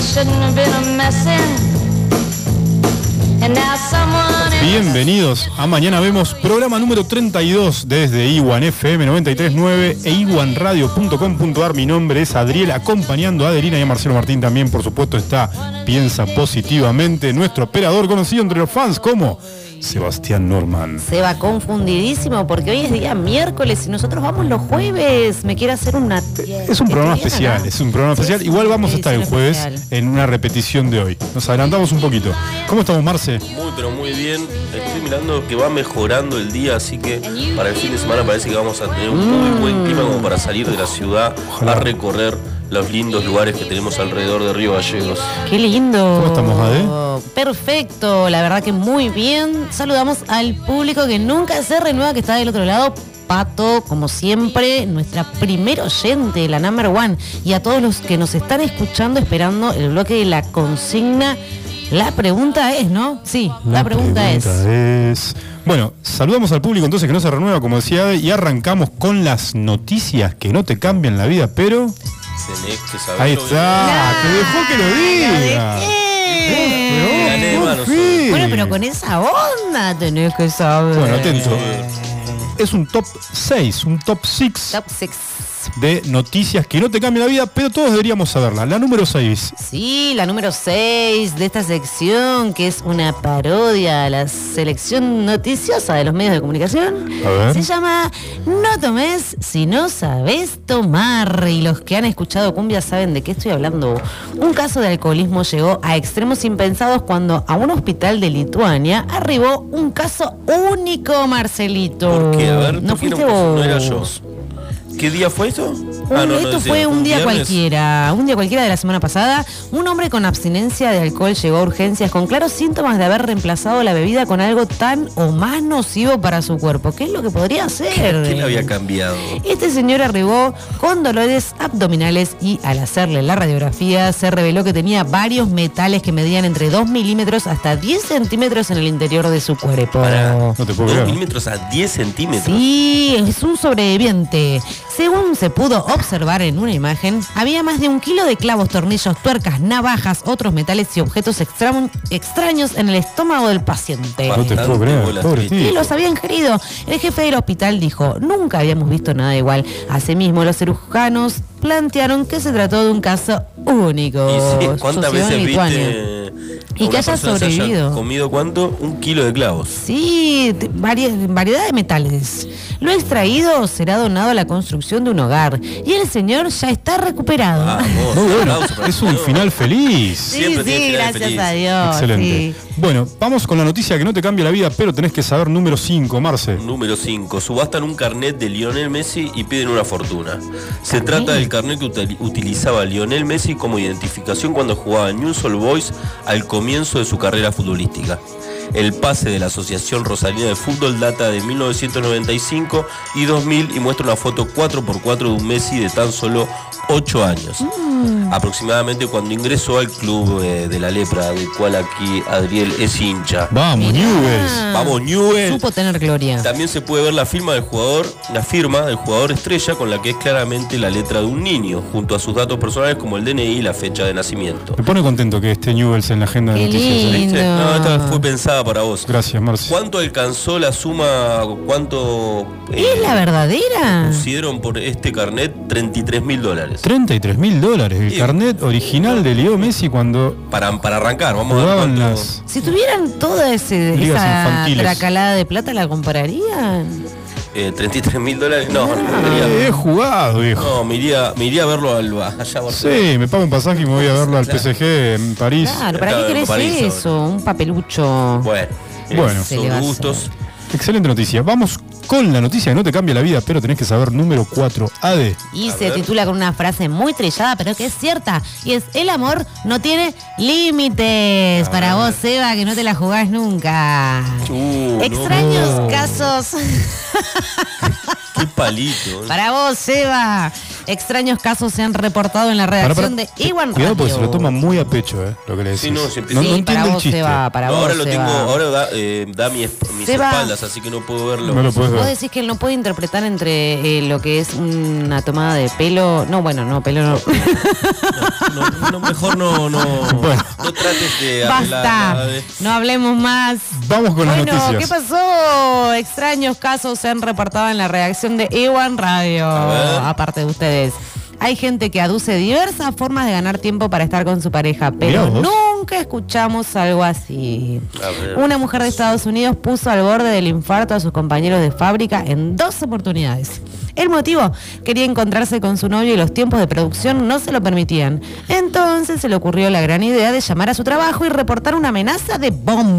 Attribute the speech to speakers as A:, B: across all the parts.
A: shouldn't have been a messin'. And now someone
B: Bienvenidos a Mañana Vemos, programa número 32 desde Iwan FM 939 e iwanradio.com.ar. Mi nombre es Adriel, acompañando a Adelina y a Marcelo Martín también, por supuesto, está Piensa Positivamente, nuestro operador conocido entre los fans como Sebastián Norman.
C: Se va confundidísimo porque hoy es día miércoles y nosotros vamos los jueves. Me quiere hacer una.
B: Es un programa especial, es un programa
C: Sí,
B: especial.
C: es
B: Igual
C: una
B: vamos a estar el
C: edición
B: jueves
C: especial.
B: en una repetición de hoy. Nos adelantamos un poquito. ¿Cómo estamos, Marce?
D: Muy, pero muy bien. Estoy mirando que va mejorando el día, así que para el fin de semana parece que vamos a tener un
B: Mm.
D: muy buen clima como para salir de la ciudad a recorrer los lindos lugares que tenemos alrededor de Río Gallegos.
C: Qué lindo.
B: ¿Cómo estamos,
C: Perfecto, la verdad que muy bien. Saludamos al público que nunca se renueva, que está del otro lado. Pato, como siempre, nuestra primer oyente, la number one. Y a todos los que nos están escuchando, esperando el bloque de la consigna. La pregunta es, ¿no? Sí, la, pregunta, es.
B: es- Bueno, saludamos al público entonces que no se renueva, como decía Ade, y arrancamos con las noticias que no te cambian la vida, pero.
D: Tenés que saberlo
B: Ahí
D: bien.
B: está, Ah, te dejó que lo diga.
C: ¡Eh!
D: Gané,
B: Por
D: hermano,
B: fin.
C: Bueno, pero con e- esa onda tenés que saber.
B: Bueno, atento.
D: eh,
B: Es un top 6, un top 6
C: Top six.
B: de noticias que no te cambian la vida, pero todos deberíamos saberla. La número 6.
C: Sí, la número 6 de esta sección, que es una parodia a la selección noticiosa de los medios de comunicación,
B: A ver.
C: se llama No tomes si no sabes tomar. Y los que han escuchado cumbia saben de qué estoy hablando. Un caso de alcoholismo llegó a extremos impensados cuando a un hospital de Lituania arribó un caso único, Marcelito.
D: ¿Por qué? A ver,
C: no
D: ¿por qué
C: fuiste
D: no,
C: vos. Eh,
D: no era yo. ¿Qué día fue esto? Ah, no, no,
C: esto
D: decía,
C: fue un día
D: viernes.
C: cualquiera, un día cualquiera de la semana pasada. Un hombre con abstinencia de alcohol llegó a urgencias con claros síntomas de haber reemplazado la bebida con algo tan o más nocivo para su cuerpo. ¿Qué es lo que podría ser?
D: ¿Quién le había cambiado?
C: Este señor arribó con dolores abdominales y al hacerle la radiografía se reveló que tenía varios metales que medían entre 2 milímetros hasta 10 centímetros en el interior de su cuerpo.
D: Para
B: No te puedo
D: 2
B: creer.
D: milímetros a 10 centímetros.
C: Sí, es un sobreviviente. Según se pudo observar en una imagen, había más de un kilo de clavos, tornillos, tuercas, navajas, otros metales y objetos extra- extraños en el estómago del paciente.
B: No te puedo
D: Bastante
B: creer,
D: bolas
B: pobre
D: tristes.
C: Y
B: tío.
C: los había ingerido. El jefe del hospital dijo, nunca habíamos visto nada igual. Asimismo, los cirujanos plantearon que se trató de un caso único.
D: Y sí, ¿cuántas
C: Sucedió en
D: veces
C: Lituania.
D: viste
C: Y
D: a
C: que
D: una
C: haya
D: persona se
C: sobrevivido.
D: comido cuánto? Un kilo de clavos.
C: Sí, de- vari- variedad de metales. Lo extraído será donado a la construcción de un hogar y el señor ya está recuperado.
D: Vamos,
B: Muy bueno,
D: Ah, aplauso para
B: es
D: el
B: un
D: señor.
B: final feliz.
C: sí,
D: siempre tiene
C: sí,
D: que quedar
C: gracias
D: feliz.
C: a Dios.
B: Excelente.
C: sí.
B: Bueno, vamos con la noticia que no te cambia la vida, pero tenés que saber número 5, Marce.
D: Número 5. Subastan un carnet de Lionel Messi y piden una fortuna. Se trata del carnet que util- utilizaba Lionel Messi como identificación cuando jugaba en News All Boys al comienzo de su carrera futbolística. El pase de la Asociación Rosalina de Fútbol data de 1995 y 2000 y muestra una foto 4x4 de un Messi de tan solo 8 años. Aproximadamente cuando ingresó al club eh, de la lepra, del cual aquí Adriel es hincha.
B: Vamos,
C: Mirá.
B: Newells.
D: Vamos, Newell.
C: Supo tener gloria.
D: También se puede ver la firma del jugador, la firma del jugador estrella con la que es claramente la letra de un niño, junto a sus datos personales como el DNI y la fecha de nacimiento.
B: Me pone contento que esté Newells en la agenda de
C: Qué
B: noticias. ¿eh?
C: lindo.
D: ¿Viste? No, esta fue pensada para vos.
B: Gracias, Marce.
D: ¿Cuánto alcanzó la suma? ¿Cuánto eh,
C: ¿Es la verdadera?
D: pusieron por este carnet? 33 mil dólares.
B: 33 mil dólares, el
D: Y-
B: carnet original de Leo Messi cuando
D: Para, para arrancar, vamos a ver
B: jugaban
D: cuánto-
B: las...
C: Si tuvieran toda ese-
B: Ligas
C: esa
B: infantiles.
C: tracalada de plata, ¿la compararían?
D: eh, 33 mil dólares. No, no, me
B: Eh,
D: iría,
B: he jugado, viejo.
D: no, me iría, me iría a verlo al, allá a Barcelona.
B: Sí, me pago un pasaje y me voy a verlo al
D: Claro.
B: PSG en París.
C: Claro, ¿para qué
D: Claro,
C: querés
D: París, ahora.
C: eso? Un papelucho.
D: Bueno,
B: Bueno.
C: Se le va a
D: son gustos.
B: Excelente noticia. Vamos con la noticia que no te cambia la vida, pero tenés que saber número 4, AD.
C: Y
D: A
C: se
D: ver.
C: titula con una frase muy trillada, pero que es cierta. Y es, el amor no tiene límites. Para vos, Seba, que no te la jugás nunca.
D: Uh, no.
C: Extraños casos.
D: Qué palito. ¿eh?
C: Para vos, Seba. Extraños casos se han reportado en la
B: Pará, pará.
C: redacción de Iwan
B: Cuidado porque se lo
C: Radio.
B: toma muy a pecho, ¿eh? Lo que le decís.
D: Sí, no, se empieza-
B: no,
C: sí,
B: no
C: para
B: entiendo el
C: vos,
B: chiste.
C: Seba. Para
D: No,
C: vos,
D: ahora lo
C: Seba.
D: tengo, ahora da, eh, da mi esp- mis
C: Seba.
D: espaldas, así que no puedo verlo.
B: No lo puedes
C: Vos
B: ver.
C: decís que él no puede interpretar entre eh, lo que es una tomada de pelo. No, bueno, no, pelo no.
D: No, no, mejor no, no,
B: Bueno.
D: no trates de ¿eh? arreglar
C: Basta.
D: nada de-
C: No hablemos más.
B: Vamos con las
C: bueno,
B: noticias.
C: ¿qué pasó? Extraños casos se han reportado en la redacción de Ewan Radio.
D: A ver.
C: Aparte de ustedes. Hay gente que aduce diversas formas de ganar tiempo para estar con su pareja, pero
B: Mirá vos.
C: nunca escuchamos algo así.
D: A ver.
C: Una mujer de Estados Unidos puso al borde del infarto a sus compañeros de fábrica en dos oportunidades. El motivo, quería encontrarse con su novio y los tiempos de producción no se lo permitían. Entonces se le ocurrió la gran idea de llamar a su trabajo y reportar una amenaza de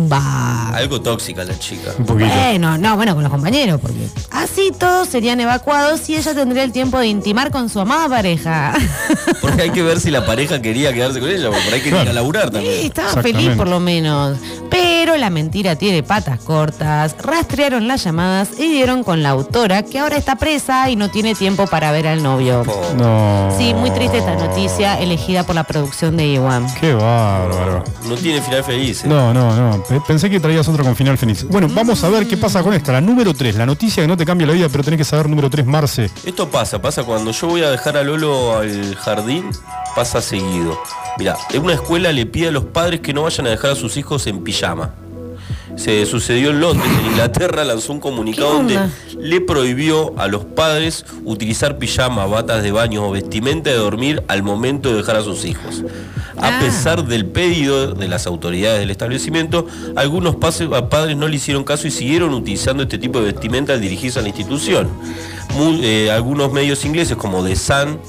C: bomba.
D: Algo tóxica la chica.
B: Un poquito.
C: Bueno, no, bueno, con los compañeros, porque así todos serían evacuados y ella tendría el tiempo de intimar con su amada pareja.
D: Porque hay que ver si la pareja quería quedarse con ella, porque hay que ir a laburar
C: Sí,
D: también.
C: estaba
B: Exactamente.
C: feliz por lo menos. Pero la mentira tiene patas cortas. Rastrearon las llamadas y dieron con la autora, que ahora está presa y no tiene tiempo para ver al novio.
D: Oh,
B: No.
C: Sí, muy triste esta noticia elegida por la producción de Iwan.
B: Qué bárbaro.
D: no tiene final feliz. eh.
B: No, no, no. Pe- Pensé que traías otra con final feliz. Bueno, vamos a ver qué pasa con esta. La número 3, la noticia que no te cambia la vida, pero tenés que saber número 3, Marce.
D: Esto pasa, pasa cuando yo voy a dejar a Lolo al jardín, pasa seguido. Mirá, en una escuela le pide a los padres que no vayan a dejar a sus hijos en pijama. Se sucedió en Londres, en Inglaterra lanzó un comunicado
C: ¿Qué
D: donde
C: onda?
D: le prohibió a los padres utilizar pijama, batas de baño o vestimenta de dormir al momento de dejar a sus hijos. A
C: Ah.
D: pesar del pedido de las autoridades del establecimiento, algunos pase- a padres no le hicieron caso y siguieron utilizando este tipo de vestimenta al dirigirse a la institución. Mu- eh, algunos medios ingleses como The Sun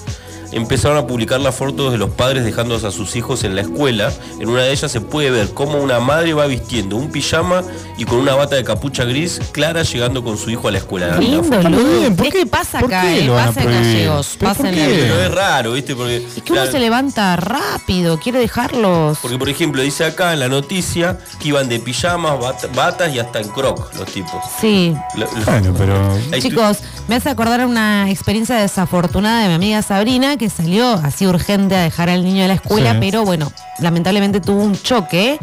D: empezaron a publicar las fotos de los padres dejando a sus hijos en la escuela. En una de ellas se puede ver cómo una madre va vistiendo un pijama y con una bata de capucha gris clara llegando con su hijo a la escuela. La
C: Lindo,
B: Está bien,
C: Lu.
B: ¿por
C: Es
B: qué-
C: que pasa
B: por
C: acá,
B: qué
C: eh,
B: lo van a
C: pasa en
B: prohibir?
C: Gallegos,
B: ¿Pero
C: pasa
B: por
C: en
B: qué?
C: la-
D: Pero es raro, ¿viste? Porque,
C: Es que uno
D: claro,
C: se levanta rápido, quiere dejarlos.
D: porque, por ejemplo, dice acá en la noticia que iban de pijamas, bat- batas y hasta en croc los tipos.
C: Sí.
D: Lo- lo-
B: Bueno, pero.
D: Ahí tu-
C: Chicos, me hace acordar una experiencia desafortunada de mi amiga Sabrina que salió así urgente a dejar al niño de la escuela,
B: Sí.
C: pero bueno, lamentablemente tuvo un choque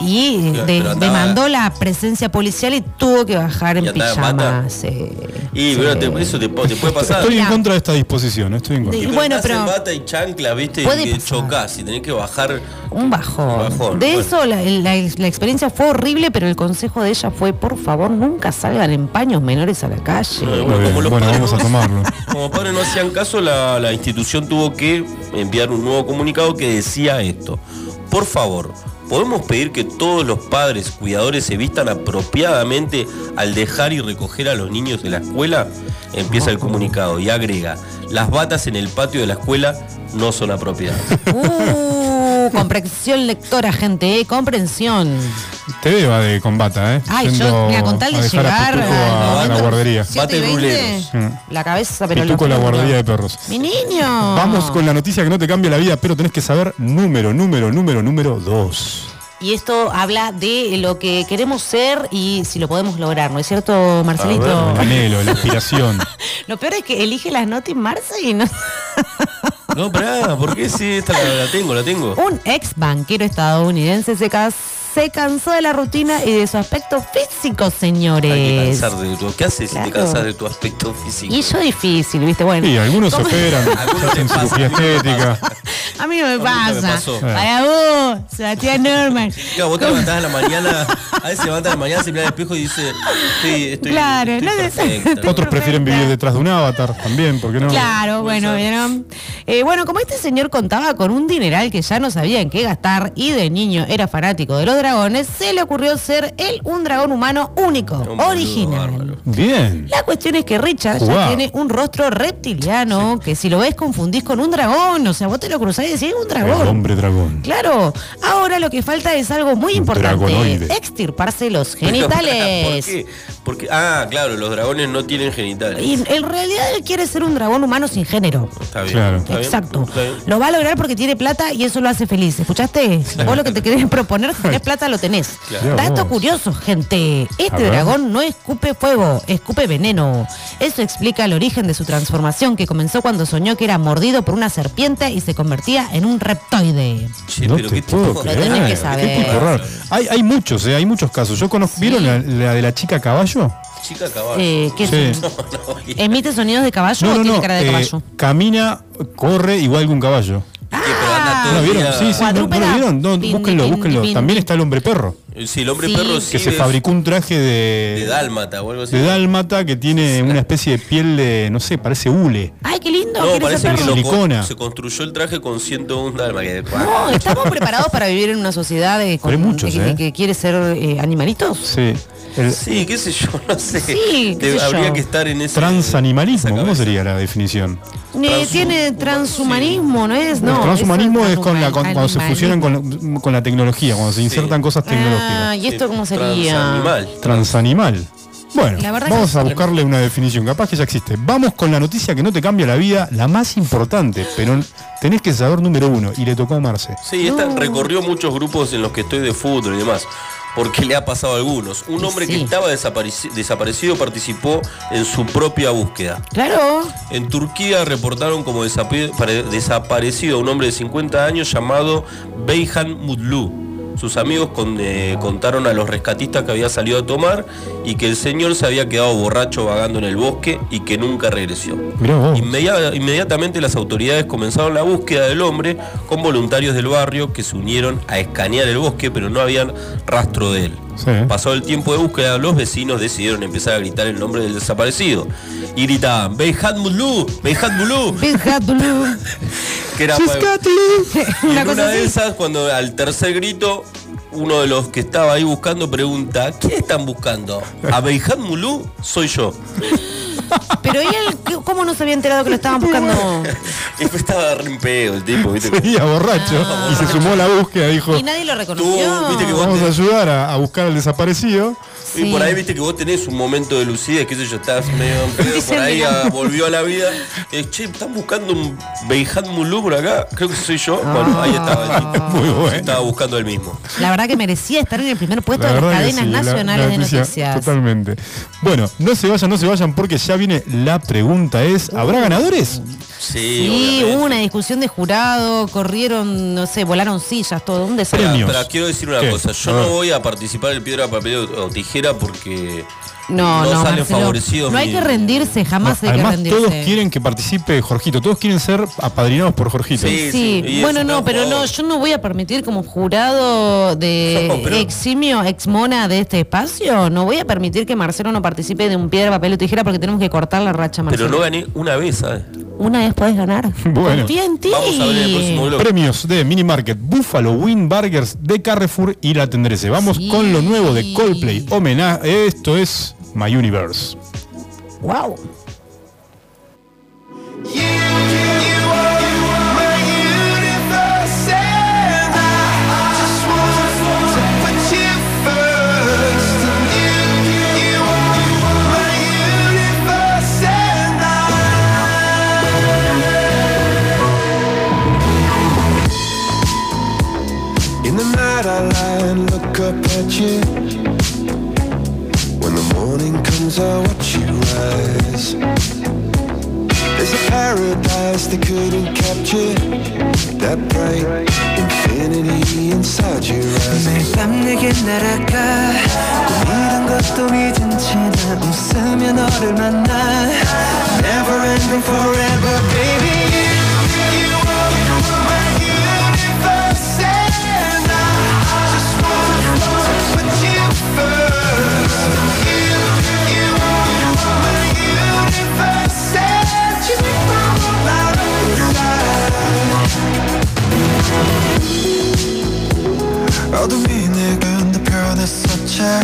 C: y
D: Pero
C: de-
D: andaba-
C: demandó la presencia policial y tuvo que bajar
D: ¿Y
C: en
D: andaba en
C: pijama.
D: bata?
C: sí,
D: Y
C: sí.
D: pero te- eso te, po- te puede pasar.
B: Estoy en
C: Mira.
B: contra de esta disposición, estoy en contra.
C: Sí. bueno,
D: estás en
C: pero-
D: bata y chancla, ¿viste?
C: Puede
D: Y que
C: pasar.
D: chocás y tenés que bajar.
C: Un bajón.
D: bajón,
C: de
D: bueno.
C: eso la, la- la experiencia fue horrible, pero el consejo de ella fue, por favor, nunca salgan en paños menores a la calle.
D: No,
B: Muy bien,
D: como los
B: Bueno,
D: padres,
B: vamos a
D: ¿no?
B: tomarlo.
D: Como padres no hacían caso, la, la institución tuvo que enviar un nuevo comunicado que decía esto. Por favor, ¿podemos pedir que todos los padres cuidadores se vistan apropiadamente al dejar y recoger a los niños de la escuela? Empieza el comunicado y agrega, las batas en el patio de la escuela no son apropiadas.
C: Uh, comprensión lectora, gente, eh, comprensión.
B: Te veo va de combata, ¿eh?
C: Ay,
B: Yendo
C: yo, mira, con tal
B: a
C: de
B: dejar
C: llegar
B: a, Pituco
C: al
B: a, la
C: momento-
B: guardería. Mm.
D: Sí. Bate
C: Siete y
D: ruleros.
C: veinte, La cabeza, pero
B: Pituco a la
C: fruta.
B: guardería de perros.
C: Mi niño.
B: Vamos con la noticia que no te cambia la vida, pero tenés que saber número, número, número, número 2.
C: Y esto habla de lo que queremos ser y si lo podemos lograr, ¿no es cierto, Marcelito?
B: El anhelo, la aspiración.
C: lo peor es que elige las notas Marce y no.
D: No, pará, ¿por qué sí? Esta la, la tengo, la tengo.
C: Un ex banquero estadounidense se, ca- se cansó de la rutina y de su aspecto físico,
D: Hay que
C: señores.
D: cansar de tu... ¿Qué haces si te
C: Pues, Claro.
D: cansas de tu aspecto físico?
C: Y yo difícil, ¿viste? Bueno.
B: Sí, algunos se
C: ¿cómo-
B: operan,
D: Algunos
B: se hacen
D: te pasa,
B: cirugía
D: a mí me
B: estética.
C: A mí no me
D: nunca me
C: pasa.
D: pasó.
C: Para
B: Eh.
C: vos, Sebastián Norman.
D: Claro, vos te levantás a la mañana, a veces se levanta a la mañana, se mira al espejo y dice, estoy, estoy,
C: Claro,
D: estoy
C: no te-
D: perfecta, ¿no?
B: Otros prefieren vivir detrás de un avatar también, ¿por qué no?
C: Claro, bueno,
D: ser.
C: vieron. Eh, bueno, como este señor contaba con un dineral que ya no sabía en qué gastar y de niño era fanático de los dragones, se le ocurrió ser él un dragón humano único,
D: Un boludo
C: original.
D: bárbaro.
B: Bien.
C: La cuestión es que Richard
B: Jugá.
C: ya tiene un rostro reptiliano que si lo ves confundís con un dragón, o sea, vos te lo cruzás y decís un
B: El
C: dragón.
B: hombre dragón.
C: Claro, ahora lo que falta es algo muy importante,
B: Dragonoide.
C: extirparse los
D: Pero, pará, ¿por
C: genitales.
D: qué? Porque, ah, claro, los dragones no tienen genitales.
C: Y en realidad él quiere ser un dragón humano sin género.
D: Está bien.
B: Claro.
D: está bien,
C: Exacto.
D: está bien.
C: Lo va a lograr porque tiene plata y eso lo hace feliz. ¿Escuchaste? Vos lo que te querés proponer, si tenés plata, lo tenés.
B: Claro. Mira
C: Dato
B: vos.
C: curioso, gente.
B: A
C: Este
B: ver.
C: dragón no escupe fuego, escupe veneno. Eso explica el origen de su transformación, que comenzó cuando soñó que era mordido por una serpiente y se convertía en un reptoide.
D: Che,
B: no
D: pero
B: te
D: qué
B: puedo
D: tipo-
B: creer.
C: tenés que
B: qué
C: saber.
B: tipo raro. Hay, hay muchos, eh, hay muchos casos. Yo conozco, ¿Vieron la, la de la chica caballo?
D: Chica caballo.
C: Eh, ¿qué es?
B: Sí.
C: ¿Emite sonidos de caballo o tiene cara de
B: eh,
C: caballo?
B: camina, corre igual que un caballo.
D: Que, pero anda
B: ¿No
D: todo
B: la
D: el
B: vieron?
D: día-
B: Sí, sí, ¿no- ¿no,
C: Ah. Cuadrúpeda.
B: la vieron? No,
C: Pin,
B: búsquenlo,
C: pin,
B: búsquenlo.
C: pin,
B: También
C: pin.
B: está el hombre perro,
D: Sí, el hombre
C: Eh, Sí.
D: perro
C: Que
D: sí
B: que se
D: es
B: fabricó un traje de,
D: de dálmata o algo así.
B: de dálmata que tiene una especie de piel de, no sé, parece hule.
C: ¡Ay, qué lindo!
D: No,
C: ¿Quieres
D: parece
C: ser
D: que
C: perro?
D: lo con-
B: Silicona.
D: se construyó el traje con 101 dálmata. que-
C: No, estamos preparados para vivir en una sociedad de,
B: Pero hay muchos,
C: que,
B: ¿eh?
C: que quiere ser eh, animalitos.
B: Sí. El
D: Sí, qué sé yo, no sé.
C: Sí, qué
D: Te-
C: sé yo.
D: habría que estar en ese.
B: transanimalismo,
D: esa
B: ¿cómo
D: cabeza.
B: sería la definición?
C: Eh,
D: Transhu-
C: tiene transhumanismo, ¿no es? No,
B: el transhumanismo es, con la, con-
C: animal-
B: cuando se fusionan con, con la tecnología, cuando se insertan cosas
C: Ah,
B: tecnológicas.
C: ¿y esto cómo sería?
D: Transanimal.
B: Transanimal. Bueno,
C: La verdad
B: vamos
C: que-
B: a buscarle una definición, capaz que ya existe. Vamos con la noticia que no te cambia la vida, la más importante, pero tenés que saber número uno, y le tocó a Marce.
D: Sí, esta recorrió muchos grupos en los que estoy de fútbol y demás, porque le ha pasado a algunos. Un hombre
C: sí.
D: que estaba desapareci- desaparecido participó en su propia búsqueda.
C: Claro.
D: En Turquía reportaron como desape- pare- desaparecido a un hombre de 50 años llamado Beyhan Mutlu. Sus amigos con- eh, contaron a los rescatistas que había salido a tomar y que el señor se había quedado borracho vagando en el bosque y que nunca regresó.
B: Mirá vos.
D: Inmedia- inmediatamente las autoridades comenzaron la búsqueda del hombre con voluntarios del barrio que se unieron a escanear el bosque, pero no habían rastro de él.
B: Sí.
C: ¿Eh?
D: Pasado el tiempo de búsqueda, los vecinos decidieron empezar a gritar el nombre del desaparecido. Y gritaban, Beyhat Mulu, Beyhat Mulu,
C: Pescatulu.
D: que era para- Y
C: una
D: en una
C: cosa
D: de
C: así.
D: esas, cuando al tercer grito, uno de los que estaba ahí buscando pregunta, ¿qué están buscando? ¿A Beyhat Mulu? Soy yo.
C: Pero ¿y él qué- cómo no se había enterado que lo estaban buscando?
D: Y estaba re en pedo el tipo, ¿viste?
B: Venía borracho y se sumó a la búsqueda, dijo,
C: Ah, Y nadie lo
D: Tú, viste que
C: reconoció.
D: vos
B: vamos a
D: te-
B: ayudar a, a buscar al desaparecido.
D: Y
C: Sí.
D: por ahí viste que vos tenés un momento de lucidez, qué sé yo, estás medio en pedo,
C: Dicen,
D: por ahí
C: mirá.
D: ah, volvió a la vida. Eh, che, están buscando un Beijan Mulú por acá, creo que soy yo. Bueno, ahí
C: Ah.
D: estaba el tipo.
B: Muy bueno.
D: Estaba buscando el mismo.
C: La verdad que merecía estar en el primer puesto de
B: La
C: las
B: verdad que
C: cadenas
B: sí, la-
C: nacionales
B: la
C: de
B: noticia,
C: noticias.
B: Totalmente. Bueno, no se vayan, no se vayan, porque ya viene la pregunta es, ¿habrá ganadores?
D: Sí,
C: Sí,
D: obviamente.
C: hubo una discusión de jurado, corrieron, no sé, volaron sillas, todo, un
D: Pará,
C: desastre.
B: Premios.
D: pará, quiero decir una
B: ¿Qué?
D: cosa, yo
B: A
D: no
B: ver.
D: voy a participar en piedra, papel o tijera porque
C: No, no,
D: salen
C: Marcelo,
D: favorecidos.
C: No hay
D: ni-
C: que rendirse, jamás
B: No,
C: hay que
B: además,
C: rendirse.
B: todos quieren que participe Jorgito, todos quieren ser apadrinados por Jorgito.
D: Sí.
C: Sí,
D: y es
C: bueno,
D: un
C: no,
D: gran
C: pero no,
D: jugador.
C: yo no voy a permitir como jurado de
D: No, pero-
C: eximio, exmona de este espacio, no voy a permitir que Marcelo no participe de un piedra, papel o tijera porque tenemos que cortar la racha, Marcelo.
D: Pero no gané una vez, ¿sabes?
C: Una vez podés ganar.
B: Bueno.
C: Confía en ti.
D: Vamos a ver en el próximo bloque.
B: Premios de Minimarket, Buffalo, Win Burgers de Carrefour y la Tendrese. Vamos
C: Sí.
B: con lo nuevo de Coldplay. Homenaje, esto es My Universe.
C: Wow.
A: In the night I lie and look up at you When the morning comes I watch you rise There's a paradise they couldn't capture That bright infinity inside your eyes
E: 매일 밤 내게 날아가 꿈이란 것도 잊은 채나 웃으며 너를 만나 Never ending forever baby You, you are my universe And I just want to put you first You, you are my universe And you are my desire
A: 어둠이 내근 내 편에 서채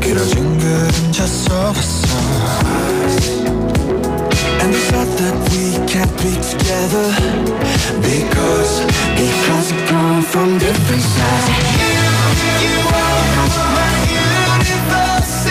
A: 길어진 그림자 속에서
E: And the thought that we can't be together Because, because we come from different sides You, you are my universe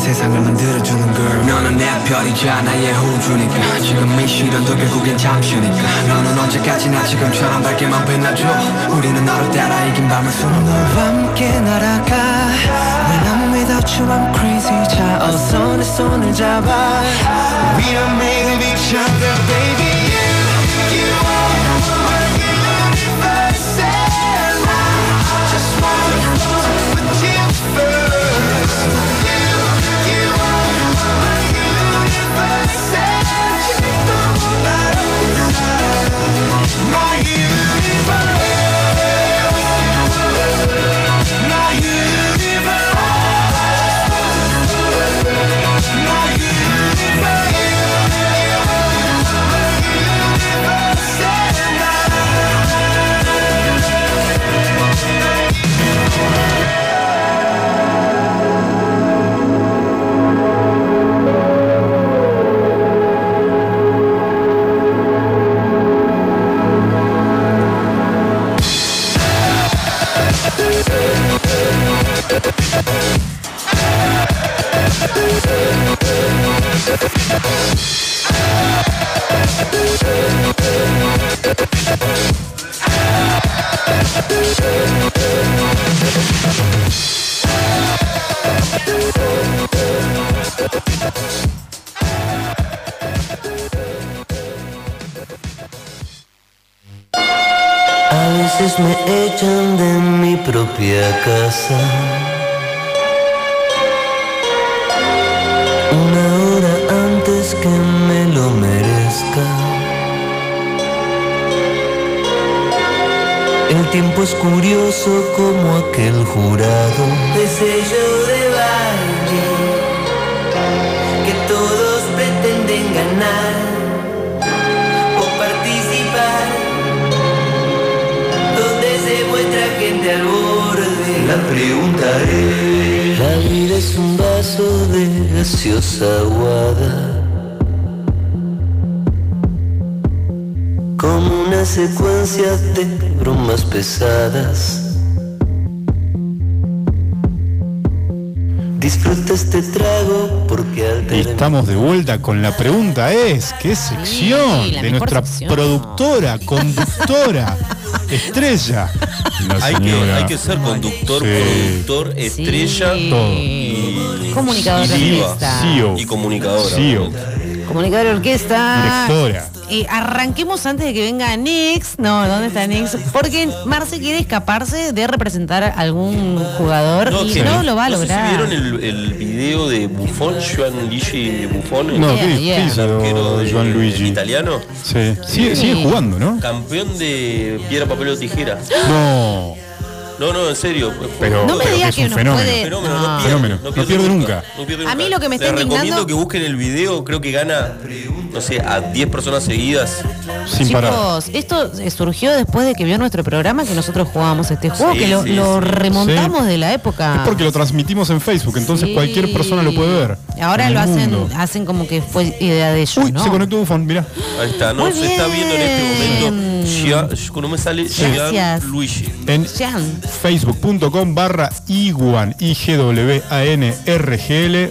E: 세상을 만들어주는 girl 너는 내 별이자 나의 호주니까 지금 이 시련도 결국엔 잠시니까 너는 언제까지나 지금처럼 밝게만 빛나줘 우리는 너를 따라 이긴 밤을 숨어 너와 함께 날아가 When I'm without you I'm crazy 자 어서 내 손을 잡아 We are made of each other baby You, you are my universe and I just wanna float with you first You, you are my universe and 지금도 나를 믿어. My universe My universe
F: A veces me echan de mi propia casa. Una hora antes que me lo merezca. El tiempo es curioso como aquel jurado. Ese show de baile que todos pretenden ganar o participar donde se muestra gente al borde. La preguntaré. La vida es un vaso de gaseosa aguada. Como una secuencia de bromas pesadas. Disfruta este trago porque al terminar-
B: Estamos de vuelta con la pregunta es, ¿qué sección
C: Sí, la mejor
B: de nuestra
C: sección.
B: productora, conductora, estrella? La
D: Hay que,
B: señora.
D: hay que ser conductor,
B: Sí.
D: productor,
C: Sí.
D: estrella
C: Y- Comunicador
D: y
C: de
D: diva.
C: orquesta.
B: CEO.
D: y comunicadora.
B: CEO.
C: Comunicador de orquesta.
B: Directora.
C: Eh, arranquemos antes de que venga Nix. No, ¿dónde está Nix? Porque Marce quiere escaparse de representar a algún jugador y
D: que-
C: no lo va a
D: no sé si
C: lograr.
D: vieron el, el video de Buffon, Joan Luigi Buffon,
B: No,
C: Yeah,
B: qué
C: yeah.
B: difícil,
D: el arquero de-
B: Joan Luigi.
D: italiano,
B: Sí. Sigue, sigue
C: Sí.
B: jugando, ¿no?
D: campeón de piedra, papel o tijera.
B: No.
D: No, no, en serio.
B: Pero-
C: No me
B: que
C: digas
B: es
C: que,
B: un
C: nos
B: fenómeno.
C: puede. Ah,
D: Fenómeno,
C: no.
D: no, pierde,
B: Fenómeno. No pierde nunca.
D: no pierde
C: A mí
D: nunca.
C: lo que me está
D: Les recomiendo
C: indignando-
D: que busquen el video, creo que gana, no sé, a 10 personas seguidas.
B: Sin parar.
C: Chicos, esto eh, surgió después de que vio nuestro programa que nosotros jugábamos este juego,
D: Sí,
C: que lo,
D: sí,
C: lo
D: sí.
C: remontamos
B: Sí.
C: de la época.
B: Es porque lo transmitimos en Facebook, entonces
C: Sí.
B: cualquier persona lo puede ver.
C: Ahora
B: En
C: lo
B: el
C: hacen,
B: mundo.
C: hacen como que fue idea de ellos.
B: Uy,
C: ¿no?
B: se conectó Bufón, mirá.
D: Ahí está, no
C: Muy
D: se está viendo en este
C: bien.
D: momento. Gia- no me sale
C: Gracias.
D: Gian Luigi.
B: En
C: Sean.
B: facebook.com barra iguan IGWANRGL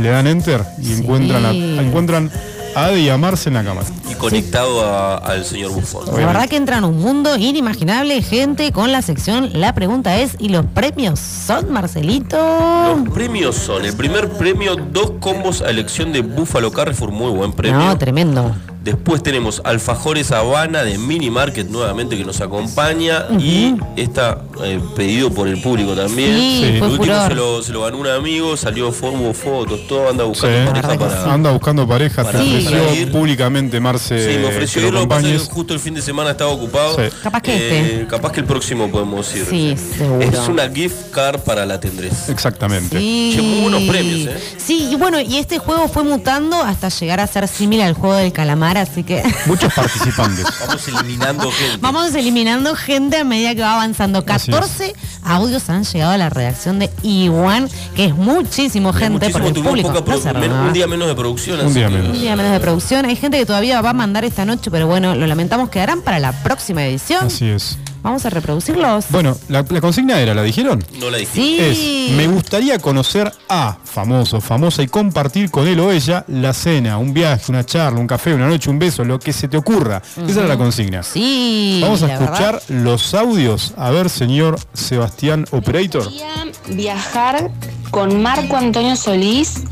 B: le dan enter y encuentran a, encuentran a Adi y a Marce en la cámara.
D: Y conectado a- al señor Buffon.
C: La
B: Obviamente.
C: verdad que entra en un mundo inimaginable, gente, con la sección La pregunta es, ¿y los premios son, Marcelito?
D: Los premios son el primer premio, dos combos a elección de Buffalo Carrefour, muy buen premio.
C: No, tremendo.
D: Después tenemos Alfajores Habana de Mini Market nuevamente que nos acompaña y está eh, pedido por el público también.
C: Sí,
B: Sí.
D: El
C: fue
D: último
C: furor.
D: se lo, se lo ganó un amigo, salió fo- hubo fotos, todo anda
B: Sí.
D: buscando pareja para.
B: Anda buscando pareja,
D: Para-
B: te
C: Sí.
B: ofreció
D: para ir.
B: públicamente Marce
D: Sí, me ofreció
B: Eh, que
D: irlo,
B: lo
D: lo que pasa es
B: acompañes.
D: que justo el fin de semana estaba ocupado. Eh,
B: Sí.
C: Capaz que este.
D: Capaz que el próximo podemos ir.
C: Sí, seguro.
D: Es una gift card para la tendrez.
B: Exactamente.
C: Sí.
D: Che, muy buenos premios, ¿eh?
C: Sí, y bueno, y este juego fue mutando hasta llegar a ser similar al juego del calamar, así que
B: Muchos participantes.
D: Vamos eliminando gente.
C: vamos eliminando gente a medida que va avanzando.
B: Así es.
C: 14 audios han llegado a la redacción de Iwan, que es muchísimo gente,
D: Muchísimo,
C: porque el
D: tuvimos
C: público
D: poca
C: no se
D: produ- men-
C: renueva.
D: un día menos de producción.
B: Un
D: así
B: día
D: que-
B: menos.
C: Un día menos de producción. Hay gente que todavía va a mandar esta noche, pero bueno, lo lamentamos, quedarán para la próxima edición.
B: Así es.
C: Vamos a reproducirlos.
B: Bueno, la, la consigna era, ¿la dijeron?
D: No la dije.
C: Sí.
B: Es, me gustaría conocer a famoso, famosa y compartir con él o ella la cena, un viaje, una charla, un café, una noche, un beso, lo que se te ocurra. Esa era la consigna.
C: Sí.
B: Vamos a
C: la verdad.
B: escuchar los audios. A ver, señor Sebastián Operator.
G: gustaría viajar con Marco Antonio Solís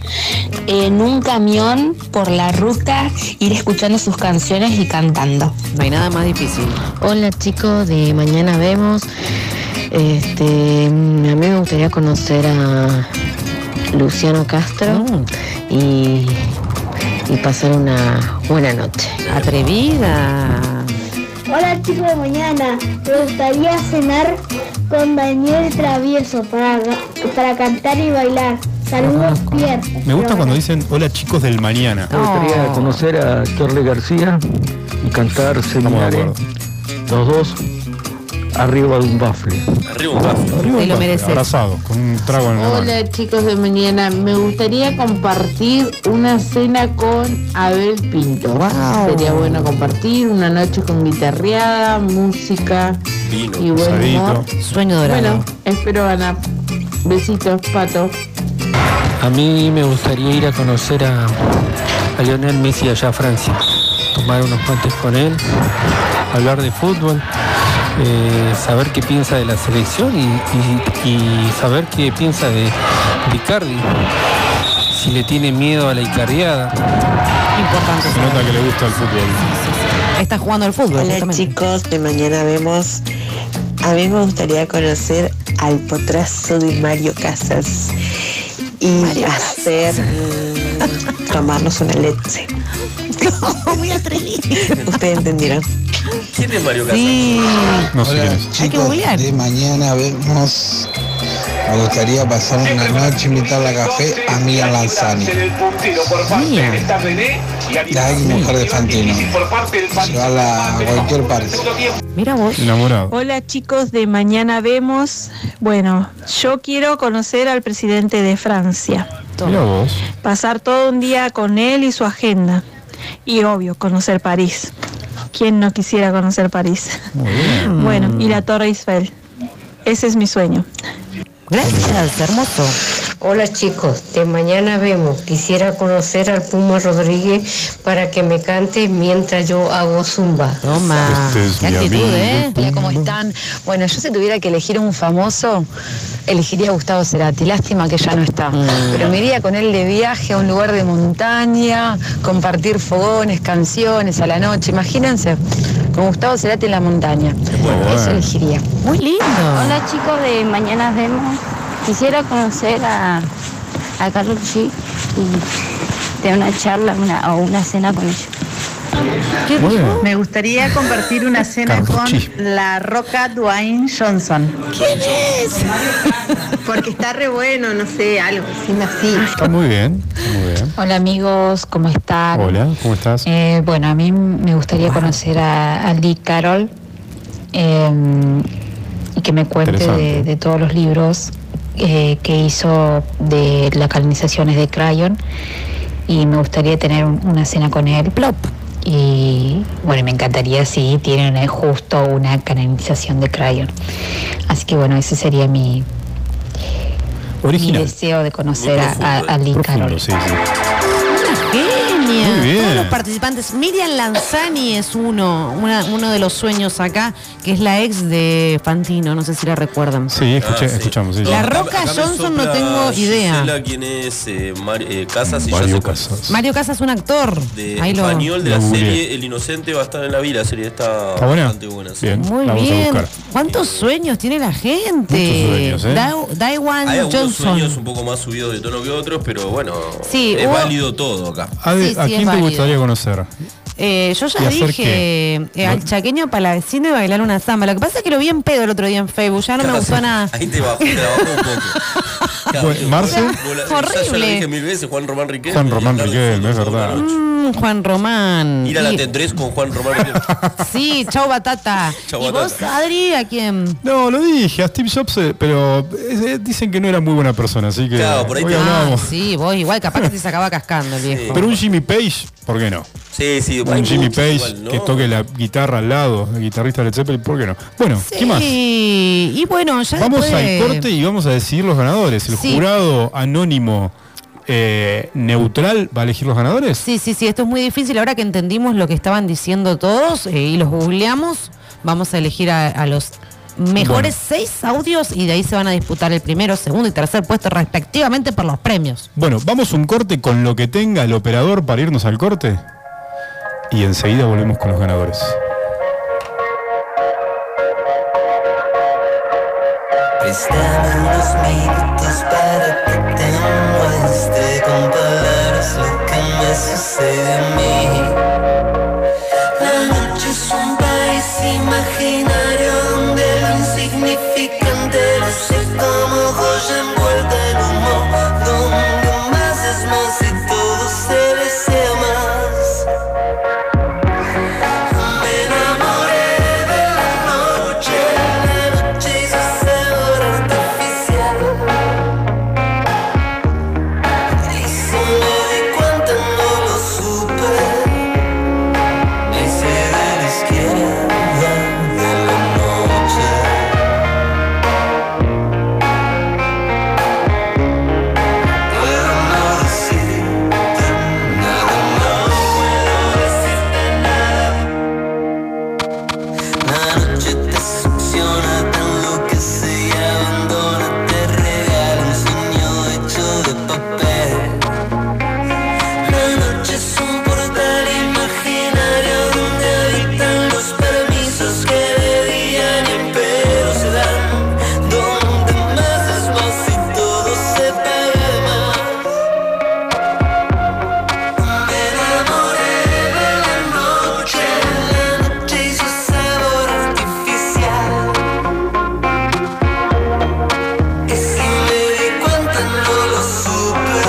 G: en un camión por la ruta, ir escuchando sus canciones y cantando.
C: No hay nada más difícil.
H: Hola chicos de Mañana Vemos. Este, mm, a mí me gustaría conocer a Luciano Castro y, y pasar una buena noche.
C: Atrevida.
I: Hola chicos de mañana, me gustaría cenar con Daniel Travieso para, para cantar y bailar. Saludos, Pierre.
B: Me gusta cuando dicen hola chicos del mañana.
C: Me gustaría
J: conocer a Charlie García y cantar
B: Estamos de acuerdo.
J: los dos arriba de un bafle.
D: Arriba un café.
C: Te lo mereces.
B: Abrazado, con un trago en la mano.
K: Hola chicos de mañana, me gustaría compartir una cena con Abel Pinto. Sería bueno compartir una noche con guitarreada, música
D: Vino.
K: y buen humor.
B: Sadito.
C: Sueño dorado.
K: Bueno, espero ganar. Besitos, pato.
J: A mí me gustaría ir a conocer a, a Lionel Messi allá a Francia, tomar unos puentes con él, hablar de fútbol, eh, saber qué piensa de la selección y, y- y saber qué piensa de Ricardi, si le tiene miedo a la Icardiada.
C: Importante.
B: Se nota que le gusta el fútbol.
C: Está jugando al fútbol.
H: Hola
C: justamente.
H: chicos de Mañana Vemos. A mí me gustaría conocer al potrazo de Mario Casas y hacer mm, tomarnos una leche.
C: Muy atrevido.
H: Ustedes entendieron.
D: ¿Quién es Mario Casas?
C: Sí.
B: No sé quién es.
C: Hay que googlear.
L: de mañana vemos. Me gustaría pasar una noche invitar a café a Miriam Lanzani,
C: Mía.
L: la ex mujer de Fantino. Llevarla a cualquier parte.
C: Mira vos.
B: Enamorado.
K: Hola chicos de Mañana Vemos. Bueno, yo quiero conocer al presidente de Francia,
B: Mira vos.
K: pasar todo un día con él y su agenda. Y obvio, conocer París. ¿Quién no quisiera conocer París?
B: Muy bien.
K: Bueno, y la Torre Eiffel. Ese es mi sueño.
C: Gracias, hermoso.
H: Hola chicos, de mañana vemos. Quisiera conocer al Puma Rodríguez para que me cante mientras yo hago zumba.
C: Toma.
B: Este es
C: Ah, Qué
B: mi
C: actitud,
B: amigo.
C: ¿eh?
H: Hola, ¿cómo están? Bueno, yo si tuviera que elegir un famoso, elegiría a Gustavo Cerati. Lástima que ya no está.
C: Mm.
H: Pero me iría con él de viaje a un lugar de montaña, compartir fogones, canciones a la noche. Imagínense, con Gustavo Cerati en la montaña.
B: bueno,
H: Eso
B: eh.
H: elegiría.
C: Muy lindo.
I: Hola chicos de Mañana Vemos. Quisiera conocer a, a Carlos G y tener una charla una, o una cena con ellos.
B: Muy bien.
K: Me gustaría compartir una cena
B: Carducci.
K: con la roca Dwayne Johnson. ¿Quién es? Porque está re bueno, no sé, algo.
B: Está muy bien. está Muy bien.
H: Hola amigos, ¿cómo están?
B: Hola, ¿cómo estás?
H: Eh, bueno, a mí me gustaría conocer a, a Lee Carroll eh, y que me cuente
B: Interesante.
H: de, de todos los libros eh, que hizo de las canonizaciones de Crayon. Y me gustaría tener un- una cena con él. Plop. Y bueno, me encantaría si tienen eh, justo una canonización de Crayon. Así que bueno, ese sería mi, mi
B: Original.
H: deseo de conocer a, a, a Lee Carroll.
B: Profundo, sí, sí.
C: Genia.
B: Muy bien.
C: Todos los participantes. Miriam Lanzani es uno, una- uno de los sueños acá, que es la ex de Fantino, no sé si la recuerdan.
B: Sí, escuché-
D: Ah, sí.
B: escuchamos. sí, sí.
C: La
D: No,
C: Roca
D: acá me
C: Johnson no
D: sopla
C: tengo idea.
D: Gisela, quién es eh, Mar- eh, Casas y
B: Mario
D: yo sé cuál es.
B: Casas.
C: Mario Casas es un actor.
D: De
C: Ahí lo.
D: español de la
B: Lo googleé.
D: serie El Inocente va a estar en la vida. La serie está,
B: ¿Está buena?
D: bastante buena. sí.
B: Bien,
C: Muy
B: la vamos a
C: bien.
B: buscar.
C: ¿Cuántos sueños tiene la gente?
B: Muchos sueños, ¿eh?
C: Da- Daiwan
D: Hay algunos sueños
C: Johnson.
D: un poco más subidos de tono que otros, pero bueno,
C: Sí,
D: es
C: hubo-
D: válido todo acá.
B: Ade,
C: Sí, sí,
B: ¿A
C: es
B: quién te
C: válido.
B: gustaría conocer?
C: Eh, yo
B: ¿Y
C: ya
B: hacer
C: dije eh, al chaqueño para la vecina y bailar una samba. Lo que pasa es que lo vi en pedo el otro día en Facebook, ya no me gustó nada.
D: Ahí te bajó, te la bajó un poco.
B: Bueno, Marce,
D: Horrible. Ya lo dije mil veces, Juan Román Riquelme.
B: Juan Román Riquelme, es verdad.
C: Mm, Juan Román.
D: Ir a la
C: Y-
D: tendrés con Juan Román Riquelme.
C: Sí, chau batata.
D: Chau,
C: ¿Y vos,
D: batata.
C: Adri, a quién?
B: No, lo dije, a Steve Jobs, eh, pero eh, eh, dicen que no era muy buena persona, así que hoy
C: ah,
B: hablábamos.
C: sí, vos igual, capaz que te sacaba cascando el viejo.
B: Pero un Jimmy Page, ¿por qué no?
D: Sí, sí, hay
B: Un Jimmy
D: muchos
B: Page
D: igual, ¿no?
B: que toque la guitarra al lado, el guitarrista de Led Zeppelin, ¿por qué no? Bueno, ¿qué más?
C: Sí, y bueno, ya
B: Vamos
C: después-
B: al corte y vamos a decidir los ganadores. ¿El
C: Sí.
B: jurado anónimo eh, neutral va a elegir los ganadores?
C: Sí, sí, sí, esto es muy difícil. Ahora que entendimos lo que estaban diciendo todos eh, y los googleamos, vamos a elegir a, a los mejores seis audios y de ahí se van a disputar el primero, segundo y tercer puesto respectivamente por los premios.
B: Bueno, vamos un corte con lo que tenga el operador para irnos al corte. Y enseguida volvemos con los ganadores.
E: Préstame unos minutos para que te muestre con palabras lo que me sucede a mí. La noche es un país imaginario donde lo insignificante luce como joya envuelta en humo, donde más es más y todo se desea más. Me enamoré de la noche, la noche y su sabor artificial. Y si me di cuenta no lo supe. Hice de la izquierda de la noche. Puedo no decirte nada, no puedo decirte nada. La noche te succiona, te enloquece y abandona Te regala un sueño hecho de papel La noche es un portal imaginario Donde habitan los permisos que de día ni en pedo se dan Donde más es más y todo se paga de más Me enamoré de la noche noche y su sabor artificial Que si me di cuenta no lo supe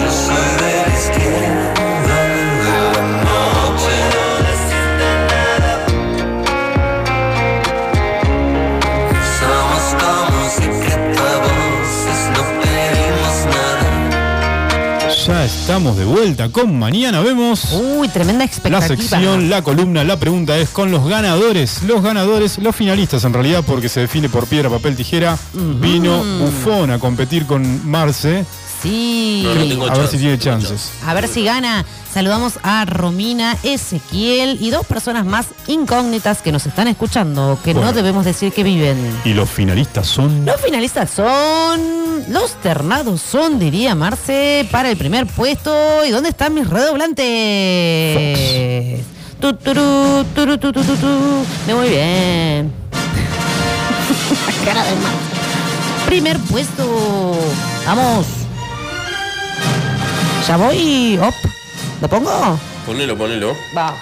E: Yo soy de la izquierda de la noche No decirte nada Somos como un secreto a voces No pedimos nada
B: Ya estamos de vuelta con Mañana Vemos.
C: Uy, tremenda
B: La
C: Uh, expectativa.
B: sección, la columna, la pregunta es con los ganadores. Los ganadores, los finalistas en realidad, porque se define por piedra, papel, tijera. Vino Bufón a competir con Marce.
C: Sí.
B: Creo- a ver si tiene chances.
C: A ver si gana. Saludamos a Romina, Ezequiel y dos personas más incógnitas que nos están escuchando, que no
B: Bueno.
C: debemos decir que viven.
B: Y los finalistas son.
C: Los finalistas son. Los ternados son, diría Marce, para el primer puesto. ¿Y dónde están mis redoblantes? Tu, turú, turú, tu, tu, tu, tu. Me voy bien. La cara de Marce. Primer puesto. Vamos. Ya voy. Op. ¿Lo pongo?
D: Ponelo, ponelo.
C: Va.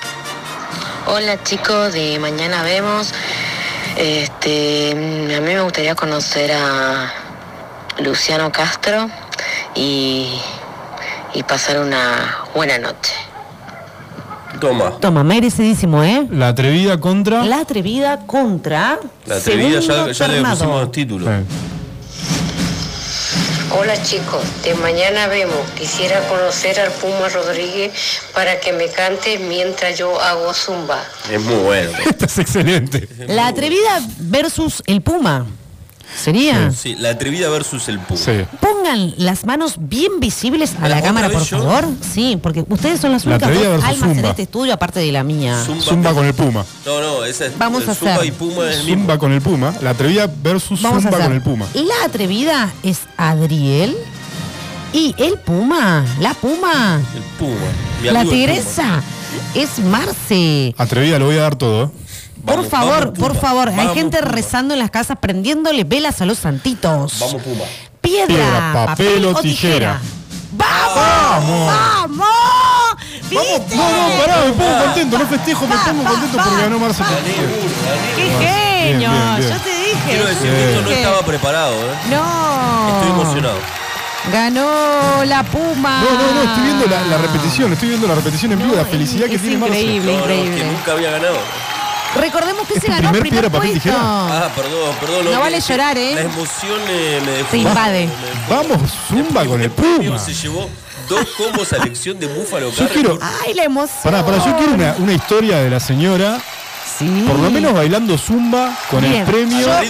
M: Hola chicos, de mañana vemos. Este, mm, a mí me gustaría conocer a Luciano Castro y, y pasar una buena noche.
D: Toma.
C: Toma, merecidísimo, ¿eh?
B: La atrevida contra.
C: La atrevida contra.
D: La atrevida ya,
C: Segundo
D: ya le
C: Ternado.
D: pusimos título.
H: Hola chicos, de mañana vemos. Quisiera conocer al Puma Rodríguez para que me cante mientras yo hago zumba.
D: Es muy bueno.
B: Eh, Esta es excelente.
C: La atrevida versus el puma. ¿Sería?
D: Sí, la atrevida versus el público.
C: Pongan las manos bien visibles a la cámara, por favor. Sí, porque ustedes son las
D: La
C: únicas
D: atrevida
C: dos
D: versus
C: almas en
D: Zumba.
C: este estudio, aparte de la mía.
D: Zumba Zumba
B: con el puma.
D: No, no, esa es
C: Vamos
D: el
C: a
D: Zumba
C: hacer.
D: y Puma es el mismo.
B: Zumba con el puma. La atrevida versus
C: Vamos a
B: Zumba
C: hacer.
B: con el puma.
C: La atrevida es Adriel y el puma, la puma,
D: El Puma. Mi
C: la
D: amigo el
C: tigresa es Marce.
B: Atrevida, lo voy a dar todo.
C: por favor, por favor, hay gente rezando en las casas prendiéndole velas a los santitos.
D: Vamos Puma.
C: Piedra,
B: Piedra, papel o tijera.
C: ¡Vamos! ¡Vamos! ¿Viste?
B: No, no, pará, me pongo contento, no festejo, me pongo contento porque ganó Marce.
C: ¡Qué
B: Bien,
C: genio!
B: bien, bien.
C: Yo te dije. dije.
D: Quiero decir,
C: yo
D: esto no
C: dije.
D: estaba preparado, ¿eh?
C: No.
D: Estoy emocionado.
C: Ganó la Puma.
B: No, no, no, estoy viendo la, la repetición, estoy viendo la repetición en vivo, la felicidad que
C: Ah, es
B: tiene Marce.
C: increíble, No, no, es que increíble. Oh.
D: Nunca había ganado.
C: Recordemos que
B: ¿Es
C: se
B: tu
C: ganó
B: primer
C: primer,
B: piedra, papel,
C: puesto.
D: Ah, perdón, perdón.
C: No
D: lo-
C: vale
D: es que
C: llorar, ¿eh?
D: La emoción eh, me dejó.
C: Se invade.
B: Vamos, zumba con el
D: Diego
B: Puma.
D: Se llevó dos combos a lección de Búfalo
B: Yo
D: Carrera.
B: quiero-
C: Ay, la emoción.
B: Pará, pará, yo quiero una, una historia de la señora. Por lo menos bailando zumba con
C: Bien.
B: el premio
C: Al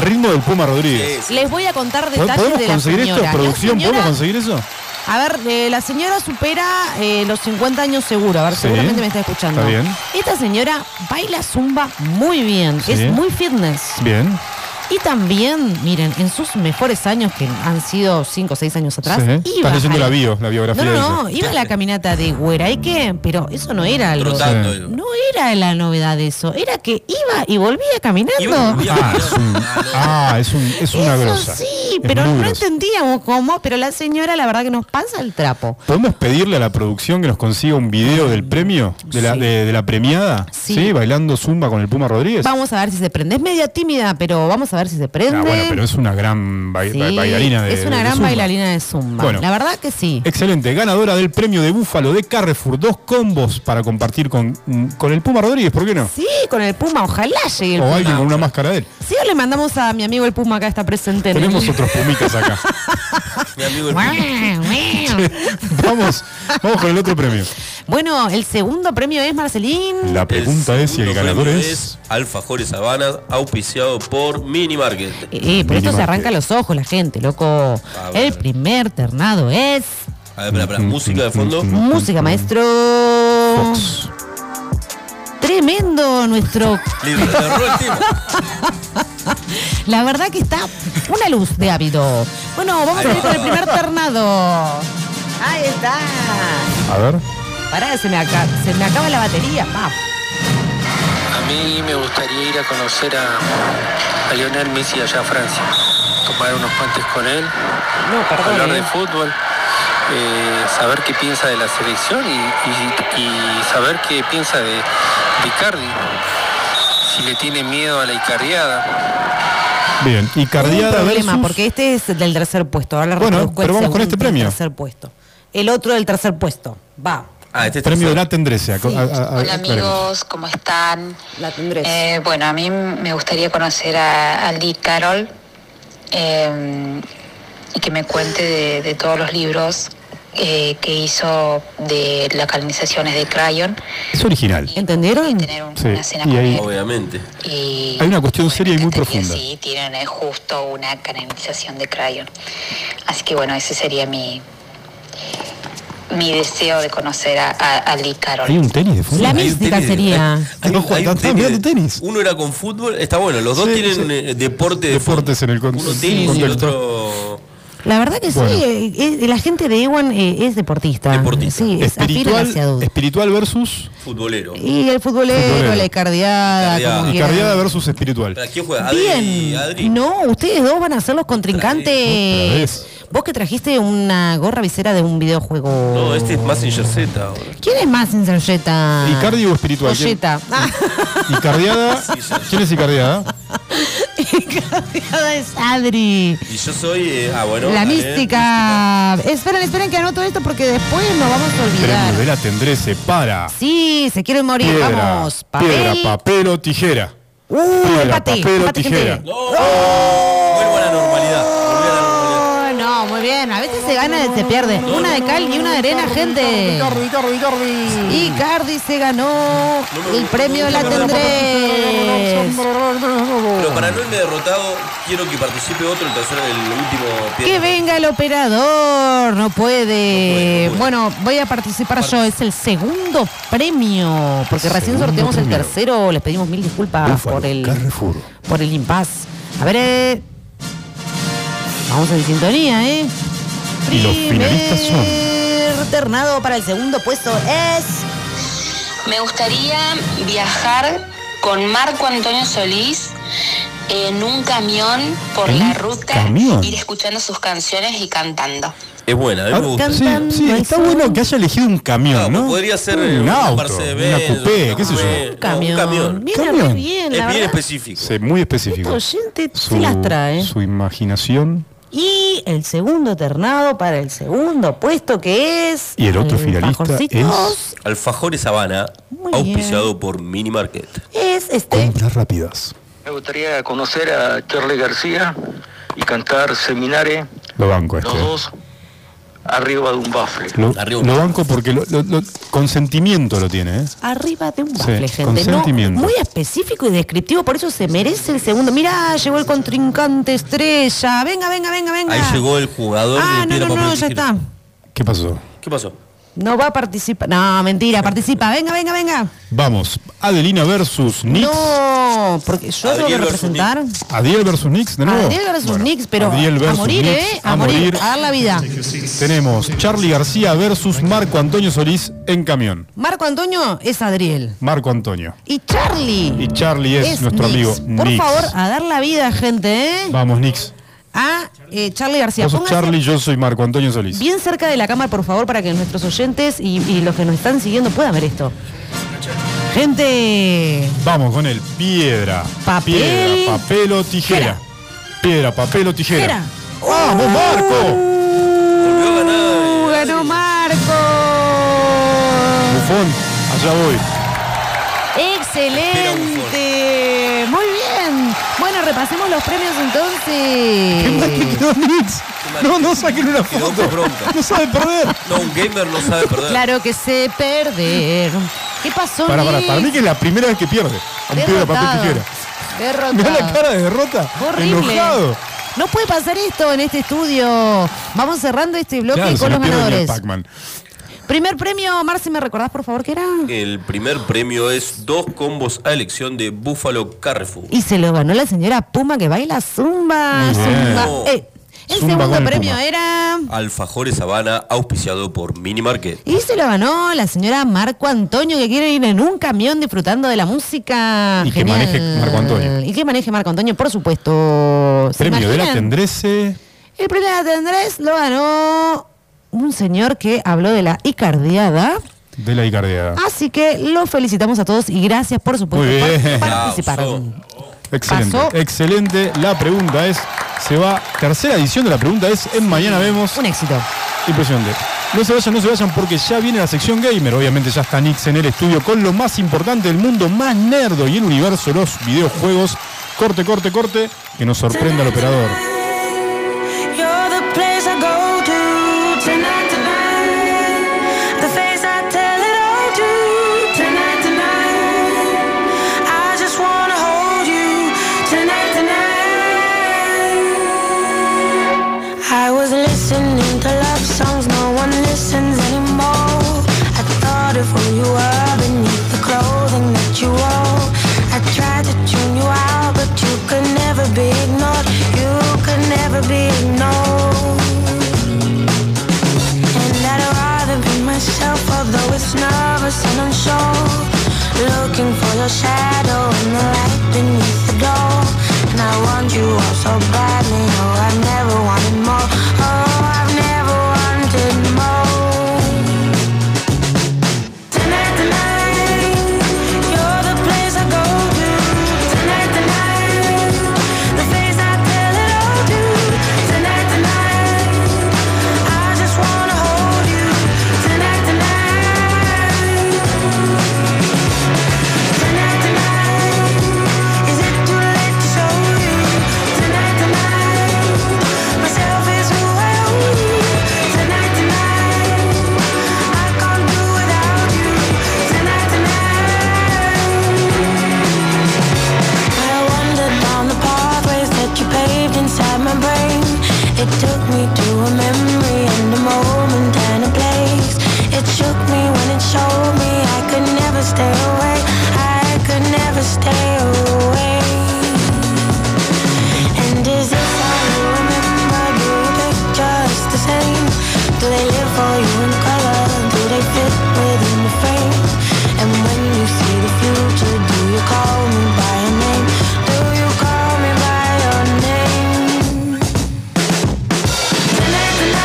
D: ritmo del Puma,
B: Rodríguez.
C: Les voy a contar
B: ¿Po-
C: detalles
B: ¿Podemos
C: de la
B: conseguir
C: señora.
B: esto?
C: La
B: ¿Producción?
C: señora-
B: ¿Podemos conseguir eso?
C: A ver, eh, la señora supera eh, los 50 años seguro. A ver,
B: Sí.
C: seguramente me está escuchando.
B: Está bien.
C: Esta señora baila zumba muy bien.
B: Sí.
C: Es muy fitness.
B: Bien.
C: Y también, miren, en sus mejores años, que han sido 5 o 6 años atrás,
B: Sí.
C: iba
B: Estás leyendo
C: a-
B: la bio, la biografía
C: No,
B: de
C: no, no,
B: ella.
C: iba a la caminata de Güera, ¿y qué? Pero eso no era algo.
B: Trotando, Sí.
D: eh,
C: No era la novedad de eso. Era que iba y volvía caminando.
B: Ah, es, un- ah, es un- es una
C: Eso
B: grosa.
C: sí,
B: Es
C: pero
B: muy
C: no
B: grosa.
C: entendíamos cómo, pero la señora la verdad que nos pasa el trapo.
B: ¿Podemos pedirle a la producción que nos consiga un video del premio? ¿De la, de, de la premiada?
C: Sí.
B: Bailando zumba con el Puma Rodríguez.
C: Vamos a ver si se prende. Es media tímida, pero vamos a ver si se prende.
B: Ah, bueno, pero es una gran ba- ba-
C: Sí,
B: bailarina de
C: es una
B: de
C: gran
B: zumba.
C: bailarina de zumba.
B: Bueno.
C: la verdad que sí.
B: Excelente, ganadora del premio de Búfalo de Carrefour. Dos combos para compartir con, con el Puma Rodríguez, ¿por qué no?
C: Sí, con el Puma, ojalá llegue el
B: o alguien
C: Puma.
B: con una máscara de él.
C: Sí, o le mandamos a mi amigo el Puma acá está presente. en el-
B: Tenemos otros pumitas acá.
D: Mi amigo el
B: vamos, vamos con el otro premio.
C: bueno, el segundo premio es Marcelín.
B: La pregunta es si el
D: segundo
B: ganador
D: premio
B: es.
D: Alfajores Habana, auspiciado por Mini Market.
C: Eh, pero esto se arranca a los ojos, la gente, loco.
B: Ah,
D: ver.
C: El primer ternado es.
D: A ver, espera, espera, música de fondo.
B: Mm,
C: Música, maestro. Tremendo nuestro.
D: Le- le erró el tema.
C: La verdad que está una luz de ávido. Bueno, vamos a ir con el primer ternado. Ahí está.
B: A ver.
C: Pará, se me, aca- se me acaba la batería. pa.
J: A mí me gustaría ir a conocer a, a Lionel Messi allá a Francia, tomar unos puentes con él, hablar de fútbol, eh, saber qué piensa de la selección y, y- y saber qué piensa de, de Icardi, si le tiene miedo a la Icardiada.
B: Bien, y Cardiada
C: Un problema,
B: versus.
C: porque este es del tercer puesto. Ahora le
B: Bueno,
C: reproduzco
B: pero
C: el
B: vamos con este
C: segundo del
B: premio.
C: tercer puesto. El otro del tercer puesto. Va. este
B: premio de la tendrecia. co- a- a- a-
N: Hola
B: aclaremos.
N: amigos, ¿cómo están? Eh, bueno, a mí me gustaría conocer a, a Lee Carroll eh, y que me cuente de, de todos los libros eh, que hizo de las canonizaciones de Crayon.
B: Es original.
C: ¿Entendieron?
B: Sí,
N: una cena
B: y
N: con
B: hay-
N: él.
D: Eh, Obviamente.
N: Y
B: Hay una cuestión seria y muy profunda.
N: sí, tienen eh, justo una canonización de Crayon. Así que bueno, ese sería mi, mi deseo de conocer a, a, a Lee Carroll.
B: Hay un tenis de fútbol.
N: La
D: Hay un
N: mística
D: tenis de-
N: sería.
D: hay-
B: No,
D: hay
B: Juan,
D: un
B: estás
D: tenis
B: mirando
D: de-
B: tenis.
D: Uno era con fútbol, está bueno, los dos
B: Sí,
D: tienen
B: sí.
D: eh, deporte de
B: Deportes en el con-
D: Uno tenis y el
B: contexto.
D: otro.
C: La verdad que
B: Bueno.
C: sí, eh, eh, la gente de Ewan eh, es deportista. Sí, es aspira hacia
B: Espiritual, espiritual versus.
D: Futbolero.
C: Y el futbolero,
B: Futbolero.
C: la cardiada, como
B: Y
C: quieran.
B: Cardiada versus espiritual.
D: ¿Quién juega? Adri,
C: Bien.
D: Adri.
C: No, ustedes dos van a ser los contrincantes. Vos que trajiste una gorra visera de un videojuego.
D: No, este es Massinger Z ahora.
C: ¿Quién es más en Sergeta?
B: ¿Icardi o espiritual? ¿Quién?
C: Olleta. Ah,
B: Y Cardiada. ¿Quién es Icardiada?
C: Cardiada es Adri.
D: Y yo soy. eh, ah, bueno.
C: la
D: dale.
C: mística. Esperen, esperen que anoto esto porque después nos vamos a olvidar.
B: Premio de la tendrece para.
C: Sí, se quieren morir.
B: Piedra,
C: Vamos. Papel.
B: piedra, papel o tijera.
C: Uh,
B: piedra,
C: empate,
B: papel o
C: empate, gente.
B: tijera.
C: Oh, no, muy bien. A veces se gana y se pierde. Una de cal y una de arena, gente.
O: Icardi,
C: Y Cardi se ganó el premio La Tendrés.
D: Pero para no irme derrotado, quiero que participe otro, el tercero, el último
C: Que venga el operador, no puede. Bueno, voy a participar yo, es el segundo premio, porque recién
B: Segundo
C: sorteamos el
B: premio.
C: tercero, les pedimos mil disculpas
B: Búfalo,
C: Ah, por el
B: Carrefour.
C: por el impas. A ver, eh, vamos en sintonía, ¿eh?
B: Y los finalistas son.
C: Primer ternado para el segundo puesto es
G: Me gustaría viajar con Marco Antonio Solís en un camión por
B: ¿En
G: la
B: un
G: ruta,
B: camión?
G: ir escuchando sus canciones y cantando.
D: Es buena, a mí me gusta. Ah,
B: Ah, Sí, sí, está bueno que haya elegido un camión, ¿no?
D: Podría ser eh,
B: un auto, una
D: Mercedes-Benz,
B: coupé,
D: una
B: qué sé
D: coupé.
B: yo.
D: No, un camión.
C: Viene re bien, la
D: es Eh, bien
C: verdad.
D: específico.
B: Sí, muy específico.
C: Este oyente se las trae.
B: su imaginación.
C: Y el segundo ternado para el segundo puesto que es.
D: Y el otro
C: finalista Alfajorcitos.
D: Alfajores Habana, auspiciado por Mini Market.
C: Es este.
B: Compras rápidas.
P: Me gustaría conocer a Charlie García y cantar Seminare,
B: Lo banco este.
P: los dos, arriba de un bafle.
B: Lo, lo banco porque lo, lo- lo- consentimiento lo tiene, ¿eh?
C: Arriba de un
B: Sí,
C: bafle, gente. No,
B: consentimiento.
C: muy específico y descriptivo, por eso se merece el segundo. Mirá, llegó el contrincante estrella. Venga, venga, venga, venga.
D: Ahí llegó el jugador
C: Ah,
D: de
C: no,
D: piedra,
C: no,
D: papel
C: no,
D: y
C: ya
D: tijera.
C: está.
B: ¿Qué pasó?
D: ¿Qué pasó?
C: No va a participar. No, mentira, participa. Venga, venga, venga.
B: Vamos, Adelina versus Nix.
C: No, porque yo tengo que representar.
B: Adiel versus Nix, de nuevo.
C: Adriel versus Nix, pero
B: Adriel
C: a
B: versus
C: morir,
B: Nix,
C: ¿eh? A, morir, a dar la vida.
B: Tenemos Charlie García versus Marco Antonio Solís en camión.
C: Marco Antonio es Adriel.
B: Marco Antonio.
C: Y Charlie.
B: Y Charlie es, nuestro
C: Nix.
B: amigo
C: Por
B: Nix.
C: favor, a dar la vida, gente, ¿eh?
B: Vamos, Nix.
C: A eh, Charlie García.
B: Vos sos
C: Pónganse
B: Charlie, yo soy Marco Antonio Solís.
C: bien cerca de la cámara, por favor, para que nuestros oyentes y, y los que nos están siguiendo puedan ver esto. Gente.
B: Vamos con él. Piedra.
C: Papel.
B: Piedra, papel o tijera. Piedra, papel o tijera.
C: ¡Vamos,
B: Ah, Marco!
C: Uh, ganó Marco.
B: Bufón, allá voy.
C: Excelente. Muy bien. Bueno, repasemos los premios entonces.
B: No, no saquen una
D: Quedó con bronca.
B: No sabe perder.
D: No, un gamer no sabe perder.
C: Claro que sé perder. ¿Qué pasó?
B: Para, para,
C: Nick?
B: para mí que es la primera vez que pierde. A un piedra, papel,
C: Derrotado.
B: tijera.
C: Derrotado.
B: Mirá la cara de derrota.
C: Horrible.
B: Enojado.
C: No puede pasar esto en este estudio. Vamos cerrando este bloque
D: Claro,
C: con
D: si no
C: los
D: pierden ni a
C: ganadores.
D: Pac-Man.
C: Primer premio, Marci, ¿me recordás por favor qué era?
D: El primer premio es dos combos a elección de Buffalo Carrefour.
C: Y se lo ganó la señora Puma que baila zumba.
D: Muy bien.
C: zumba. Eh, el
D: Zumba
C: segundo
D: con el
C: premio
D: Puma.
C: era...
D: Alfajores Habana, auspiciado por Mini Market.
C: Y se lo ganó la señora Marco Antonio que quiere ir en un camión disfrutando de la música.
B: Y que
C: Genial.
B: maneje Marco Antonio.
C: Y que maneje Marco Antonio, por supuesto. ¿Se
B: Premio de la
C: imaginan?
B: Tendrese.
C: El premio de la Tendrés lo ganó un señor que habló de la icardiada.
B: De la Icardia.
C: Así que lo felicitamos a todos y gracias por
B: Muy
C: supuesto
B: bien.
C: por participar.
B: Excelente.
C: Pasó.
B: Excelente. La pregunta es, se va, tercera edición de la pregunta es, en mañana vemos. Un
C: éxito.
B: Impresionante. No se vayan, no se vayan porque ya viene la sección gamer. Obviamente ya está Nix en el estudio con lo más importante del mundo, más nerdo y el universo, de los videojuegos. Corte, corte, corte, que nos sorprenda el operador.
O: You're the place I go to tonight, tonight. The face I tell it all to tonight, tonight. I just wanna hold you tonight, tonight. I was listening to love songs, no one listens anymore. I thought of who you were beneath the clothing that you wore. I tried to tune you out, but you could never be ignored. You could never be ignored. And I'd rather be myself, although it's nervous and unsure. Looking for your shadow in the light beneath the door. And I want you all so badly. Oh, I've never wanted more. Oh, I've never wanted more. Tonight, tonight. You're the place I go to tonight, tonight. The face I tell it all to tonight, tonight. I just wanna hold you tonight, tonight. Tonight, tonight. Is it too late to show you tonight, tonight? Myself is who I owe you tonight, tonight. I can't do without you tonight, tonight. I wandered down the pathways that you paved inside my brain. It took me to a memory and a moment and a place. It shook me when it showed me I could never stay away. I could never stay away. And is this how you remember? Do you picture us the same? Do they live for you in color? Do they fit within the frame? And when you see the future, do you call me by your name? Do you call me by your name? Tonight, tonight.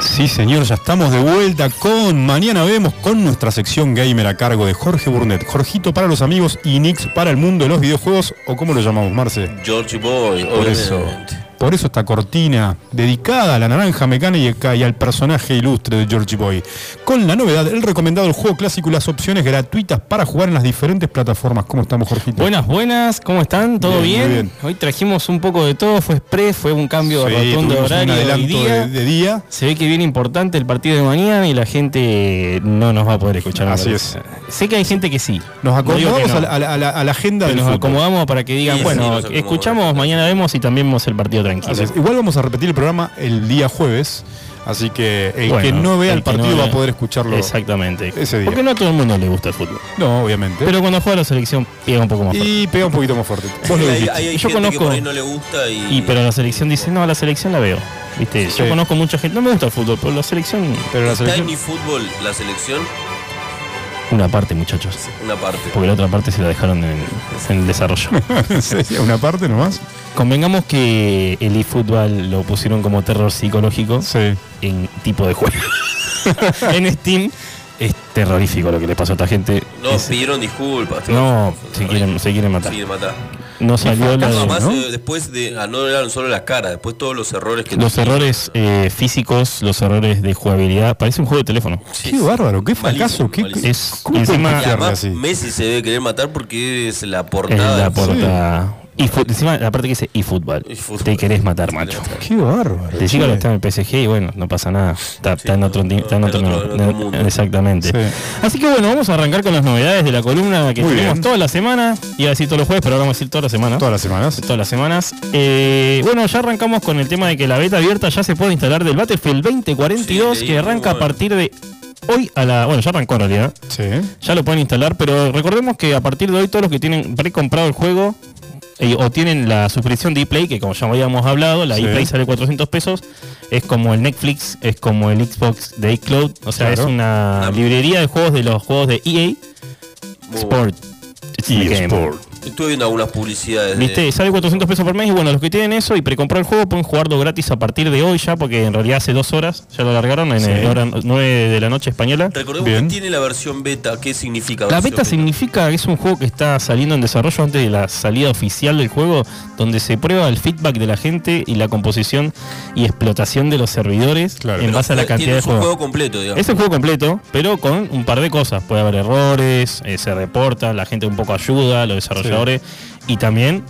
B: Sí, señor, ya estamos de vuelta con Mañana Vemos con nuestra sección gamer a cargo de Jorge Burnett. Jorgito para los amigos y Nix para el mundo de los videojuegos, o como lo llamamos, Marce.
D: George Boy,
B: Por eso,
D: obviamente.
B: por eso esta cortina dedicada a la naranja mecánica y al personaje ilustre de Georgie Boy. Con la novedad, el recomendado el juego clásico y las opciones gratuitas para jugar en las diferentes plataformas. ¿Cómo estamos, Jorgito?
Q: Buenas, buenas, ¿cómo están? ¿Todo
B: Bien,
Q: bien?
B: muy bien.
Q: Hoy trajimos un poco de todo, fue express, fue un cambio
B: Sí,
Q: rotundo de
B: tuvimos un
Q: horario y
B: adelanto de- día.
Q: Se ve que viene importante el partido de mañana y la gente no nos va a poder escuchar. me
B: Así
Q: parece. Sé que hay gente que sí.
B: Nos
Q: No digo que
B: acomodamos
Q: no.
B: a, la, a la- a la- a la agenda
Q: Que
B: del
Q: nos
B: fútbol.
Q: acomodamos para que digan,
B: Sí, sí,
Q: bueno,
B: nos acomodamos.
Q: escuchamos, mañana vemos y también vemos el partido tranquilo.
B: Así es. Igual vamos a repetir el programa el día jueves, así que el
Q: Bueno,
B: que no vea el,
Q: el que no
B: partido va
Q: vea.
B: a poder escucharlo
Q: Exactamente.
B: ese día.
Q: Porque no a todo el mundo le gusta el fútbol.
B: No, obviamente.
Q: Pero cuando juega la selección pega un poco más fuerte.
B: Y pega un poquito más fuerte.
Q: Vos lo
D: Hay-
Q: dijiste.
D: hay- hay
Q: Yo
D: gente que
Q: conozco.
D: por ahí no le gusta y-
Q: Y pero la selección dice, no, la selección la veo. Viste,
D: Sí.
Q: yo conozco mucha gente, no me gusta el fútbol, pero la selección. Pero
D: ¿Está en mi fútbol la selección?
Q: Una parte, muchachos.
D: Una parte.
Q: Porque la otra parte se la dejaron en, en el desarrollo.
B: Sí, una parte nomás.
Q: Convengamos que el eFootball lo pusieron como terror psicológico en tipo de juego. en Steam es terrorífico lo que le pasó a esta gente.
D: No, pidieron disculpas.
Q: No, se quieren, se quieren matar.
D: Sí, matar.
Q: No salió la de-
D: Además,
Q: ¿no?
D: eh, después de, ah, no eran solo las caras, después todos los errores que
Q: Los errores eh, físicos, los errores de jugabilidad, parece un juego de teléfono.
B: Qué bárbaro, qué fracaso. qué- qué-
Q: Es
B: ¿Cómo pueden
Q: encima
D: Y además, Messi se debe querer matar porque es la
Q: es
D: portada.
Q: la
D: del fútbol.
Q: portada. Y fu- encima la parte que dice eFootball. Te querés matar, macho.
B: Qué bárbaro.
Q: Te chico
B: che.
Q: lo está en el PSG y bueno, no pasa nada. Está, está en otro, ti- está en otro, mundo. Exactamente. Así que bueno, vamos a arrancar con las novedades de la columna que
B: Muy
Q: tenemos
B: bien.
Q: toda la semana. Iba a decir todos los jueves, pero ahora vamos a decir toda la semana.
B: Todas las semanas.
Q: Todas las semanas. Eh, bueno, ya arrancamos con el tema de que la beta abierta ya se puede instalar del Battlefield 2042, que arranca a partir de hoy a la. Bueno, ya arrancó en realidad. Ya lo pueden instalar, pero recordemos que a partir de hoy todos los que tienen precomprado el juego eh, o tienen la suscripción de ePlay, que como ya habíamos hablado, la
B: Sí.
Q: ePlay sale 400 pesos, es como el Netflix, es como el Xbox de iCloud, o sea,
B: Claro.
Q: es una librería de juegos de los juegos de EA Sport.
D: EA
Q: Game.
D: Sport. Estuve viendo algunas publicidades. de-
Q: Viste, sale 400 pesos por mes y bueno, los que tienen eso y precomprar el juego pueden jugarlo gratis a partir de hoy ya, porque en realidad hace dos horas, ya lo largaron en
D: Sí.
Q: el hora 9 de la noche española.
D: Recordemos que tiene la versión beta. ¿Qué significa
Q: La
D: versión
Q: beta significa que es un juego que está saliendo en desarrollo antes de la salida oficial del juego, donde se prueba el feedback de la gente y la composición y explotación de los servidores en
D: Pero
Q: base a la
D: fue-
Q: cantidad
D: tiene-
Q: de
D: Es un
Q: juegos.
D: juego completo, digamos.
Q: Es un juego completo, pero con un par de cosas. Puede haber errores, eh, se reporta, la gente un poco ayuda, los desarrolladores, y también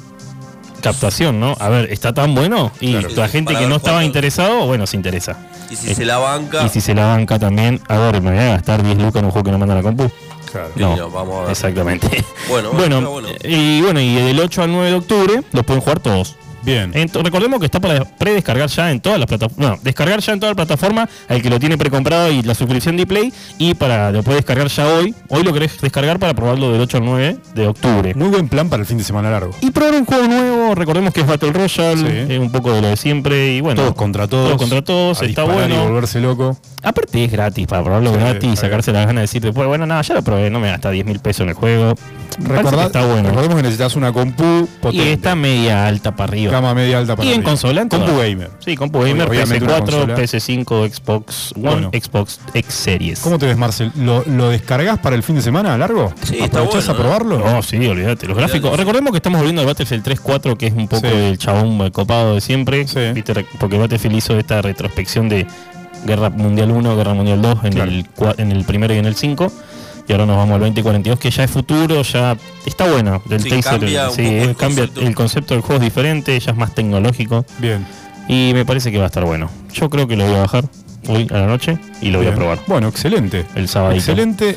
Q: captación, ¿no? A ver, está tan bueno y la gente
D: Para
Q: que
D: ver
Q: no estaba
D: cuánto-
Q: interesado, bueno, se interesa.
D: Y si se la banca. eh,
Q: Y si se la banca también, a ver, me voy a gastar 10 lucas en un juego que no manda la compu.
B: Claro.
Q: No,
D: Mira, vamos a ver.
Q: exactamente.
D: Bueno,
Q: Bueno, eh,
D: pero bueno.
Q: y bueno, y del 8 al 9 de octubre los pueden jugar todos.
B: Bien.
Q: recordemos que está para predescargar ya en todas las plataformas. No, descargar ya en toda la plataforma al que lo tiene precomprado y la suscripción de Play. Y para lo puede descargar ya hoy. Hoy lo querés descargar para probarlo del 8 al 9 de octubre.
B: Muy buen plan para el fin de semana largo.
Q: Y probar un juego nuevo, recordemos que es Battle Royale, es un poco de lo de siempre. Y bueno,
B: Todos contra todos.
Q: Todos contra todos,
B: A
Q: está
B: disparar y
Q: bueno.
B: volverse loco.
Q: Aparte es gratis, para probarlo
B: Sí,
Q: gratis y
B: está
Q: sacarse la gana de decir después, bueno, nada, ya lo probé, no me gasta 10 mil pesos en el juego. Me parece
B: Recordá-
Q: que está bueno.
B: Recordemos que necesitas una compu potente.
Q: Y está media alta para arriba.
B: Gama media alta para
Q: y en
B: arriba.
Q: consola. en
B: Compu
Q: todas.
B: gamer.
Q: Sí, compu gamer,
B: Obviamente una
Q: PS4,
B: consola.
Q: PS5, Xbox One,
B: Bueno.
Q: Xbox X Series.
B: ¿Cómo te ves, Marcel? ¿Lo, lo descargas para el fin de semana largo?
Q: Sí, está
B: ¿Aprovechás
Q: bueno, ¿eh?
B: a probarlo?
Q: No, Oh, sí, olvídate. Los gráficos.
B: Olvídate.
Q: Recordemos que estamos volviendo al Battlefield 3.4, que es un poco
B: Sí.
Q: el chabón copado de siempre. ¿viste? Re- Porque Battlefield hizo esta retrospección de Guerra Mundial 1, Guerra Mundial 2 en, el, cua- en el primero y en el 5. Y ahora nos vamos al 2042, que ya es futuro, ya está bueno. Del
D: Sí,
Q: taser,
D: cambia un
Q: sí,
D: poco el
Q: eh, cambia
D: concepto.
Q: el concepto del juego es diferente, ya es más tecnológico.
B: Bien.
Q: Y me parece que va a estar bueno. Yo creo que lo voy a bajar hoy a la noche y lo voy
B: Bien.
Q: a probar.
B: Bueno, excelente.
Q: El sábado.
B: Excelente.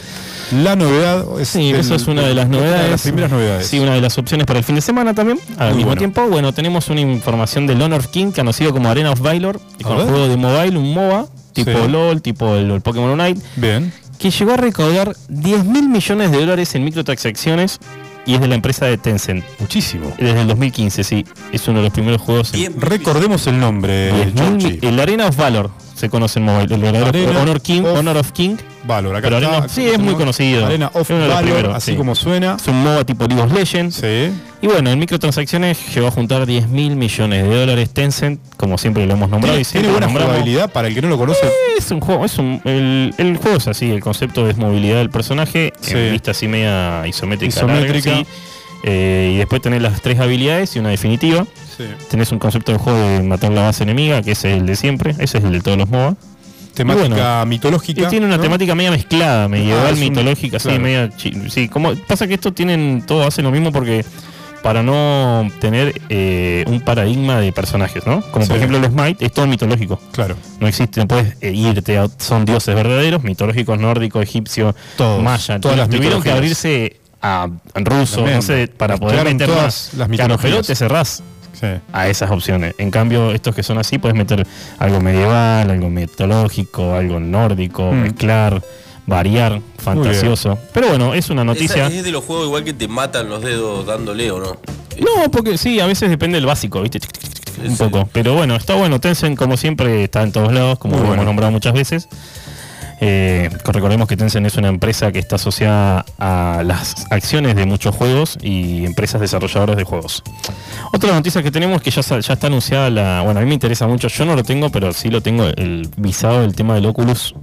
B: La novedad es.
Q: Sí,
B: del-
Q: eso es una de las novedades.
B: Una de las primeras novedades.
Q: Sí, una de las opciones para el fin de semana también. Al
B: Muy
Q: mismo
B: bueno.
Q: tiempo, bueno, tenemos una información del Honor of King, conocido como Arena of Valor,
B: A
Q: con
B: ver.
Q: juego de mobile, un MOBA, tipo
B: Sí.
Q: LOL, tipo el, el Pokémon Unite.
B: Bien.
Q: Que llegó a recaudar 10 mil millones de dólares en microtransacciones y es de la empresa de Tencent.
B: Muchísimo.
Q: Desde el 2015, sí. Es uno de los primeros juegos. en-
B: Recordemos el nombre.
Q: 10.000 mi- el Arena of Valor. se conoce en mobile. El verdadero
B: Arena
Q: Honor King,
B: of
Q: Honor of King.
B: Valor, acá
Q: Pero
B: está,
Q: Arena-
B: acá
Q: sí, es muy
B: tenemos
Q: conocido.
B: Arena of
Q: Es uno de los
B: Valor,
Q: primeros,
B: así
Q: sí.
B: como suena.
Q: Es un MOBA tipo League of Legends. Y bueno, en microtransacciones llegó a juntar 10 mil millones de dólares Tencent, como siempre lo hemos nombrado.
B: Tiene-
Q: y siempre
B: tiene
Q: lo
B: buena
Q: nombramos.
B: jugabilidad, para el que no lo conoce.
Q: Es un juego, es un, el, el juego es así, el concepto es movilidad del personaje,
B: Sí.
Q: en vista así media isométrica.
B: Isométrica.
Q: larga, sí. Eh, y después tenés las tres habilidades y una definitiva.
B: Sí.
Q: Tenés un concepto del juego de matar la base enemiga, que es el de siempre, ese es el de todos los MOBA.
B: Temática
Q: Y bueno,
B: mitológica.
Q: y tiene una
B: ¿no?
Q: temática media mezclada, medieval,
B: Ah, es un-
Q: mitológica, así,
B: claro.
Q: media. chi- Sí, como, pasa que esto tienen todo, hacen lo mismo porque para no tener eh, un paradigma de personajes, ¿no? Como
B: Sí.
Q: por ejemplo el Smite, es todo mitológico. Claro. No existe, puedes eh, irte, a- son dioses verdaderos, mitológicos, nórdico, egipcio,
B: Todos,
Q: maya.
B: todas las
Q: Tuvieron que
B: mitologías.
Q: abrirse a ruso,
B: También,
Q: no sé, para poder
B: mezclaron
Q: meter
B: todas
Q: más.
B: las
Q: Claro, pero
B: mitologías.
Q: te cerrás a esas opciones. En cambio, estos que son así, puedes meter algo medieval, algo mitológico, algo nórdico,
D: Mm.
Q: mezclar, variar, fantasioso. Pero bueno, es una noticia.
D: Esa es de los juegos igual que te matan los dedos dándole o no.
Q: No, porque sí, a veces depende del básico, ¿viste? Tic, tic, tic, tic, Un poco. Pero bueno, está bueno. Tencent, como siempre, está en todos lados, como lo hemos nombrado muchas veces. Eh, recordemos que Tencent es una empresa que está asociada a las acciones de muchos juegos y empresas desarrolladoras de juegos. Otra noticia que tenemos que ya, sa- ya está anunciada la. Bueno, a mí me interesa mucho. Yo no lo tengo, pero sí lo tengo el visado del tema del Oculus.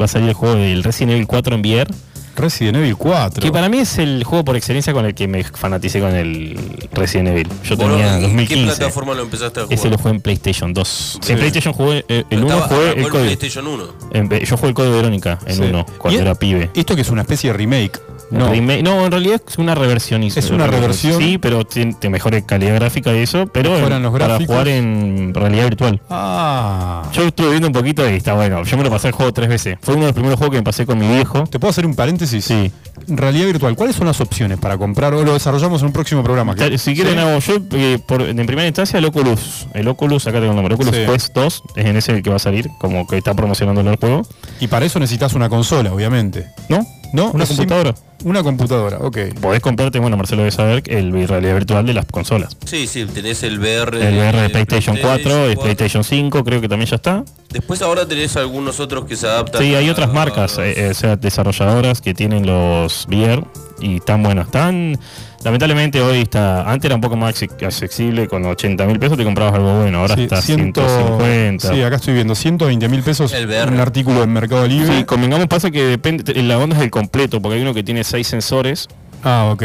Q: Va a salir el juego del Resident Evil 4 en VR.
B: Resident Evil 4.
Q: Que para mí es el juego por excelencia con el que me fanaticé con el Resident Evil. Yo
D: Bueno,
Q: tenía
D: ¿en ¿Qué
Q: 2015.
D: plataforma lo empezaste a jugar?
Q: Ese lo jugué en PlayStation 2.
D: Sí.
Q: En PlayStation jugué eh, el
D: Pero
Q: 1
D: estaba-
Q: jugué
D: arrancó
Q: el
D: en
Q: código.
D: PlayStation 1.
Q: En ve- yo jugué el código de Verónica en
B: Sí.
Q: 1 cuando
B: ¿Y
Q: era
B: es-
Q: pibe.
B: Esto que es una especie de remake.
Q: No.
B: No.
Q: no, en realidad es una reversión. hizo-
B: Es una reversión.
Q: Sí, pero tiene, te mejora calidad gráfica y eso, pero en-
B: Mejoran los
Q: para
B: gráficos.
Q: jugar en realidad virtual.
B: Ah.
Q: Yo estuve viendo un poquito y está bueno. Yo me lo pasé el juego tres veces. Fue uno de los primeros juegos que me pasé con mi viejo.
B: ¿Te puedo hacer un paréntesis?
Q: Sí.
B: Realidad virtual, ¿cuáles son las opciones para comprar? O lo desarrollamos en un próximo programa.
Q: Tal- Si quieren hago yo, eh, por- en primera instancia el Oculus, el Oculus, acá tengo el nombre, Oculus
B: Sí.
Q: Quest 2, es en ese el que va a salir, como que está promocionando el juego.
B: Y para eso necesitas una consola, obviamente.
Q: ¿No?
B: ¿No?
Q: ¿Una
B: Es sim-
Q: computadora?
B: Una computadora, ok.
Q: Podés comprarte, bueno, Marcelo debe saber, el vi- realidad virtual de las consolas.
D: Sí, sí, tenés el VR.
Q: El VR de
D: el
Q: PlayStation 4, el PlayStation 5, creo que también ya está.
D: Después ahora tenés algunos otros que se adaptan.
Q: Sí, hay
D: a-
Q: otras marcas, eh, eh, o sea, desarrolladoras que tienen los VR y están buenas. Están, lamentablemente hoy está, antes era un poco más acce- accesible, con 80 mil pesos te comprabas algo bueno, ahora
B: Sí,
Q: está
B: ciento-
Q: 150.
B: Sí, acá estoy viendo, 120 mil pesos
Q: El VR.
B: un artículo en Mercado Libre.
Q: Sí, convengamos, pasa que depende, te- la onda es el completo, porque hay uno que tiene seis sensores,
B: Ah, ok.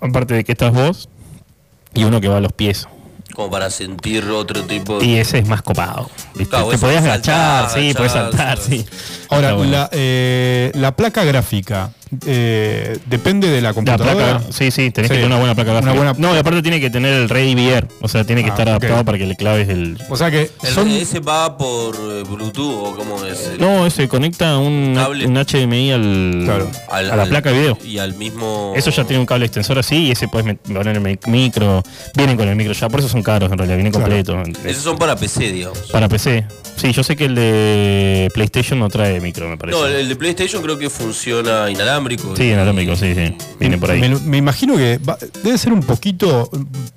Q: aparte de que estás vos, y uno que va a los pies.
D: Como para sentir otro tipo de.
Q: Y ese es más copado. ¿viste?
D: Claro,
Q: te
D: ese
Q: podías
D: puede saltar,
Q: agachar, sí,
D: agachar,
Q: podías saltar, sí.
B: Ahora,
Q: Está bueno.
B: la, eh, la placa gráfica eh, depende de la
Q: La
B: computadora.
Q: placa, sí, sí, tenés que
B: Sí,
Q: tener una buena placa
B: una
Q: gráfica.
B: buena-
Q: No, y aparte tiene que tener el Ready VR, o sea, tiene que
B: Ah,
Q: estar
B: ok.
Q: adaptado para que le claves el...
B: O sea que
D: El-
B: son
D: Ese va por eh, Bluetooth o como es. el-
Q: Eh, No, ese conecta un, un HDMI al,
D: al-
Q: a la
D: al-
Q: placa de video.
D: Y al mismo.
Q: Eso ya tiene un cable extensor así y ese puedes met- poner en el micro. Vienen con el micro ya, por eso son caros en realidad, vienen completos.
D: Esos son para PC, digamos.
Q: Para PC. Sí, yo sé que el de PlayStation no trae micro, me parece.
D: No, el- el de PlayStation creo que funciona inalámbrico.
Q: sí, inalámbrico, sí, sí. Viene por ahí.
B: Me, me imagino que va- debe ser un poquito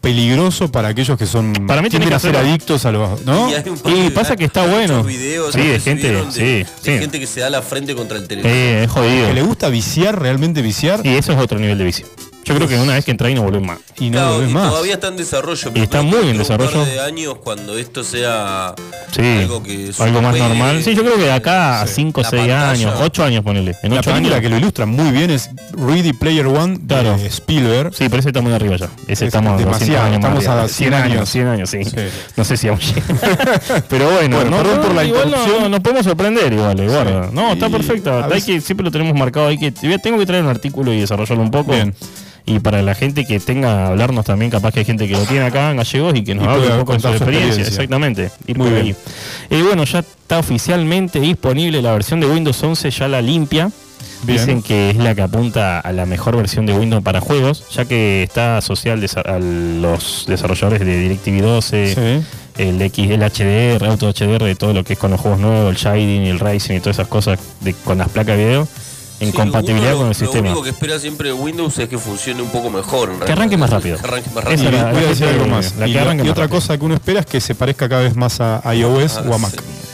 B: peligroso para aquellos que son
Q: Para mí tiene
B: tienden
Q: que
B: a ser
Q: hacerlo.
B: adictos a los, ¿no?
D: Y hay un par de-
Q: pasa que está bueno.
D: muchos videos
Q: Sí,
D: que
Q: de
D: se
Q: gente,
D: vieron de-
Q: sí,
D: de
Q: sí.
D: gente que se da la frente contra el televisor.
Q: Eh, es jodido.
B: Que le gusta viciar, realmente viciar.
Q: Y eso es otro nivel de vicio. Yo creo que una vez que entra ahí no volvés más.
B: Y
D: Claro, y Todavía está en desarrollo. pero
Q: está
D: creo que
Q: muy en
D: dentro de un par
Q: desarrollo.
D: de años cuando esto sea
Q: Sí,
D: algo que
Q: algo más
D: supere-
Q: normal. Sí, yo creo que de acá a 5,
D: La
Q: 6
D: pantalla.
Q: años, 8 años ponele. En
B: La
Q: 8
B: película
Q: años.
B: que lo ilustra muy bien es Ready Player One de
Q: Claro.
B: Spielberg.
Q: Sí, pero ese está muy arriba ya. Ese
B: Es
Q: estamos a 200
B: demasiado,
Q: años más
B: estamos
Q: arriba.
B: a 100 años.
Q: 100 años, sí. No sé si aún llega. Pero bueno,
B: Bueno,
Q: no,
B: perdón por la
Q: igual no-
B: interrupción.
Q: no- nos podemos sorprender igual, igual.
B: Sí.
Q: No, está
B: Y
Q: perfecta.
B: a
Q: Hay
B: veces-
Q: que, siempre lo tenemos marcado. Hay que, eh, tengo que traer un artículo y desarrollarlo un poco. Y para la gente que tenga hablarnos también, capaz que hay gente que lo tiene acá en gallegos y que nos
B: Y
Q: hable
B: pueda
Q: un poco de su
B: contar su
Q: experiencia.
B: experiencia.
Q: Exactamente. Ir
B: Muy
Q: por
B: bien.
Q: ahí. Eh, bueno, ya está oficialmente disponible la versión de Windows 11, ya la limpia.
B: Bien.
Q: Dicen que es la que apunta a la mejor versión de Windows para juegos, ya que está asociada al desa- a los desarrolladores de DirecTV 12, el X, el HDR, Auto HDR, todo lo que es con los juegos nuevos, el shading, el racing y todas esas cosas de- con las placas de video, en
D: Sí,
Q: compatibilidad
D: uno lo-
Q: con el sistema.
D: Lo único que espera siempre Windows es que funcione un poco mejor. en
Q: Que arranque
D: realidad.
Q: más rápido.
D: Que arranque más
Q: Esa es la-
D: rápido.
B: Voy a
Q: que
B: decir
Q: te-
B: algo más.
Q: la
B: y
Q: que
B: la-
Q: arranca
B: y
Q: más
B: otra
Q: rápido.
B: cosa que uno espera es que se parezca cada vez más a iOS o a Mac.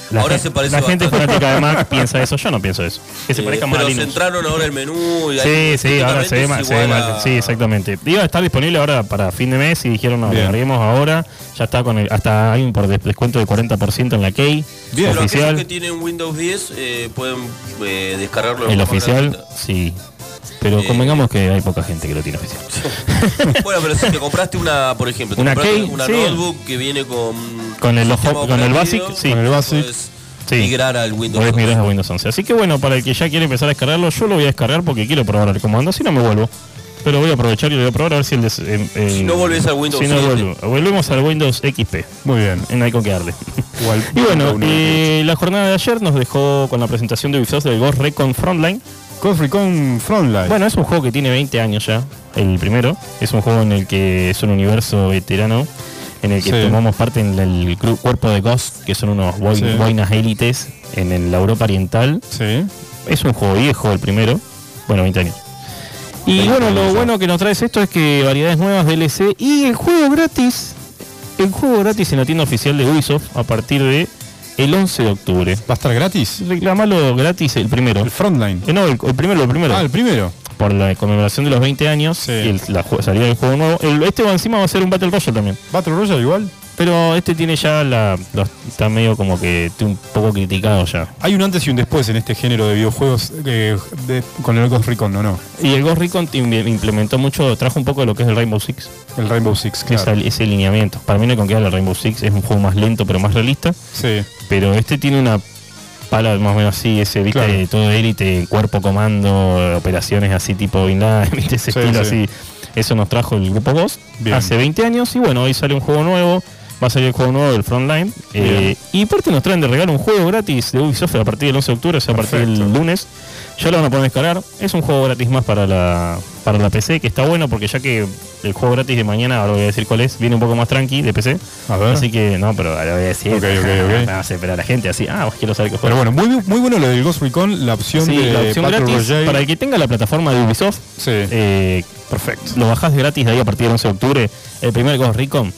Q: La
D: Ah, ahora
Q: gen-
D: se parece
Q: La gente
D: bastante.
Q: fanática de Mac piensa eso. Yo no pienso eso. Que se
D: Eh,
Q: parezca más a
D: Pero
Q: Linux.
D: centraron ahora el menú. y
Q: Sí,
D: ahí
Q: sí, ahora se ve, ma- se ve
D: igual
Q: mal.
D: a-
Q: Sí, exactamente. Iba a estar disponible ahora para fin de mes y dijeron, no, lo
D: Bien.
Q: larguemos ahora. Ya está con el, hasta hay un por des- descuento de 40% en la Key
D: Bien, pero aquellos que
Q: oficial.
D: tienen Windows 10 eh, pueden eh, descargarlo. de
Q: El
D: forma
Q: oficial,
D: gratuita.
Q: sí. Pero
D: Eh.
Q: convengamos que hay poca gente que lo tiene oficial.
D: bueno, pero si te compraste una, por ejemplo, te
Q: Una
D: compraste
Q: key,
D: una
Q: sí.
D: notebook que viene con
Q: Con el, ojo-
D: sistema
Q: con el
D: operativo,
Q: Basic, sí.
D: puedes migrar al Windows.
Q: Podés migrar a Windows 11. Así que bueno, para el que ya quiere empezar a descargarlo, yo lo voy a descargar porque quiero probar el comando, si no me vuelvo. Pero voy a aprovechar y lo voy a probar a ver si el... des- em- em-
D: Si no volvés al Windows
Q: Si no
D: 7.
Q: vuelvo. Volvemos al Windows XP.
B: Muy bien.
Q: No hay con qué darle. Y
B: Windows
Q: bueno,
B: 98.
Q: eh, la jornada de ayer nos dejó con la presentación de Ubisoft del Ghost Recon Frontline.
B: Ghost Recon Frontline.
Q: Bueno, es un juego que tiene 20 años ya, el primero. Es un juego en el que es un universo veterano, en el que
B: Sí.
Q: tomamos parte en el gru- cuerpo de Ghost, que son unos boi-
B: Sí.
Q: boinas élites en, en la Europa Oriental. Es un juego viejo, el primero. Bueno, 20 años. Y bueno, lo bueno que nos traes esto es que variedades nuevas DLC y el juego gratis. El juego gratis en la tienda oficial de Ubisoft a partir de el 11 de octubre. ¿Va
B: a estar gratis?
Q: Reclamalo gratis el primero. El
B: frontline.
Q: no, el, el primero, el primero.
B: Ah, el primero.
Q: Por la conmemoración de los 20 años y el- la ju- salida del juego nuevo. El- este va encima va a ser un Battle Royale también.
B: Battle Royale igual.
Q: Pero este tiene ya la. los- está medio como que está un poco criticado ya.
B: Hay un antes y un después en este género de videojuegos eh, de- con el Ghost Recon, ¿no? no?
Q: Y el Ghost Recon te im- implementó mucho, trajo un poco de lo que es el Rainbow Six.
B: El Rainbow Six,
Q: Esa-
B: claro.
Q: Ese, lineamiento. Para mí no hay con qué hablar, el Rainbow Six es un juego más lento pero más realista.
B: Sí.
Q: Pero este tiene una pala más o menos así, ese, viste,
B: Claro.
Q: todo élite, cuerpo, comando, operaciones así tipo Bin Laden, viste, ese
B: Sí,
Q: estilo
B: sí.
Q: así. Eso nos trajo el grupo Ghost
B: Bien.
Q: hace 20 años y bueno, hoy sale un juego nuevo. Va a salir el juego nuevo del Frontline. eh, y aparte nos traen de regalo un juego gratis de Ubisoft a partir del 11 de octubre, o sea, a partir del lunes. Ya lo van a poder descargar. Es un juego gratis más para la, para la PC, que está bueno porque ya que el juego gratis de mañana, ahora voy a decir cuál es, viene un poco más tranqui de PC.
B: A ver.
Q: Así que no, pero ahora voy a decir.
B: Ok, ok, ok.
Q: Vamos a esperar a la gente así. Ah, quiero saber qué juego.
B: Pero bueno, muy, muy bueno lo del Ghost Recon, la opción
Q: Sí,
B: de
Q: la opción
B: Battle
Q: gratis
B: Royale.
Q: para el Eh, que tenga la plataforma de Ubisoft.
B: Perfecto.
Q: Lo bajás gratis de ahí a partir del 11 de octubre. El primer Ghost Recon.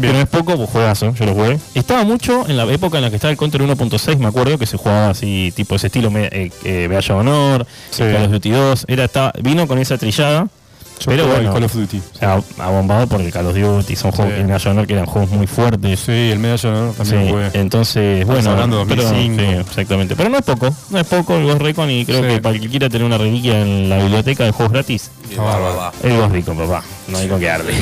Q: Pero no es poco, pues juegazo, yo lo jugué. Estaba mucho en la época en la que estaba el Counter 1.6, me acuerdo, que se jugaba así, tipo ese estilo, me, eh, eh, Medalla de Honor, el Call of Duty 2. Era, estaba, vino con esa trillada.
B: Yo
Q: pero
B: jugaba al
Q: bueno,
B: Call of Duty, sí.
Q: ab- abombado por el Call of Duty, son juegos,
B: Sí.
Q: el Medalla de Honor que eran juegos muy fuertes.
B: Sí, el Medalla de Honor también
Q: Sí, eh,
B: lo jugué.
Q: Entonces,
B: Estamos
Q: bueno,
B: hablando de
Q: pero-
B: 2005.
Q: sí, exactamente. Pero no es poco, no es poco el Ghost Recon y creo
B: Sí.
Q: que para el que quiera tener una reliquia en la biblioteca de juegos gratis,
D: Va, va, va.
Q: el Ghost Recon, papá. No hay con qué darle.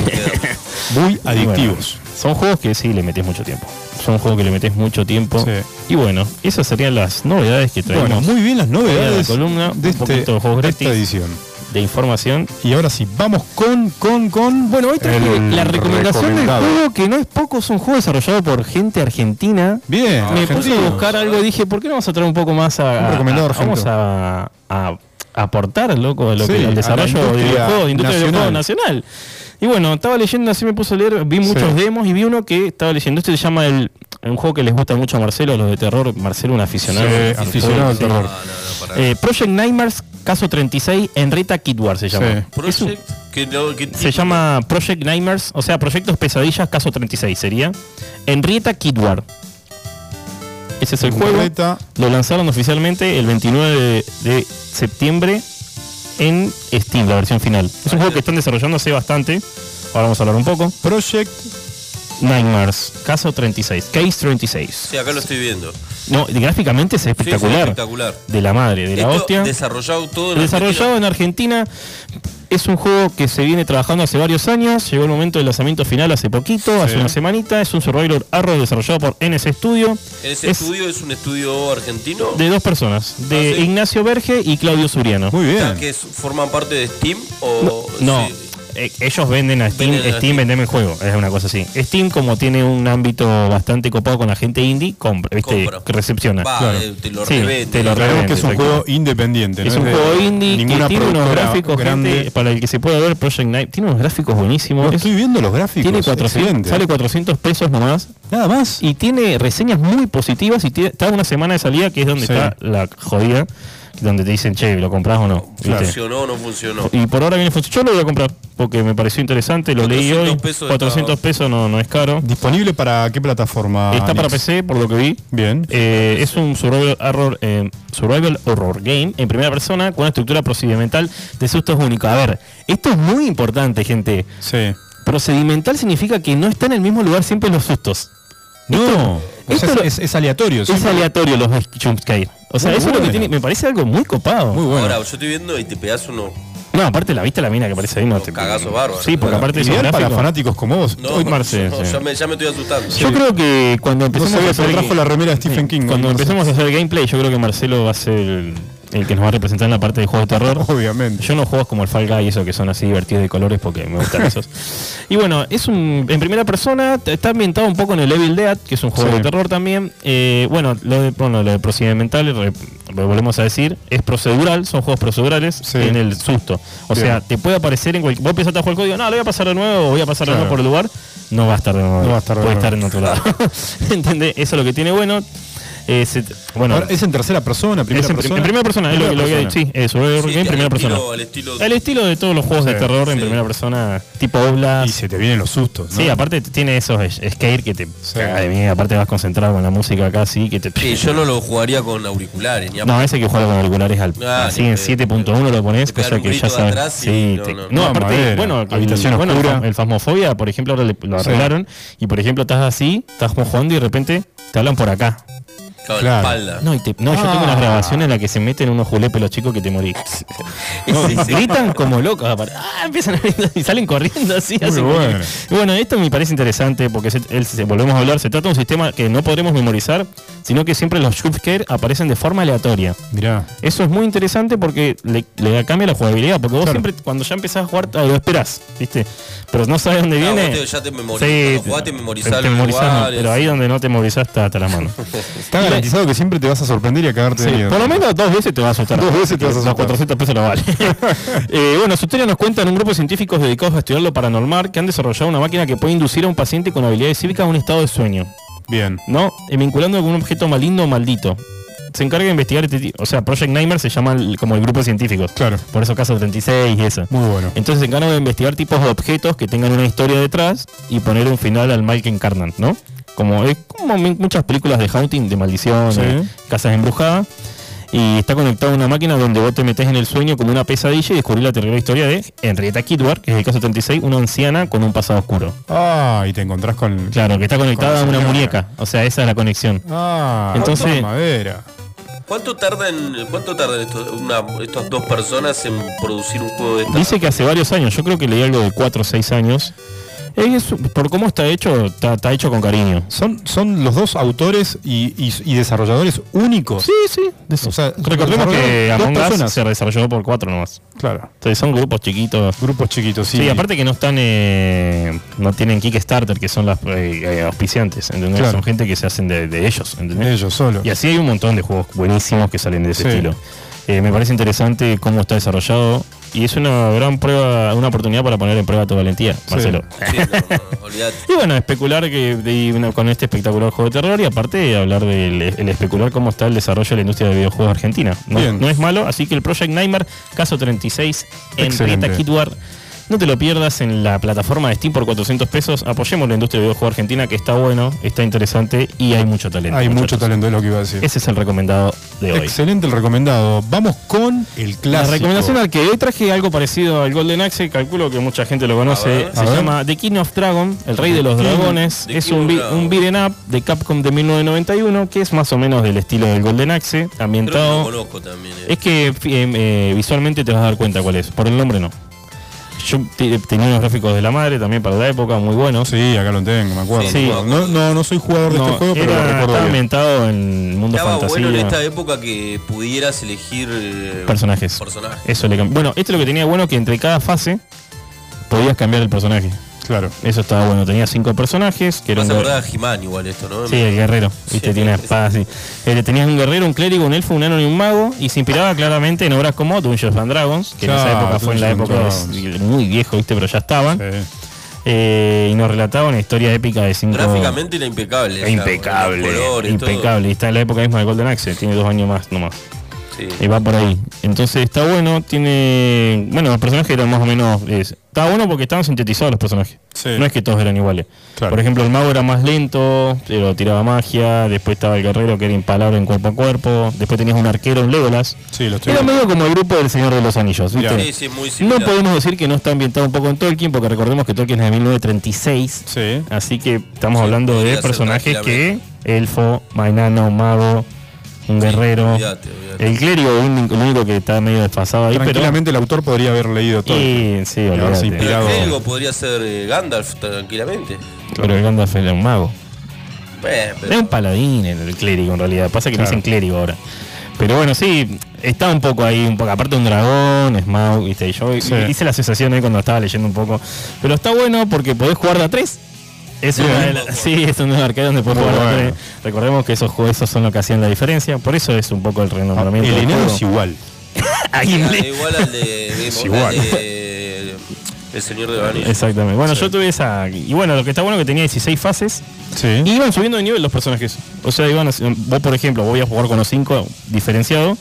B: Muy
D: adictivos.
Q: son juegos que sí le metes mucho tiempo. Son juegos que le metes mucho tiempo. Y bueno, esas serían las novedades que traemos.
B: Bueno, muy bien las
Q: hoy a
B: novedades
Q: la columna,
B: de,
Q: un
B: este-
Q: poquito de juegos
B: de
Q: gratis.
B: esta edición.
Q: De información.
B: Y ahora sí, vamos con, con, con.
Q: Bueno, hoy traje
B: el
Q: la recomendación del
B: recomendado.
Q: juego que no es poco, es un juego desarrollado por gente argentina.
B: Bien,
Q: me puse
B: argentinos.
Q: a Ah, buscar algo, dije, ¿por qué no vamos a traer un poco más a.
B: Un recomendado
Q: a- Vamos
B: argento.
Q: a, a aportar, loco, a lo
B: Sí,
Q: que,
B: a
Q: al
B: la
Q: desarrollo de
B: industria
Q: videojuegos, de industria del juego nacional. Y bueno, estaba leyendo, así me puse a leer, vi muchos demos y vi uno que estaba leyendo. Este se llama el. Un juego que les gusta mucho a Marcelo, los de terror. Marcelo, un aficionado.
B: Sí,
Q: del
B: aficionado al terror.
Q: Eh, Project Nightmares, caso 36, Enreta Kidwar se llama.
B: Sí.
Q: Es un-
D: Project, que no- que-
Q: se llama Project Nightmares, o sea, Proyectos Pesadillas, caso 36 sería. Henrietta Kidward. Ese es el juego. Lo lanzaron oficialmente el 29 de, de septiembre en Steam, la versión final. Es un juego que están desarrollando hace bastante. Ahora vamos a hablar un poco.
B: Project
Q: Nightmares, caso 36, case 36.
D: Sí, acá lo estoy viendo.
Q: No, gráficamente es
D: Sí, sí,
Q: espectacular.
D: espectacular.
Q: De la madre, de la
D: Esto
Q: hostia.
D: Desarrollado todo en
Q: Desarrollado en Argentina. Es un juego que se viene trabajando hace varios años. Llegó el momento del lanzamiento final hace poquito, hace una semanita. Es un Survivor Arrow desarrollado por NS Studio.
D: En ese estudio es un estudio argentino.
Q: De dos personas,
D: Ah,
Q: de Ignacio Berge y Claudio Suriano.
D: O sea, que es- forman parte de Steam
Q: No,
D: o
Q: no, eh, ellos venden a Steam,
D: Venden a
Q: Steam,
D: Steam.
Q: vendeme el juego, es una cosa así. Steam como tiene un ámbito bastante copado con la gente indie, compra, viste, que recepciona.
D: Va,
Q: Claro.
D: eh, te lo
Q: Sí,
D: revende.
Q: te lo
D: Claro,
Q: revende,
B: que es un
Q: exacto.
B: juego independiente.
Q: Es
B: ¿no?
Q: un
B: de
Q: juego indie que
B: ninguna
Q: tiene unos
B: productora
Q: gráficos
B: grande.
Q: gente, para el que se pueda ver Project Night, tiene unos gráficos buenísimos.
B: No,
Q: Es-
B: estoy viendo los gráficos.
Q: tiene 400,
B: excelente.
Q: sale 400 pesos nomás.
B: Nada más.
Q: Y tiene reseñas muy positivas y tiene- está una semana de salida que es donde
D: Sí.
Q: está la jodida, donde te dicen, che, ¿lo compras o no? ¿Viste?
D: funcionó o no funcionó.
Q: Y por ahora viene funcionando. Yo lo voy a comprar. porque me pareció interesante, lo leí hoy.
D: 400 pesos de
Q: 400 pesos no, no es caro.
B: ¿Disponible para qué plataforma?
Q: Está para
B: Nix?
Q: PC, por lo que vi.
B: Bien.
Q: Eh, es un survival horror, eh, survival horror game en primera persona con una estructura procedimental de sustos única. A ver, esto es muy importante, gente.
B: Sí.
Q: Procedimental significa que no está en el mismo lugar siempre los sustos. No.
B: O sea, Pues es- es aleatorio,
Q: Es
B: siempre.
Q: aleatorio los jumpscare. O sea,
D: Muy
Q: eso es lo que
D: bueno.
Q: tiene. Me parece algo muy copado. Muy
D: Ahora, yo estoy viendo y te pegás unos
Q: No, aparte la viste la mina que aparece ahí. No te...
D: cagazos bárbaros.
Q: Sí, porque aparte
B: Ideal
Q: son
B: para
Q: gráficos.
B: fanáticos como vos.
D: No,
B: Hoy-
Q: Marce,
D: no,
Q: sí.
D: ya, me, ya me estoy asustando.
Q: Yo creo que cuando empecemos
B: sabía,
Q: a hacer
B: pero trajo la remera de Stephen King,
Q: Cuando
B: hoy,
Q: empecemos a hacer gameplay, yo creo que Marcelo va a ser el, el que nos va a representar en la parte de juegos de terror.
B: Obviamente.
Q: Yo no juegos como el Fall Guy, eso que son así divertidos de colores porque me gustan esos. Y bueno, es un en primera persona, t- está ambientado un poco en el Evil Dead, que es un juego
B: Sí.
Q: de terror también. Eh, bueno, lo de, bueno, lo de procedimental, re- lo volvemos a decir, es procedural, son juegos procedurales en el susto. O
B: Bien.
Q: sea, te puede aparecer en cualquier... Vos empezaste a jugar el código, no, lo voy a pasar de nuevo, o voy a pasar de
B: Claro.
Q: nuevo por el lugar. No va a estar de nuevo.
B: No va a estar de
Q: Puede estar
B: nuevo.
Q: en otro lado. ¿Entendés? Eso es lo que tiene bueno. Eh, se- bueno,
B: Ahora, es en tercera persona, primera
Q: es en, prim-
B: persona.
Q: en primera persona, es lo que- lo que
B: Primera
Q: sí, es survival game,
D: eh,
Q: primera persona. El estilo de todos los juegos de
B: Sí,
Q: terror en
B: sí.
Q: primera persona, tipo Oblast. Y se
B: te vienen los sustos.
Q: Sí, aparte te- tiene esos es- skate que te caga de miedo, aparte vas concentrado con la música acá, sí, que te
D: Sí, yo no lo jugaría con auriculares. Ni a-
Q: No, ese que juega con auriculares al
D: Ah,
Q: así
D: ni
Q: en
D: pe-
Q: 7.1 lo pones,
D: pegar
Q: cosa
D: un
Q: que ya
D: grito de
Q: sabes.
D: atrás y
Q: sí,
D: no,
Q: te-
D: no.
Q: no,
D: No,
Q: aparte,
D: madera,
Q: bueno, el-
B: habitación
Q: bueno, el,
B: oscura.
Q: fa- el Fasmofobia, por ejemplo, ahora le- lo
B: Sí.
Q: arreglaron y por ejemplo estás así, estás como jugando y de repente te hablan por acá.
D: Claro,
Q: Claro.
D: la espalda.
Q: No, y te- no, yo tengo
B: Ah.
Q: unas grabaciones en las que se meten unos julepes los chicos que te morís. No,
D: Sí, sí.
Q: Gritan como locos. aparte. Ah, empiezan a gritar y salen corriendo así.
B: Muy
Q: hacen-
B: bueno.
Q: Bueno, esto me parece interesante porque se- el- se- volvemos a hablar. Se trata de un sistema que no podremos memorizar, sino que siempre los jumpscare aparecen de forma aleatoria.
B: Mirá.
Q: Eso es muy interesante porque le, le da- cambia la jugabilidad. Porque vos siempre, cuando ya empezás a jugar, ah, lo esperás, ¿viste? Pero no sabes dónde
D: Claro,
Q: viene.
D: vos te- ya te memorizás,
Q: Sí,
D: cuando jugás te memorizás
Q: te
D: los
Q: memorizás, no,
D: lugares.
Q: pero ahí donde no te memorizás está, está la mano.
B: Está garantizado que siempre te vas a sorprender y a cagarte de
Q: Sí,
B: miedo.
Q: por lo menos dos veces te vas a asustar.
B: Dos veces te vas a asustar.
Q: Los 400 pesos lo vale. Eh, bueno, su historia nos cuenta un grupo de científicos dedicados a estudiar lo paranormal que han desarrollado una máquina que puede inducir a un paciente con habilidades cívicas a un estado de sueño.
B: Bien.
Q: ¿No? Eh, vinculando con un objeto maligno o maldito. Se encarga de investigar este ti- O sea, Project Nightmare se llama el- como el grupo de científicos. Claro. Por eso caso 36 y eso.
B: Muy bueno.
Q: Entonces se encarga de investigar tipos de objetos que tengan una historia detrás y poner un final al mal que encarnan, ¿no? Como es como mi- muchas películas de haunting, de maldiciones,
B: Sí.
Q: casas embrujadas. Y está conectado a una máquina donde vos te metes en el sueño como una pesadilla y descubrir la terrible historia de Henrietta Kidward, que es el caso 36, una anciana con un pasado oscuro.
B: Ah, y te encontrás con.
Q: Claro, que está conectada a
B: Con la
Q: una
B: señora.
Q: muñeca. O sea, esa es la conexión.
B: Ah,
Q: Entonces-
B: toma madera.
D: ¿Cuánto tardan, cuánto tardan estos, una- estas dos personas en producir un juego de esta?
Q: Dice que hace varios años, yo creo que leí algo de 4 o 6 años. Es, por cómo está hecho, está, está hecho con cariño.
B: Son, son los dos autores y, y- y desarrolladores únicos.
Q: Sí, sí.
B: O sea,
Q: Recordemos que
B: desarrollaron
Q: Among
B: dos
Q: Us
B: personas.
Q: se desarrolló por 4 nomás.
B: Claro.
Q: Entonces son grupos chiquitos.
B: Grupos chiquitos, sí.
Q: Sí, aparte que no están, eh, no tienen Kickstarter, que son las eh, eh, auspiciantes, ¿entendés?
B: Claro.
Q: Son gente que se hacen de, de ellos, ¿entendés?
B: Ellos solo.
Q: Y así hay un montón de juegos buenísimos que salen de ese
B: Sí.
Q: estilo. Eh, me parece interesante cómo está desarrollado y es una gran prueba, una oportunidad para poner en prueba tu valentía, Marcelo. y bueno, especular que de- bueno, con este espectacular juego de terror y aparte hablar del el especular cómo está el desarrollo de la industria de videojuegos argentina. No,
B: Bien.
Q: no es malo, así que el Project Nightmare, caso 36, en
B: Excelente.
Q: Rita Kidward. No te lo pierdas en la plataforma de Steam por 400 pesos. Apoyemos la industria de videojuegos argentina, que está bueno, está interesante y hay mucho talento.
B: Hay mucho
Q: muchachos.
B: talento, es lo que iba a decir.
Q: Ese es el recomendado de hoy.
B: Excelente el recomendado. Vamos con el
Q: La
B: clásico.
Q: recomendación al que hoy traje algo parecido al Golden Axe, calculo que mucha gente lo conoce.
B: ver.
Q: Se
B: A ver.
Q: llama The King of Dragon, el rey de los
B: The King-
Q: dragones.
B: The
Q: Es
B: King
Q: un,
B: of
Q: bi-
B: Dragon.
Q: un beat'em up de Capcom de 1991, que es más o menos del estilo del Golden Axe, ambientado.
D: Creo que lo conozco también, eh.
Q: Es que eh, eh, visualmente te vas a dar cuenta cuál es, por el nombre no. Yo te- tenía unos gráficos de la madre también para la época, muy buenos.
B: Sí, acá lo tengo, me acuerdo.
Q: Sí.
B: No, no, no soy jugador de
Q: No,
B: este juego, pero
Q: era-
B: lo recuerdo
Q: estaba
B: bien.
Q: ambientado en el mundo
D: Estaba
Q: fantasía.
D: bueno en esta época que pudieras elegir eh,
Q: personajes.
D: personajes.
Q: Eso le cambió. Bueno, esto lo que tenía bueno que entre cada fase podías cambiar el personaje.
B: Claro.
Q: Eso estaba bueno. Tenía cinco personajes que
D: Me
Q: eran.
D: hace
Q: guer-
D: acordar a He-Man igual esto, ¿no?
Q: Sí, el guerrero. Viste, tiene una espada así. Eh, tenías un guerrero, un clérigo, un elfo, un enano y un mago. Y se inspiraba claramente en obras como Dungeons and Dragons, que en esa
B: Claro,
Q: época fue en la época
B: Dungeons and
Q: de- muy viejo, viste, pero ya estaban. Eh, y nos relataba una historia épica de cinco.
D: Gráficamente era impecable.
Q: Es impecable,
D: Los colores,
Q: impecable. Y está en la época misma de Golden Axe, tiene dos años más nomás.
D: Sí.
Q: eh, Y va por ahí. Entonces está bueno, tiene. Bueno, los personajes eran más o menos. es- Está bueno porque estaban sintetizados los personajes. No es que todos eran iguales.
B: Claro.
Q: Por ejemplo, el mago era más lento, pero tiraba magia. Después estaba el guerrero que era impalable en cuerpo a cuerpo. Después tenías un arquero, un Legolas.
B: Sí, lo
D: estoy
Q: Era
D: viendo.
Q: medio como el grupo del Señor de los Anillos. ¿viste?
D: Sí, sí, muy
Q: No
D: similar.
Q: podemos decir que no está ambientado un poco en Tolkien, porque recordemos que Tolkien es de 1936. Así que estamos hablando de
D: podría ser
Q: personajes que elfo, mainano, mago, un guerrero.
D: olvídate, olvídate.
Q: El clérigo, un- el único que está medio desfasado ahí, pero
B: Tranquilamente el autor podría haber leído todo.
Q: Y, sí,
B: haberse
Q: olvídate.
B: inspirado.
D: El clérigo podría ser eh, Gandalf tranquilamente.
Q: pero el Gandalf era un mago.
D: Eh, pero-
Q: Es un paladín el, el clérigo en realidad. Pasa que
D: Claro.
Q: le dicen clérigo ahora. Pero bueno, sí, está un poco ahí, un poco. Aparte un dragón, Smaug, viste, yo
B: Sí.
Q: hice la sensación ahí cuando estaba leyendo un poco. Pero está bueno porque podés jugar de a tres. Es
B: Bien.
Q: una de las- sí, es un arcade donde podés
B: Muy
Q: jugar de a
B: bueno.
Q: tres. Recordemos que esos juegos son lo que hacían la diferencia. Por eso es un poco el renombramiento.
B: Ah, el
Q: del
B: enano
Q: juego.
B: es igual.
Q: Aguilera.
D: Eh, Igual al de.
Q: Es igual.
D: al de- el señor de los Anillos.
Q: Exactamente. Bueno,
D: Sí.
Q: yo tuve esa. Y bueno, lo que está bueno es que tenía 16 fases.
B: Sí.
Q: Y iban subiendo de nivel los personajes. O sea, iban. haci- Vos, por ejemplo, voy a jugar con los 5 diferenciado.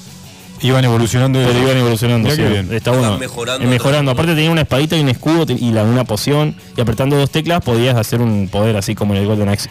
B: Iban evolucionando.
Q: Pero iban evolucionando.
B: Mirá
Q: sí.
B: qué bien.
Q: Está
B: Iban
Q: bueno.
B: mejorando.
Q: Eh, mejorando. Aparte, tenía una espadita y un escudo te- y la, una poción. Y apretando dos teclas podías hacer un poder así como en el Golden Axe.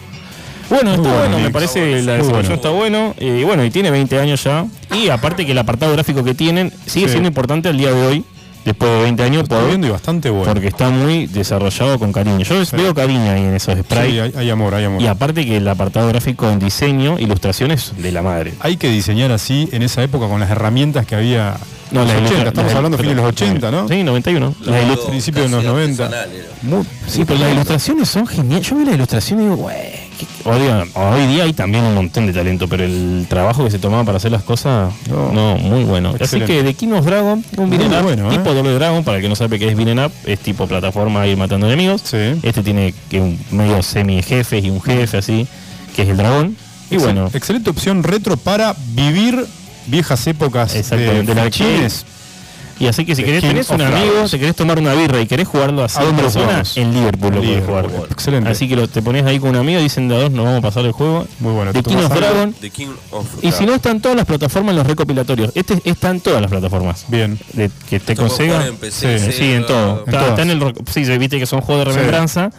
Q: Bueno, está
B: bueno,
Q: bueno, me
B: Mix.
Q: parece
B: Está bueno,
Q: la
B: sí. Muy
Q: desarrollo está bueno. Eh, bueno, y tiene 20 años ya. Y aparte que el apartado gráfico que tienen sigue
B: Sí.
Q: siendo importante al día de hoy, después de 20 años, por-
B: viendo y bastante bueno.
Q: porque está muy desarrollado con cariño. Yo veo cariño ahí en esos sprites.
B: Sí, hay, hay amor, hay amor.
Q: Y aparte que el apartado gráfico en diseño, ilustraciones de la madre.
B: Hay que diseñar así en esa época con las herramientas que había.
Q: No,
B: los
Q: las
B: 80,
Q: ilustra-
B: estamos
Q: las-
B: hablando de fines de los 80, ¿no?
Q: Sí, 91. Las
B: Los
Q: ilu-
B: principios de los 90.
D: eh,
Q: Muy- sí, pero las ilustraciones son geniales. Yo vi las ilustraciones y digo, güey. qué- Hoy, hoy día hay también un montón de talento, pero el trabajo que se tomaba para hacer las cosas, no, muy bueno.
B: Excelente.
Q: Así que de Kingdom Dragon, un
B: Muy
Q: beat'em up,
B: bueno, ¿eh?
Q: tipo Double Dragon, para el que no sabe qué es beat'em up, es tipo plataforma ir matando enemigos. Este tiene que un medio semi jefes y un jefe así, que es el dragón. Y
B: Excel-
Q: bueno,
B: Excelente opción retro para vivir viejas épocas de,
Q: Exactamente, la
B: fachines.
Q: Y así que si
B: The
Q: querés
B: King
Q: tenés un
B: of
Q: amigo,
B: Dragons.
Q: si querés tomar una birra y querés jugarlo así
B: ¿A
Q: en
B: dónde lo
Q: persona,
B: jugamos?
Q: en Liverpool lo podés
B: Liverpool,
Q: jugar.
B: excelente.
Q: Así que lo, te pones ahí con un amigo, dicen de a dos, nos vamos a pasar el juego. Muy bueno. De King of Dragon.
D: The King of
Q: Y si no están todas las plataformas en los recopilatorios, este está en todas las plataformas. Bien. que te
D: Esto puede
Q: consiga.
D: jugar en PC,
Q: sí,
D: en
Q: sí, en
D: Sega,
Q: todo.
D: en
Q: Está,
D: todas.
Q: está en el rec- sí, se viste que son juegos de
D: Sí.
Q: remembranza,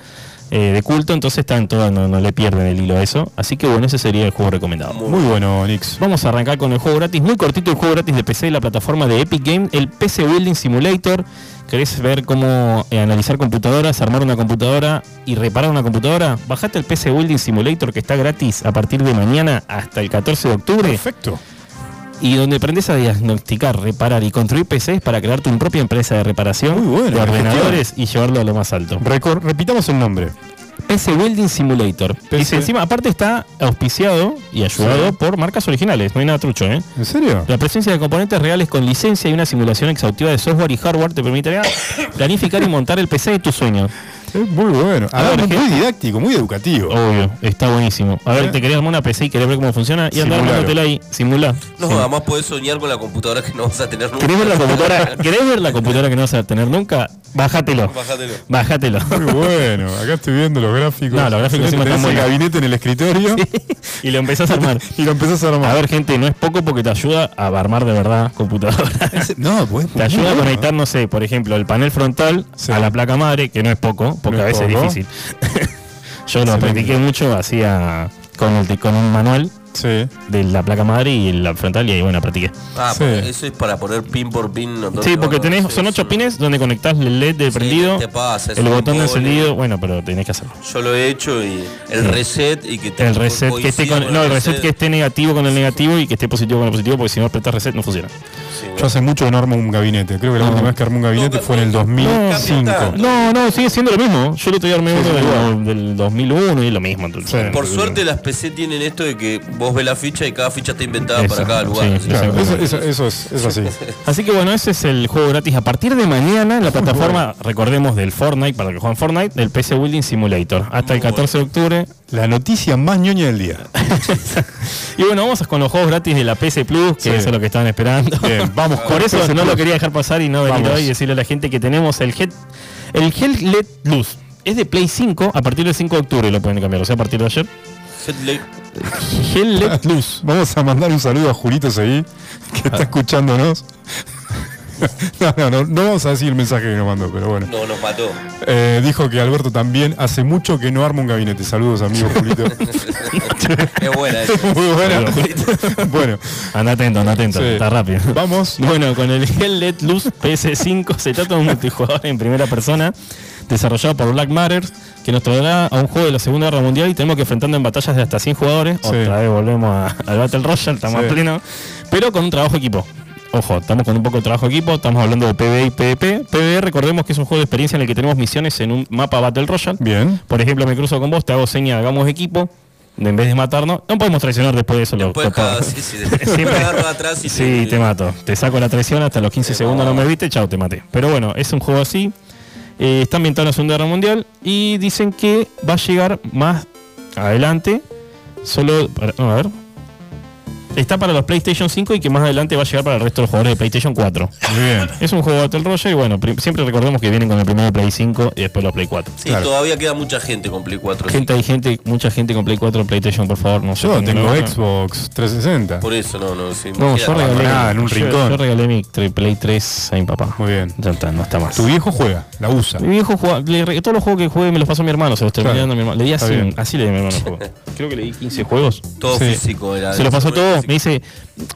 Q: eh, de culto, entonces está en todo, no, no le pierden el hilo a eso. Así que bueno, ese sería el juego recomendado.
B: Muy bueno, Nix.
Q: Vamos a arrancar con el juego gratis, muy cortito el juego gratis de PC, la plataforma de Epic Game, el PC Building Simulator. ¿Querés ver cómo eh, analizar computadoras, armar una computadora y reparar una computadora? Bajate el PC Building Simulator que está gratis a partir de mañana hasta el 14 de octubre. Perfecto. Y donde aprendes a diagnosticar, reparar y construir PCs para crear tu propia empresa de reparación de ordenadores y llevarlo a lo más alto. repitamos el nombre. PC Building Simulator. Dice, encima, aparte está auspiciado y ayudado
B: Sí.
Q: por marcas originales, no hay nada trucho, ¿eh? ¿En serio? La presencia de componentes reales con licencia y una simulación exhaustiva de software y hardware te permitirá planificar y montar el PC de tus sueños.
B: Es muy bueno.
Q: A ver,
B: Además, muy
Q: gente.
B: didáctico, muy educativo.
Q: Obvio, está buenísimo. A ver,
B: ¿Eh?
Q: te querés armar una PC y querés ver cómo funciona y andá
B: Simulalo.
Q: armándotela ahí, simulá.
D: No,
Q: Sí.
D: además podés soñar con la computadora que no vas a tener nunca.
Q: ¿Querés ver, la computadora, ¿Querés ver la computadora que no vas a tener nunca? Bájatelo.
D: Bájatelo.
Q: Bájatelo.
B: Muy bueno, acá estoy viendo los gráficos.
Q: No, los gráficos encima
B: Tenés
Q: están
B: el
Q: buenos.
B: gabinete en el escritorio.
Q: Y lo empezás a armar. y lo empezás a armar. A ver, gente, no es poco porque te ayuda a armar de verdad computadoras.
B: No, pues.
Q: Te ayuda a conectar, no sé, por ejemplo, el panel frontal a la placa madre, que no es poco, porque
B: No
Q: a
B: es
Q: veces
B: poco.
Q: es difícil. Yo lo
B: Excelente.
Q: practiqué mucho, hacía con, el, con un manual de la placa madre y la frontal, y ahí bueno, practiqué.
D: Ah,
Q: Sí.
D: porque eso es para poner pin por pin. no-
Q: Sí,
D: no-
Q: porque
D: no-
Q: tenés,
D: sí,
Q: son
D: sí.
Q: ocho pines donde conectás el LED de prendido,
D: te pasa, es
Q: el
D: un
Q: botón de
D: embole.
Q: encendido, bueno, pero tenés que hacerlo.
D: Yo lo he hecho y el
Q: Sí.
D: reset y que
Q: El reset que esté con- no, el reset que esté negativo con el negativo y que esté positivo con el positivo, porque si no apretas reset no funciona.
B: Yo hace mucho que no armo un gabinete. Creo que la
Q: No.
B: última vez que armé un gabinete fue en el 2005.
Q: No, no, sigue siendo lo mismo. Yo lo te armé uno del, del 2001 y es lo mismo. entonces.
D: Por suerte las PC tienen esto de que vos ves la ficha y cada ficha está inventada
Q: Eso,
D: para cada
Q: sí,
D: lugar. así que-
Q: claro,
B: Eso, eso- eso es, es así.
Q: Así que bueno, ese es el juego gratis. A partir de mañana en la plataforma, recordemos, del Fortnite, para los que juegan Fortnite, del PC Building Simulator. Hasta el 14 de octubre.
B: La noticia más ñoña del día.
Q: Y bueno, vamos con los juegos gratis de la PC Plus, que
B: Sí.
Q: eso es lo que estaban esperando.
B: Bien, vamos con
Q: Por eso
B: PC
Q: no
B: Plus.
Q: lo quería dejar pasar y no venir
B: Vamos.
Q: hoy y decirle a la gente que tenemos el Head, el Head LED Luz. Es de Play 5, a partir del 5 de octubre lo pueden cambiar, o sea, a partir de ayer.
D: Headlight.
Q: Gel LED Luz. Ah.
B: Vamos a mandar un saludo a Julito Seguí, que está escuchándonos. no, no, no, no vamos a decir el mensaje que nos mandó, pero bueno.
D: No, nos mató.
B: Eh, dijo que Alberto también hace mucho que no arma un gabinete. Saludos, amigos Julito.
D: es buena.
B: Es muy buena. bueno.
Q: Anda atento, anda atento,
B: Sí.
Q: está rápido.
B: Vamos.
Q: Bueno, con el Hell Let Loose PS5 se trata de un multijugador en primera persona desarrollado por Black Matter que nos traerá a un juego de la Segunda Guerra Mundial y tenemos que enfrentando en batallas de hasta 100 jugadores.
B: Sí.
Q: Otra vez volvemos a- al Battle Royale, estamos
B: Sí.
Q: a pleno, pero con un trabajo equipo. Ojo, estamos con un poco de trabajo equipo, estamos hablando de PvE y PvP. PvE, recordemos que es un juego de experiencia en el que tenemos misiones en un mapa Battle Royale.
B: Bien.
Q: Por ejemplo, me cruzo con vos, te hago seña, hagamos equipo. En vez de matarnos, no podemos traicionar después de eso. lo-
D: Después
Q: lo-
D: cada- sí, sí,
Q: Siempre.
D: te agarro atrás y
Q: Sí, te mato. Te saco la traición hasta los 15 segundos, no me viste, chao, te maté. Pero bueno, es un juego así. Eh, está ambientado en la Segunda Guerra Mundial y dicen que va a llegar más adelante. Solo para- no, a ver. Está para los PlayStation 5 y que más adelante va a llegar para el resto de los jugadores de PlayStation 4.
B: Muy bien.
Q: Es un juego de Battle Royale y bueno, pri- siempre recordemos que vienen con el primero Play 5 y después los Play 4.
D: Sí, todavía queda mucha gente con Play 4.
Q: Gente, hay gente, mucha gente con Play 4 PlayStation, por favor, no sé.
B: Yo
Q: cómo
B: tengo
Q: lo hagan.
B: Xbox 360.
D: Por eso, no, no. Sí,
Q: No,
D: queda
Q: yo regalé,
B: abandonada en un
Q: yo-
B: rincón.
Q: yo regalé mi tre- Play 3 a mi papá.
B: Muy bien.
Q: Ya está, no está más.
B: Tu viejo juega, la usa.
Q: Mi viejo juega, le re- todos los juegos que jugué me los pasó mi hermano, se los terminé
B: Claro.
Q: dando a mi hermano. Le di
B: Está
Q: así,
B: bien.
Q: así le di a mi hermano el juego. Creo que le di 15 juegos.
D: Todo
Q: Sí.
D: físico era.
Q: Se los pasó todo, me dice,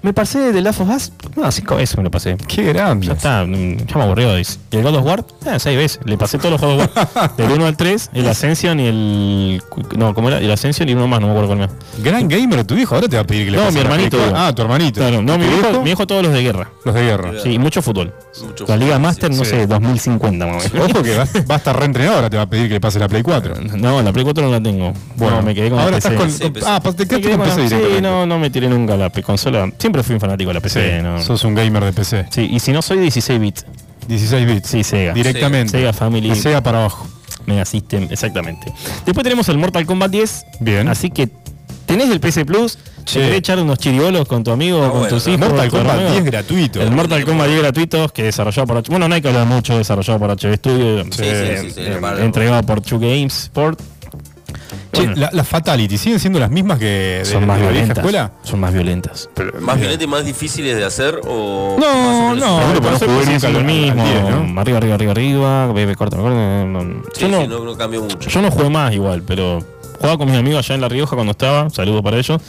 Q: me pasé de Last of Us, no, cinco veces me lo pasé.
B: Qué grande.
Q: Ya está, mm, ya me aburrió, dice. ¿Y el God of War? Ah, seis veces. Le pasé todos los God of War. Del 1 al 3, el Ascension y el... No, ¿cómo era? El Ascension y uno más, no me acuerdo cuál era.
B: Gran gamer tu viejo, ahora te va a pedir que le
Q: No,
B: pases
Q: mi
B: la
Q: hermanito.
B: película.
Q: digo.
B: Ah, tu hermanito.
Q: Claro, no,
B: ¿Tu
Q: mi viejo, mi viejo todos los de guerra.
B: Los de guerra.
Q: Sí, y mucho fútbol.
D: Mucho
Q: la Liga Master, no
B: sí.
Q: sé, 2050 más o menos.
B: Ojo que va, va a estar reentrenado, ahora te va a pedir que le pases la Play 4.
Q: No, la Play 4 no la tengo.
B: Bueno,
Q: No, me quedé con
B: ahora
Q: la
B: estás
Q: PC.
B: con- Sí, PC. ah, pa- te quedaste
Q: Me quedé
B: con PC
Q: la- Sí,
B: directamente.
Q: no, no me tiré nunca a la P- consola. Siempre fui un fanático de la PC.
B: Sí,
Q: no.
B: Sos un gamer de PC.
Q: Sí, y si no soy 16 bits.
B: 16 bits.
Q: Sí, Sega.
B: Directamente.
Q: Sega Family.
B: Y Sega para abajo.
Q: Mega System, exactamente. Después tenemos el Mortal Kombat 10.
B: Bien.
Q: Así que tenés el PC Plus.
B: Sí.
Q: Te querés echar unos chiribolos con tu amigo, con
B: Ah, bueno,
Q: tus
B: el
Q: hijos.
B: Mortal
Q: con tu
B: Kombat
Q: amigo.
B: 10 gratuito.
Q: El Mortal Kombat 10 gratuito, que desarrollado por... H- Bueno, no hay que hablar mucho, desarrollado por HB Studio.
B: Sí,
Q: eh,
B: sí, sí, sí,
Q: eh,
B: para-
Q: entregado por 2 Games Sport.
B: Che, la- las Fatality, ¿siguen siendo las mismas que de,
Q: Son
B: de
Q: más
B: la vieja
Q: violentas.
B: escuela?
Q: Son más violentas.
D: ¿Más violentas y más difíciles de hacer o.?
Q: No, no,
B: Seguro,
Q: no,
B: pero no
Q: sé
B: jugué
Q: por qué
B: nunca
Q: es lo
B: al- al
Q: mismo.
B: 10, ¿no?
Q: Arriba, arriba, arriba, arriba. Bebe, corta, corta. no, no, no.
D: Sí,
Q: Yo
D: sí,
Q: no,
D: no, no cambió mucho.
Q: yo no jugué más igual, pero jugaba con mis amigos allá en La Rioja cuando estaba. Saludos para ellos.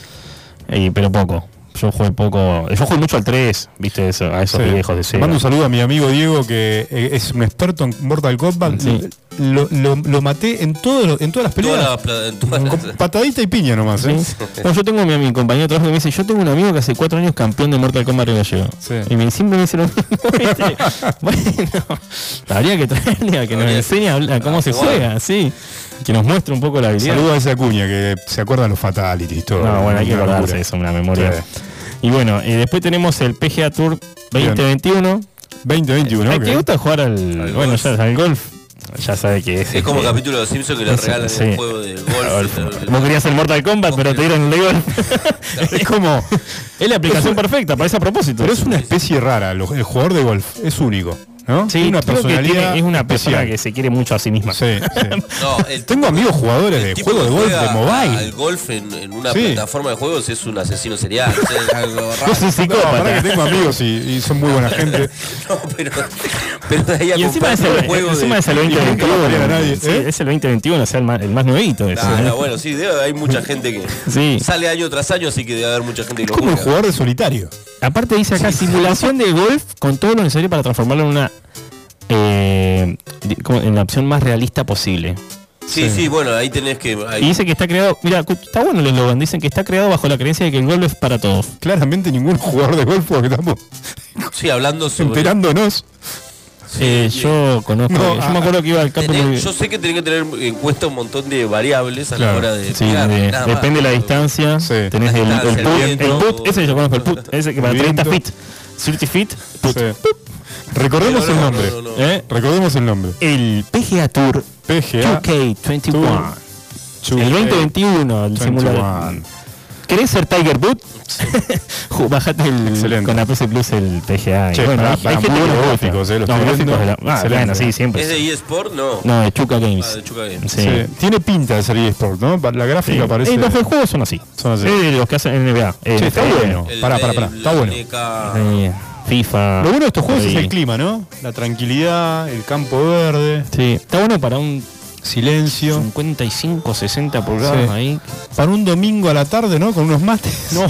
Q: Y, pero poco. Yo jugué poco. Yo jugué mucho al 3, viste, eso, a esos
B: Sí.
Q: viejos de Sega.
B: Mando un saludo a mi amigo Diego, que eh, es un experto en Mortal Kombat.
Q: Sí.
B: Lo, lo- lo maté en, todo, lo- en todas
D: Todas
B: las peleas.
D: las pla- en todas las-
B: Patadita y piña nomás. ¿eh?
Q: Sí. No, yo tengo a mi, a mi compañero de trabajo que me dice, yo tengo un amigo que hace cuatro años campeón de Mortal Kombat Río Gallego. Y me, siempre me dice lo mismo. ¿viste? bueno, habría que traerle a que nos enseñe a, hablar- a cómo se
B: jugar.
Q: juega, sí. Que nos muestre un poco la habilidad.
B: Saludo a esa cuña que se acuerdan los Fatalities. Todo.
Q: No, bueno, hay que
B: Una
Q: acordarse
B: locura.
Q: de eso, una memoria.
B: Sí.
Q: Y bueno, eh, después tenemos el PGA Tour 2021.
B: 2021,
Q: ¿Te
B: ok.
Q: gusta jugar al, bueno, ya, al golf? Ya sabe que es.
D: Es como
Q: este,
D: capítulo de los Simpsons que le
Q: Eso,
D: regalan
Q: sí.
D: el juego de golf.
Q: Vos querías el Mortal Kombat, pero te dieron el de golf. es como. Es la aplicación perfecta, parece a propósito.
B: Pero es una especie rara, lo- el jugador de golf es único, ¿no?
Q: Sí,
B: Tiene una
Q: creo que
B: personalidad.
Q: tiene- es una persona
B: especial.
Q: que se quiere mucho a sí misma.
B: Sí, sí.
D: No, el
B: Tengo amigos jugadores de
D: tipo
B: juego
D: que
B: de golf
D: juega
B: de mobile.
D: Al golf en, en una
B: Sí.
D: plataforma de juegos es un asesino serial. o sea, es algo raro.
B: No, pará que tengo amigos y, y son muy buena gente.
D: No, pero, pero de ahí
Q: Y encima es el,
D: acompañó juego
Q: encima
D: de-
Q: es el
D: y nunca lo
Q: 2021.
D: pelea nadie,
Q: Sí,
D: ¿eh?
Q: Es el 2021, o sea, el más, el más nuevito. de eso,
D: Ah,
Q: ¿eh?
D: no, bueno, sí, debe- hay mucha gente que
Q: Sí.
D: sale año tras año, así que debe haber mucha gente que lo
B: Como el
D: juega.
B: jugador de solitario.
Q: Aparte dice acá, simulación de golf con todo lo necesario para transformarlo en una... eh, di- como en la opción más realista posible.
D: Sí, sí, bueno, ahí tenés que. ahí-
Q: Y dice que está creado, mira, cu- está bueno el eslogan, dicen que está creado bajo la creencia de que el golf es para todos.
B: Claramente ningún jugador de golf porque estamos
D: sí, hablando sobre.
B: enterándonos.
Q: Eh, yo conozco,
D: No,
Q: yo
D: ah,
Q: me acuerdo que iba al campo...
D: tenés-
Q: muy-
D: yo sé que tenés que tener en cuenta un montón de variables a la
Q: Claro,
D: hora de.
Q: sí,
D: pegar,
Q: de-
D: nada más.
Q: depende de la distancia. Tenés
D: La
Q: el,
D: distancia,
Q: el
D: el
Q: put,
D: viento.
Q: el put, ese yo conozco el put, ese que para
B: El
Q: 30 feet,
B: viento.
Q: 30 feet, put.
B: Recordemos
Q: Pero
B: el
Q: no,
B: nombre.
Q: no, no,
B: ¿eh? Recordemos el nombre.
Q: El PGA Tour
B: PGA
Q: 2K21.
B: Tour
Q: el 2021, el
B: 21.
Q: simulador. ¿Querés ser Tiger Boot? Bajate el, con la PC Plus el PGA. y
B: Che,
Q: hay-
B: pará,
Q: hay
B: pará,
Q: gente
B: muy
Q: que
B: buenos
Q: le gusta.
B: gráficos, eh, los
Q: No,
B: estoy
Q: gráficos de
B: viendo.
Q: la- ah,
B: Excelente.
Q: bueno, sí, siempre.
D: ¿Es de eSport? No.
Q: No, de Chuca Games.
D: Ah, de Chuca Games.
Q: Sí.
B: Sí. Tiene pinta de ser eSport, ¿no? Pa- La
Q: Sí.
B: gráfica parece.
Q: Eh, los de juegos son así.
B: Son así.
Q: Eh, los que hacen NBA.
B: Che, está
Q: NFL.
B: bueno. Pará, pará, pará. Está bueno.
Q: Sí. eh, FIFA.
B: Lo bueno de estos juegos
Q: por
B: es
Q: ahí.
B: el clima, ¿no? La tranquilidad, el campo verde.
Q: Sí, está bueno para un
B: silencio.
Q: 55, 60 pulgadas
B: Sí.
Q: ahí.
B: Para un domingo a la tarde, ¿no? Con unos mates. No.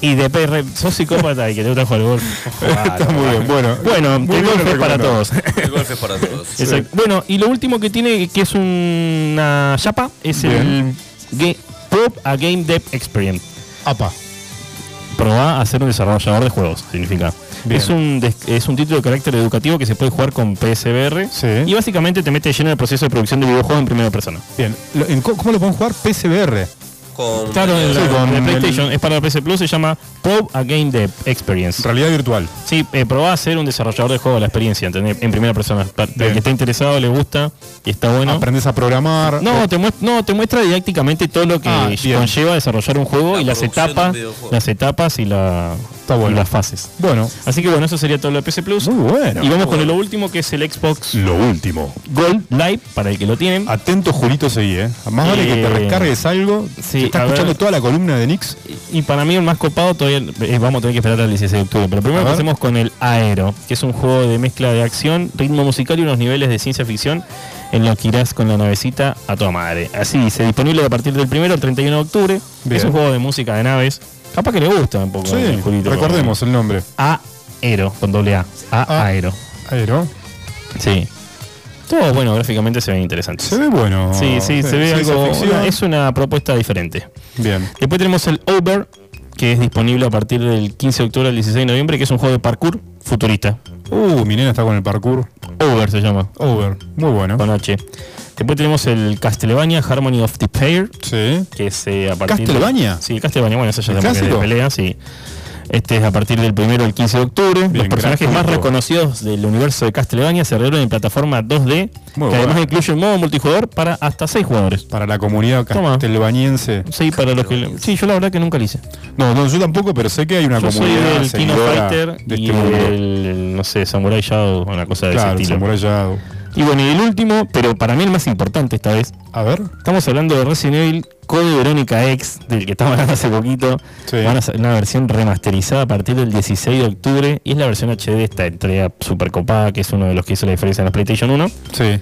Q: Y de PR, sos psicópata y que te gusta jugar al golf.
B: Está muy bien, bueno.
Q: Bueno,
B: Muy
Q: el
B: bien
Q: golf es para
B: recomendado.
Q: todos.
D: El golf es para todos.
Q: Exacto. Bueno, y lo último que tiene, que es una chapa, es
B: Bien.
Q: el Ga- Prop a Game Dev Experience.
B: Apa.
Q: Probá a ser un desarrollador de juegos, significa.
B: Bien.
Q: Es un, des- es un título de carácter educativo que se puede jugar con PSVR y básicamente te mete lleno en el proceso de producción de videojuegos en primera persona.
B: Bien. Lo- en co- ¿Cómo lo pueden jugar? PSVR.
D: Con
Q: Claro, en la-
B: Sí, con
Q: en
B: el-
Q: el PlayStation es para PC Plus, se llama Probe a Game Dev Experience.
B: Realidad virtual.
Q: Sí, eh, probá a ser un desarrollador de juego, la experiencia, ¿entendés? en primera persona. Para para
B: Bien.
Q: el que está interesado, le gusta y está bueno.
B: Aprendes a programar. Eh,
Q: No, te muestra, no, te muestra didácticamente todo lo que
B: Ah, bien.
Q: conlleva desarrollar un juego y las
B: producción de un
Q: etapas,
B: videojuego.
Q: las etapas y, la, y las fases.
B: Bueno.
Q: Así que bueno, eso sería todo lo de PC Plus.
B: Muy bueno.
Q: Y vamos con lo último que es el Xbox
B: Lo último.
Q: Gold Live para el que lo tienen.
B: Atento, Julito, seguí, ¿eh? Más vale que te
Q: Eh,
B: recargues algo.
Q: sí,
B: Se está
Q: a ver.
B: escuchando toda la columna de Nix.
Q: Y para mí el más copado todavía eh, vamos a tener que esperar al 16 de octubre. Pero
B: A
Q: primero
B: ver.
Q: empecemos con el Aero, que es un juego de mezcla de acción, ritmo musical y unos niveles de ciencia ficción en los que irás con la navecita a tu madre. Así dice, disponible a partir del primero al 31 de octubre.
B: Bien.
Q: Es un juego de música de naves. Capaz que le gusta un poco.
B: Sí,
Q: al Julito, Ah.
B: recordemos el nombre.
Q: Aero, con doble A. A Aero.
B: Aero.
Q: Sí. Todo bueno, gráficamente se ve interesante. Se
B: ve bueno.
Q: Sí, sí, se ve
B: Ciencia
Q: algo.
B: ficción.
Q: una- es una propuesta diferente.
B: Bien.
Q: Después tenemos el Over, que es disponible a partir del 15 de octubre al 16 de noviembre, que es un juego de parkour futurista.
B: Uh, mi nena está con el parkour.
Q: Over se llama.
B: Over. Muy bueno.
Q: Con H. Después tenemos el Castlevania Harmony of the Pair.
B: Sí.
Q: Que es eh, a partir. de-
B: ¿Castlevania?
Q: sí, Castlevania, bueno, eso ya
B: ¿El
Q: sabemos que es de
B: clásico?
Q: pelea, sí. Este es a partir del primero al 15 de octubre.
B: Bien,
Q: Los personajes
B: gran
Q: más
B: juego.
Q: reconocidos del universo de Castlevania se reúnen en plataforma 2D,
B: Muy
Q: que
B: bueno.
Q: además incluye un modo multijugador para hasta 6 jugadores.
B: Para la comunidad
Q: Toma.
B: castelbañense.
Q: Sí, para los que. Sí, yo la verdad que nunca lo hice.
B: No, no, yo tampoco, pero sé que hay una
Q: Yo soy
B: comunidad.
Q: del Kino
B: seguidora
Q: Fighter
B: de
Q: y
B: este mundo.
Q: del, el, no sé, Samurai Shadow, una cosa de
B: Claro,
Q: ese estilo.
B: Samurai Shadow.
Q: Y bueno, y el último, pero para mí el más importante esta vez.
B: A ver.
Q: Estamos hablando de Resident Evil Code Verónica X, del que estamos hablando hace poquito.
B: Sí.
Q: Van a hacer una versión remasterizada a partir del 16 de octubre. Y es la versión HD de esta entrega super copada, que es uno de los que hizo la diferencia en la PlayStation 1.
B: Sí.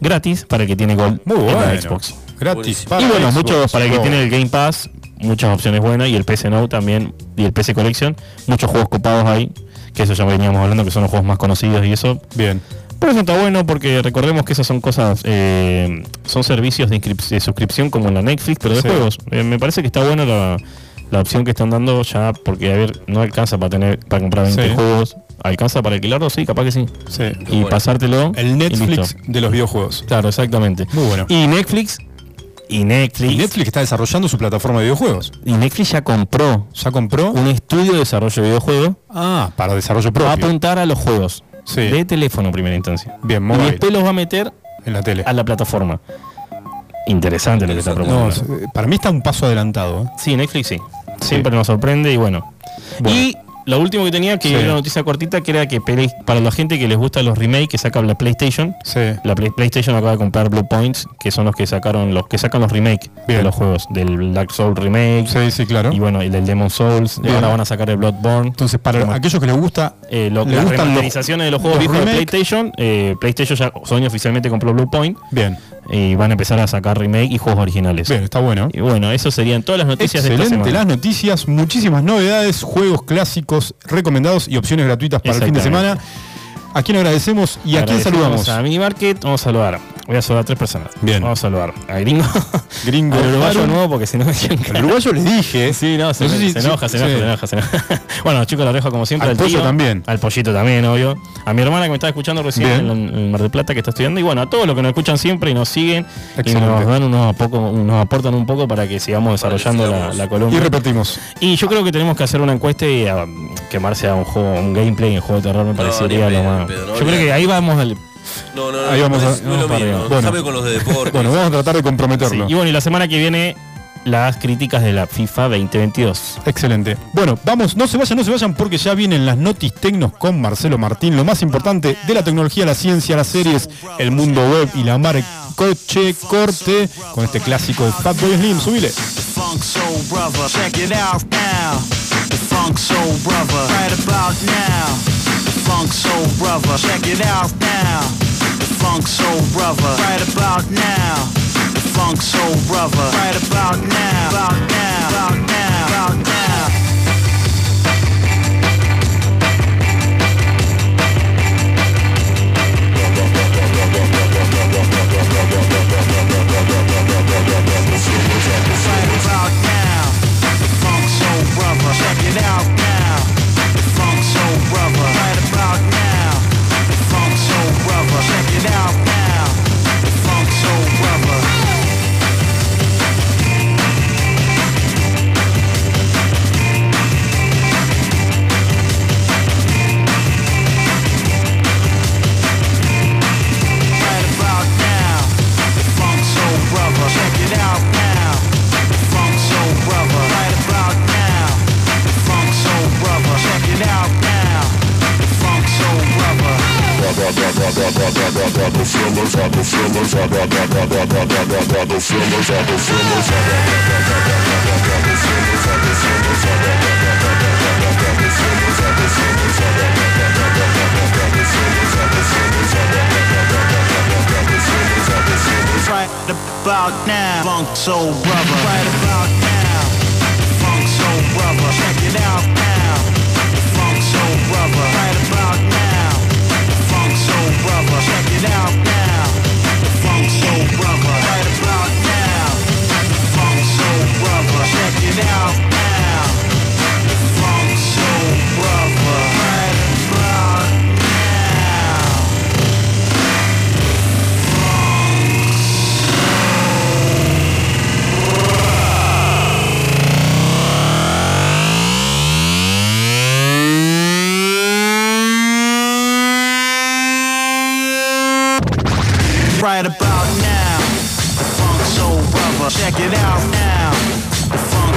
Q: Gratis para el que tiene Gold
B: Muy
Q: en la
B: bueno.
Q: Xbox.
B: Gratis.
Q: y bueno,
B: Xbox
Q: muchos para el que
B: Go.
Q: tiene el Game Pass, muchas opciones buenas y el PC Now también y el PC Collection, muchos juegos copados ahí, que eso ya veníamos hablando que son los juegos más conocidos y eso.
B: Bien.
Q: Pero eso está bueno porque recordemos que esas son cosas, eh, son servicios de, inscrip- de suscripción como en la Netflix, pero de
B: Sí.
Q: juegos. Eh, me parece que está buena la, la opción que están dando ya porque a ver, no alcanza para tener para comprar 20
B: Sí.
Q: juegos, alcanza para alquilarlos, sí, capaz que sí.
B: Sí.
Q: Y pasártelo
B: El
Q: y
B: Netflix
Q: listo.
B: de los videojuegos.
Q: Claro, exactamente.
B: Muy bueno.
Q: Y Netflix y Netflix
B: Y Netflix está desarrollando su plataforma de videojuegos.
Q: Y Netflix ya compró.
B: ¿Ya compró?
Q: Un estudio de desarrollo de videojuegos.
B: Ah, para
Q: Va
B: desarrollo
Q: a
B: propio.
Q: apuntar a los juegos. De teléfono en primera instancia.
B: Bien,
Q: Y
B: mobile.
Q: después los va a meter
B: En la tele.
Q: a la plataforma. Interesante lo que está
B: No,
Q: proponiendo.
B: eh, para mí está un paso adelantado. ¿eh?
Q: Sí, Netflix sí. Siempre nos sorprende y bueno. Y lo último que tenía, que
B: Sí.
Q: era una noticia cortita, que era que pele- para la gente que les gusta los remakes que saca la PlayStation, la Play- PlayStation acaba de comprar Blue Points, que son los que sacaron los que sacan los remakes de
B: Bien.
Q: los juegos, del Dark Souls remake.
B: Sí, sí, claro.
Q: Y bueno, y del Demon Souls, y
B: Bien.
Q: ahora van a sacar el Bloodborne.
B: Entonces, para
Q: Como-
B: aquellos que les gusta,
Q: eh, lo-
B: les
Q: las
B: gustan los-
Q: remasterizaciones de los juegos
B: los
Q: viejos de
B: remake.
Q: PlayStation, eh, PlayStation ya Sony oficialmente compró Blue Point
B: Bien.
Q: y van a empezar a sacar remake y juegos originales.
B: Bien, está bueno.
Q: Y bueno, eso serían todas las noticias de esta
B: Excelente las
Q: semana.
B: noticias, muchísimas novedades, juegos clásicos recomendados y opciones gratuitas para el fin de semana.
Q: Exactamente.
B: ¿A quién agradecemos y a quién
Q: Agradecemos
B: saludamos?
Q: A Mini Market, vamos a saludar. Voy a saludar a tres personas.
B: Bien.
Q: Vamos a saludar a Gringo.
B: Gringo.
Q: Al uruguayo
B: Baron.
Q: nuevo porque si no me echan cara.
B: Al uruguayo les dije.
Q: Sí, no, se,
B: ¿Eh? No sé si-
Q: se enoja, se
B: sí.
Q: enoja, se enoja, se enoja. bueno, chico la oreja como siempre.
B: Al pollo
Q: tío,
B: también.
Q: Al pollito también, obvio. A mi hermana que me está escuchando recién
B: Bien.
Q: en, en Mar del Plata que está estudiando. Y bueno, a todos los que nos escuchan siempre y nos siguen. Y
B: Excelente.
Q: nos dan unos poco, nos aportan un poco para que sigamos desarrollando la, la columna.
B: Y repetimos.
Q: Y yo creo que tenemos que hacer una encuesta y a, quemarse a un juego, un gameplay en juego de terror me parecería
D: ni
Q: lo
D: en pedo,
Q: más.
D: ni en pedo, no,
Q: yo creo que
D: olvidate.
Q: ahí vamos al.
B: eh,
D: No, no, no.
Q: Ahí vamos a-
D: no es- no es
Q: vamos
D: lo
Q: para
D: mismo.
Q: arriba. Bueno.
D: Dejame con los de deporte.
B: Bueno, vamos a tratar de comprometerlo.
Q: Y bueno, y la semana que viene las críticas de la FIFA 2022.
B: Excelente. Bueno, vamos, no se vayan, no se vayan porque ya vienen las notis tecnos con Marcelo Martín, lo más importante de la tecnología, la ciencia, las series, el mundo web y la marca coche corte con este clásico de Fatboy Slim, subile.
R: Funk Soul Brother. Check it out now. The Funk Soul Brother. Right about now. The Funk Soul Brother. Check it out now. The Funk Soul Brother. Right about now. The Funk Soul Brother. Right about now. About now. About now. About now. Right about now. The Funk Soul Brother. Check it out now. The Funk Soul Brother. Right about now. The Funk Soul Brother. Check it out now. The Funk Soul Brother. Right about now. The Funk Soul Brother. Check it out now. The Funk Soul Brother. Right about now. The Funk Soul Brother. Check it out now. The Funk Soul Brother. Right about now, Funk Soul Brother. Right about now, Funk Soul Brother. Check it out now, Funk Soul Brother. Right about now, Funk Soul Brother. Check it out now, Funk Soul Brother. Right about now, Funk Soul Brother. Check it out now, Funk Soul Brother. Right about now. Right about now, the funk soul brother. Check it out now, the funk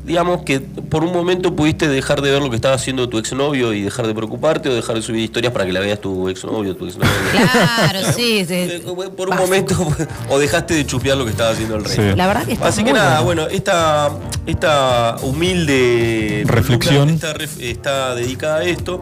D: digamos que por un momento pudiste dejar de ver lo que estaba haciendo tu exnovio y dejar de preocuparte o dejar de subir historias para que la veas tu exnovio, tu exnovio. Eh,
C: Claro, sí.
D: por un momento. o dejaste de chupear lo que estaba haciendo el rey.
B: Sí. La verdad
C: que está
D: Así que
C: muy
D: nada, bueno, esta, esta humilde
B: Reflexión.
D: está, ref- está dedicada a esto.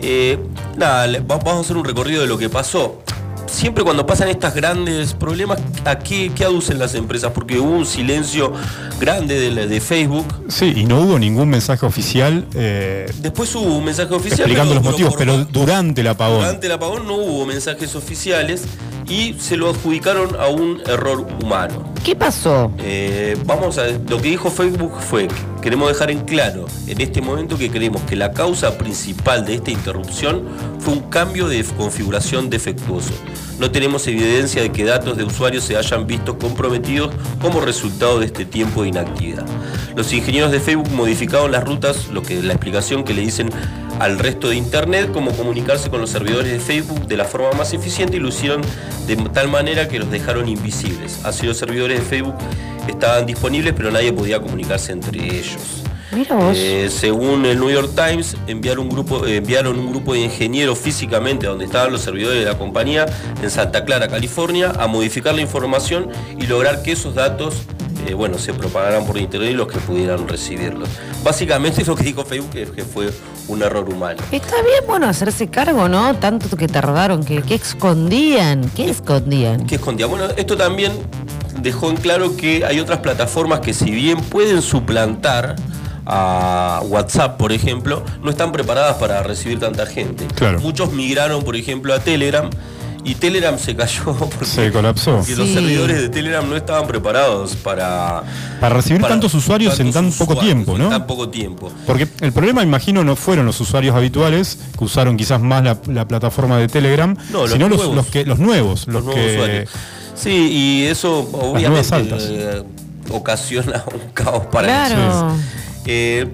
D: Eh, nada, le- va- vamos a hacer un recorrido de lo que pasó. Siempre cuando pasan estos grandes problemas, ¿a qué, qué aducen las empresas? Porque hubo un silencio grande de, la- de Facebook.
B: Sí, y no hubo ningún mensaje oficial eh,
D: Después hubo un mensaje oficial.
B: explicando
D: pero-
B: los
D: pero
B: motivos,
D: por
B: pero durante el apagón.
D: Durante el apagón no hubo mensajes oficiales y se lo adjudicaron a un error humano.
C: ¿Qué pasó?
D: Eh, vamos a lo que dijo Facebook fue que queremos dejar en claro en este momento que creemos que la causa principal de esta interrupción fue un cambio de configuración defectuoso. No tenemos evidencia de que datos de usuarios se hayan visto comprometidos como resultado de este tiempo de inactividad. Los ingenieros de Facebook modificaron las rutas, lo que la explicación que le dicen al resto de internet, cómo comunicarse con los servidores de Facebook de la forma más eficiente y lo hicieron de tal manera que los dejaron invisibles. Así los servidores de Facebook estaban disponibles, pero nadie podía comunicarse entre ellos.
C: Mira vos.
D: Eh, según el New York Times, enviaron un, grupo, eh, enviaron un grupo de ingenieros físicamente a donde estaban los servidores de la compañía en Santa Clara, California, a modificar la información y lograr que esos datos eh, bueno, se propagaran por internet y los que pudieran recibirlos. Básicamente es lo que dijo Facebook, que, que fue un error humano.
C: Está bien, bueno, hacerse cargo, ¿no? Tanto que tardaron, que, que escondían, que escondían.
D: que escondía. Bueno, esto también dejó en claro que hay otras plataformas que si bien pueden suplantar a WhatsApp, por ejemplo, no están preparadas para recibir tanta gente.
B: Claro.
D: Muchos migraron, por ejemplo, a Telegram y Telegram se cayó porque,
B: Se colapsó.
D: porque los
B: Sí.
D: servidores de Telegram no estaban preparados para
B: Para recibir
D: para
B: tantos usuarios en tan poco tiempo, ¿no?
D: tan poco tiempo.
B: Porque el problema, imagino, no fueron los usuarios habituales que usaron quizás más la, la plataforma de Telegram,
D: No, los
B: sino los,
D: nuevos.
B: los que, los nuevos, los,
D: nuevos
B: que
D: usuarios. Sí, y eso
B: nuevas
D: obviamente
B: altas.
D: eh, ocasiona un caos para ellos.
C: Claro.
D: Eh,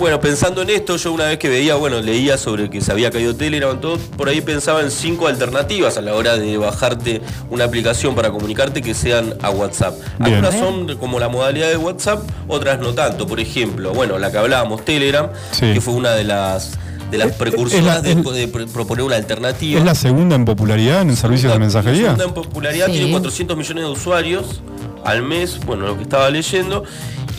D: bueno, pensando en esto, yo una vez que veía, bueno, leía sobre que se había caído Telegram, todo, por ahí pensaba en cinco alternativas a la hora de bajarte una aplicación para comunicarte que sean a WhatsApp.
B: Bien.
D: Algunas son como la modalidad de WhatsApp, otras no tanto. Por ejemplo, bueno, la que hablábamos, Telegram,
B: Sí.
D: que fue una de las de las precursoras de, de pro- proponer una alternativa.
B: es la segunda en popularidad en el servicio de
D: La
B: mensajería.
D: segunda en popularidad tiene 400 millones de usuarios. al mes, bueno, lo que estaba leyendo.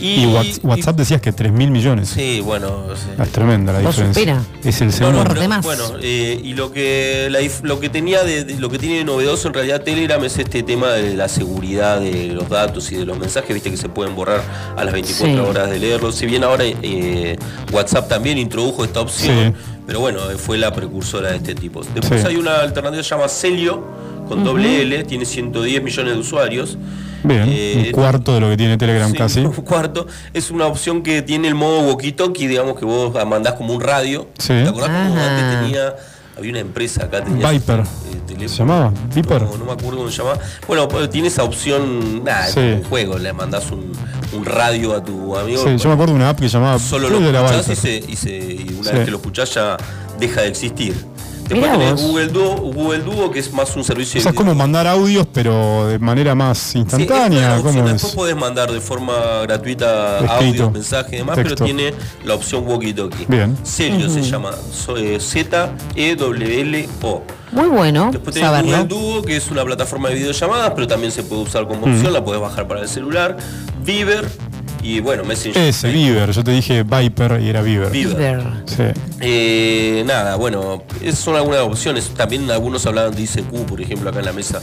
D: Y,
B: Y Whats- WhatsApp decías que 3 mil millones.
D: Sí, bueno. sí.
B: Es tremenda la
D: Lo
B: diferencia.
D: supera.
B: Es el
D: No, no,
B: segundo.
D: pero, Bueno, eh, y lo que la dif- lo que tenía de, de- lo que tiene de novedoso en realidad Telegram es este tema de la seguridad de los datos y de los mensajes, viste que se pueden borrar a las 24
Q: Sí.
D: horas de leerlos. Si bien ahora eh, WhatsApp también introdujo esta opción, pero bueno, eh, fue la precursora de este tipo. Después
B: Sí.
D: hay una alternativa que se llama Celio con
B: Ujú.
D: doble L, tiene 110 millones de usuarios.
B: Bien,
D: Eh,
B: un cuarto de lo que tiene Telegram
D: Sí,
B: casi.
D: un cuarto. Es una opción que tiene el modo walkie-talkie, digamos que vos mandás como un radio.
B: Sí.
D: ¿Te acordás cómo
B: Ajá.
D: antes tenía, había una empresa acá, tenía eh,
B: Viper. ¿Se llamaba? Viper.
D: no me acuerdo cómo se llamaba. Bueno, pues, tiene esa opción, nada, es
B: Sí.
D: como un juego, le mandás un, un radio a tu amigo. pues,
B: Sí, yo me acuerdo de una app que llamaba.
D: Solo
B: creo
D: lo
B: que era
D: escuchás y,
B: Viper.
D: se- y se- y una
B: Sí.
D: vez que lo escuchás ya deja de existir. Después
B: Mirá
D: tenés
B: vos.
D: Google Duo, Google Duo, que es más un servicio
B: O sea, es como mandar audios, pero de manera más
D: Sí, esta es la
B: instantánea.
D: opción.
B: ¿Cómo
D: Después
B: es?
D: podés mandar de forma gratuita
B: Escrito.
D: audios, mensajes y demás,
B: Texto.
D: pero tiene la opción walkie-talkie.
B: Bien.
D: Celio se
C: Ujú.
D: llama so- eh, Z-E-W-L-O.
C: Muy bueno
D: Después tenés Google
C: saberlo.
D: Duo, que es una plataforma de videollamadas, pero también se puede usar como opción,
B: Mm.
D: la podés bajar para el celular. Viber y bueno, Messenger.
B: Ese, Viver. Yo te dije Viper y era Viver.
D: Viver.
B: Sí.
D: Eh, nada, bueno, esas son algunas opciones. También algunos hablaban de ICQ, por ejemplo, acá en la mesa,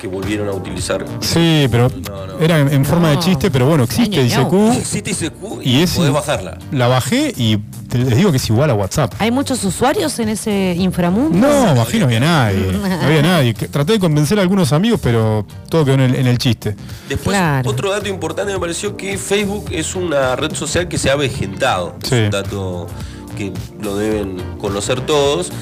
D: que volvieron a utilizar.
B: Sí, pero era en, en forma de
D: No.
B: chiste, pero bueno, existe, dice Q.
D: Existe ICQ y,
B: Y es.
D: podés bajarla.
B: La bajé y te- les digo que es igual a WhatsApp.
C: ¿Hay muchos usuarios en ese inframundo?
B: No, bajé no había nadie. No había nadie. Que- Traté de convencer a algunos amigos, pero todo quedó en el, en el chiste.
D: Después, otro dato importante me pareció que Facebook es una red social que se ha avejentado.
B: Sí.
D: Es un dato que lo deben conocer todos.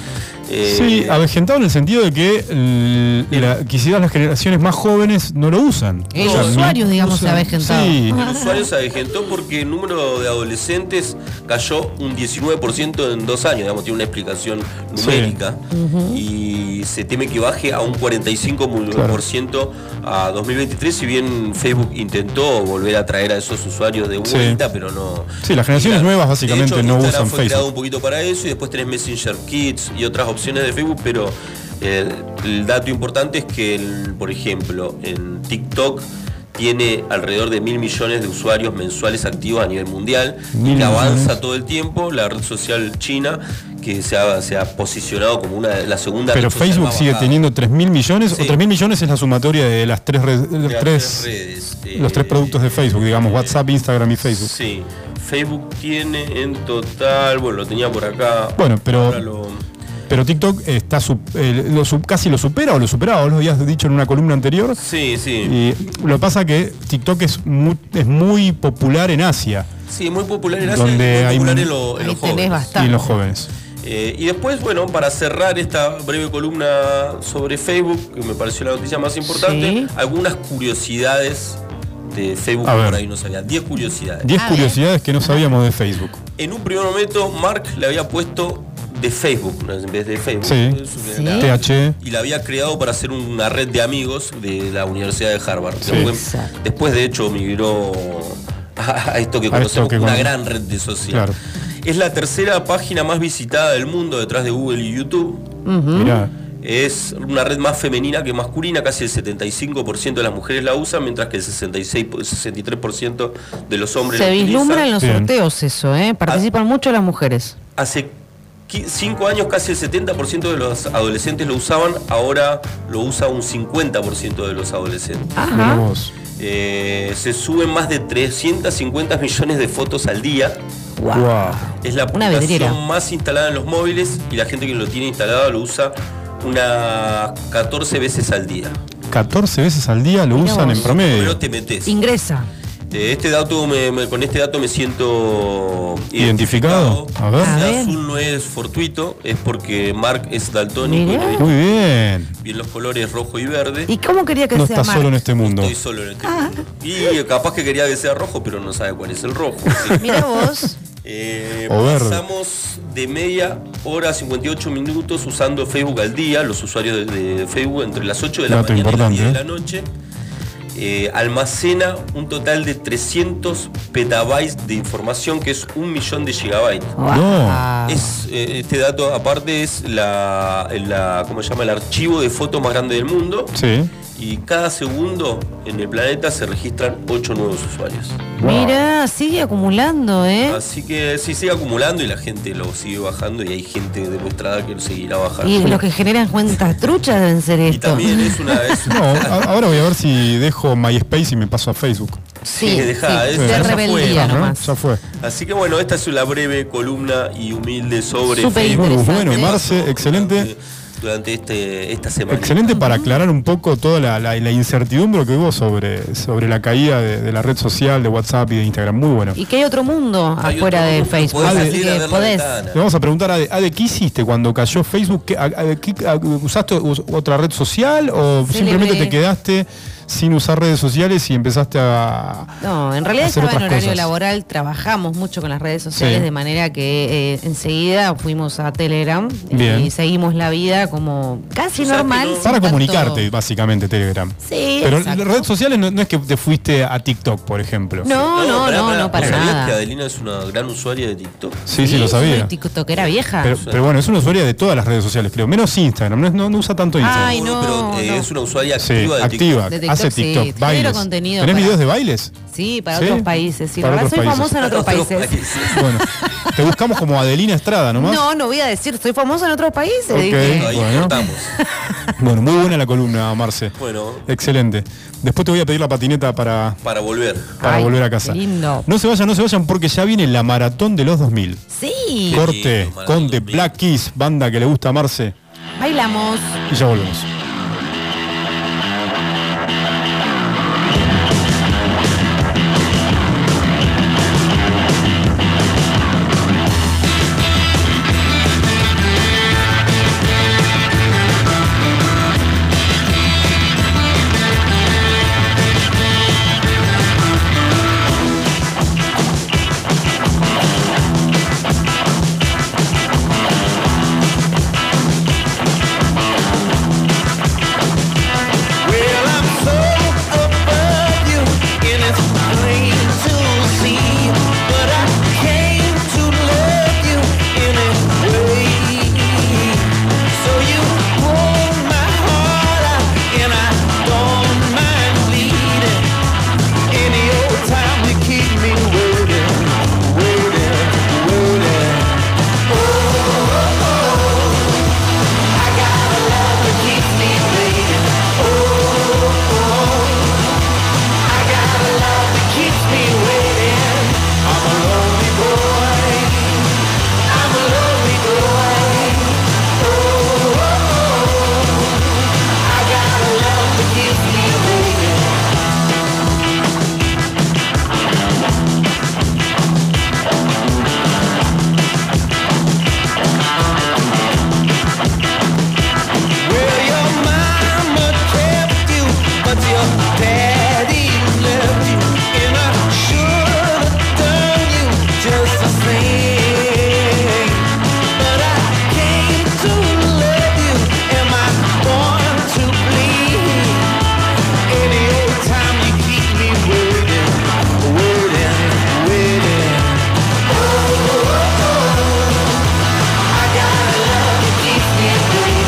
D: Eh,
B: Sí, avejentado en el sentido de que l- la- quizás las generaciones más jóvenes no lo usan.
C: El
B: O sea, no
C: usuario, digamos, se
B: usan-
C: ha avejentado.
B: Sí.
D: El usuario se avejentó porque el número de adolescentes cayó un 19% en dos años, digamos, tiene una explicación
B: Sí.
D: numérica. Y se teme que baje a un 45% a 2023, si bien Facebook intentó volver a traer a esos usuarios de
B: Sí.
D: vuelta, pero no.
B: Sí, las generaciones nuevas básicamente
D: de hecho,
B: no
D: Instagram
B: usan
D: fue creado
B: Facebook.
D: un poquito para eso y después tenés Messenger Kids y otras opciones de Facebook, pero eh, el dato importante es que, el- por ejemplo, en TikTok tiene alrededor de mil millones de usuarios mensuales activos a nivel mundial y
B: Mil
D: que
B: millones.
D: avanza todo el tiempo la red social china que se ha, se ha posicionado como una de- la segunda
B: Pero
D: red social
B: Facebook
D: más
B: sigue
D: bajada.
B: teniendo 3 mil millones,
D: Sí.
B: o 3 mil millones es la sumatoria de las tres, red- los,
D: las
B: tres,
D: tres redes, eh,
B: los tres productos de Facebook, digamos, WhatsApp, Instagram y Facebook.
D: Sí, Facebook tiene en total, bueno, lo tenía por acá.
B: Bueno, pero-
D: ahora lo-
B: Pero TikTok está su- eh, lo su- casi lo supera o lo superaba, vos lo habías dicho en una columna anterior.
D: Sí, sí.
B: Y lo que pasa que TikTok es muy, es muy popular en Asia.
D: Sí, es muy popular en Asia y
B: Donde
D: muy
B: hay
D: popular
B: mu-
D: en, lo- en los
C: tenés
D: jóvenes.
B: Y en los jóvenes.
D: Eh, y después, bueno, para cerrar esta breve columna sobre Facebook, que me pareció la noticia más importante, algunas curiosidades de Facebook
B: A
D: que por
B: ver.
D: ahí no sabía. 10 curiosidades.
B: 10 curiosidades que no sabíamos de Facebook.
D: En un primer momento, Mark le había puesto de Facebook, ¿no? en vez de Facebook.
B: Sí.
D: Es una-
B: Sí.
D: la-
B: TH.
D: Y la había creado para hacer una red de amigos de la Universidad de Harvard.
B: Sí.
D: Después, después, de hecho, migró a, a esto que
B: A
D: conocemos,
B: esto que
D: una
B: cono-
D: gran red de sociedad.
B: Claro.
D: Es la tercera página más visitada del mundo detrás de Google y YouTube.
B: Mirá,
D: Es una red más femenina que masculina, casi el 75% de las mujeres la usan, mientras que el 66, po- 63% de los hombres
C: Se
D: la
C: vislumbra en
D: utilizan. Ah.
C: los sorteos eso, ¿eh? Participan mucho las mujeres.
D: Hace 5 años casi el 70% de los adolescentes lo usaban, ahora lo usa un 50% de los adolescentes.
B: mirá vos.
D: Eh, se suben más de 350 millones de fotos al día.
B: Guau.
D: Es la
C: Una vidriera.
D: aplicación más instalada en los móviles y la gente que lo tiene instalado lo usa unas 14 veces al día.
B: 14 veces al día lo
D: Mirá
B: usan
D: vos.
B: en promedio.
D: Pero te metes.
C: Ingresa.
D: Eh, este dato me- me- con este dato me siento
B: Identificado. A ver.
D: El azul no es fortuito, es porque Mark es daltónico. y
C: Mirá.
D: le
B: Muy bien.
D: bien los colores rojo y verde.
C: ¿Y cómo quería que
B: No
C: sea
B: estás
C: Mark?
B: solo en este mundo. Ah.
D: Estoy solo en este mundo. Y capaz que quería que sea rojo, pero no sabe cuál es el rojo. así que,
C: Mira vos.
D: eh,
B: O verde.
D: pasamos de media hora a 58 minutos usando Facebook al día, los usuarios de, de Facebook entre las 8 de la
B: Dato
D: mañana y las 10 de
B: importante,
D: la noche. Eh, almacena un total de 300 petabytes de información, que es un millón de gigabytes.
B: No.
D: Es, eh, este dato aparte es la, la- ¿cómo se llama? el archivo de fotos más grande del mundo
B: Sí.
D: y cada segundo en el planeta se registran 8 nuevos usuarios.
C: Mira, sigue acumulando, ¿eh?
D: Así que sí, sigue acumulando y la gente lo sigue bajando y hay gente de nuestra edad que lo seguirá bajando.
C: Y los que generan cuentas truchas deben ser esto.
D: Ah, También es una... Es
B: No, a- ahora voy a ver si dejo MySpace y me paso a Facebook.
D: Sí, Sí, dejá, sí, es- de
B: Ya fue,
D: rebeldía
B: ¿no?
D: nomás.
B: Ya fue.
D: Así que bueno, esta es la breve columna y humilde sobre
B: Bueno,
D: Facebook.
B: bueno, Marce, excelente.
D: Durante este, esta semana.
B: Excelente para aclarar un poco toda la, la- la incertidumbre que hubo sobre, sobre la caída de, de la red social, de WhatsApp y de Instagram. Muy bueno.
C: Y que hay otro mundo afuera de Facebook.
B: podés
C: Así
B: salir
C: que podés.
B: Le vamos a preguntar a Ade, Ade, ¿qué hiciste cuando cayó Facebook? ¿Qué- a- a- qué- a- ¿Usaste us- otra red social o
C: Celebré.
B: simplemente te quedaste sin usar redes sociales y empezaste a...
C: No, en realidad
B: hacer
C: estaba en
B: otras
C: horario
B: cosas.
C: laboral, trabajamos mucho con las redes sociales,
B: Sí.
C: de manera que eh, enseguida fuimos a Telegram eh,
B: Bien.
C: y seguimos la vida como casi normal. sin
B: Para
C: tanto-
B: comunicarte, básicamente, Telegram.
C: Sí,
B: Pero
C: exacto.
B: redes sociales no, no es que te fuiste a TikTok, por ejemplo.
C: No, no, no, no, para
D: ¿Sabías que
C: nada.
D: Adelina es una gran usuaria de TikTok?
B: Sí, sí, lo sabía.
C: TikTokera vieja.
B: Pero, pero bueno, es una usuaria de todas las redes sociales, creo. Menos Instagram. No, es- no- no usa tanto Instagram.
C: Ay, no,
D: Pero eh,
C: no.
D: es una usuaria
B: Sí,
D: activa de
B: activa.
D: TikTok.
C: De TikTok,
B: Hace
C: sí.
B: TikTok,
C: Genero
B: bailes.
C: contenido
B: ¿Tenés
C: para-
B: videos de bailes?
C: Sí, para
B: ¿Sí?
C: otros países. Sí, la
B: Para
C: verdad soy
B: otros países.
C: famosa en otros países.
B: Bueno, te buscamos como Adelina Estrada nomás.
C: No, no voy a decir, soy famosa en otros países.
B: Ok,
C: dije.
B: bueno. Bueno, muy buena la columna, Marce.
D: Bueno.
B: Excelente. Después te voy a pedir la patineta para,
D: Para volver.
B: para volver a casa. No se vayan, no se vayan porque ya viene la maratón de los 2000.
C: Sí.
B: Corte con The Black Keys, banda que le gusta a Marce.
C: Bailamos.
B: Y ya volvemos.
E: Well, I'm so above you, and it's plain to see. But I came to love you in a way. So you pull my heart out, and I don't mind bleeding. Any old time you keep me waiting, waiting, waiting. Oh, oh, oh. I got a love that keeps me waiting. Well, your mama kept you, but your daddy left you, and I should have done you just the same. But I came to love you, am I born to bleed? Any old time you keep me waiting, waiting, waiting. Oh, oh, oh. I got a love that keeps me waiting.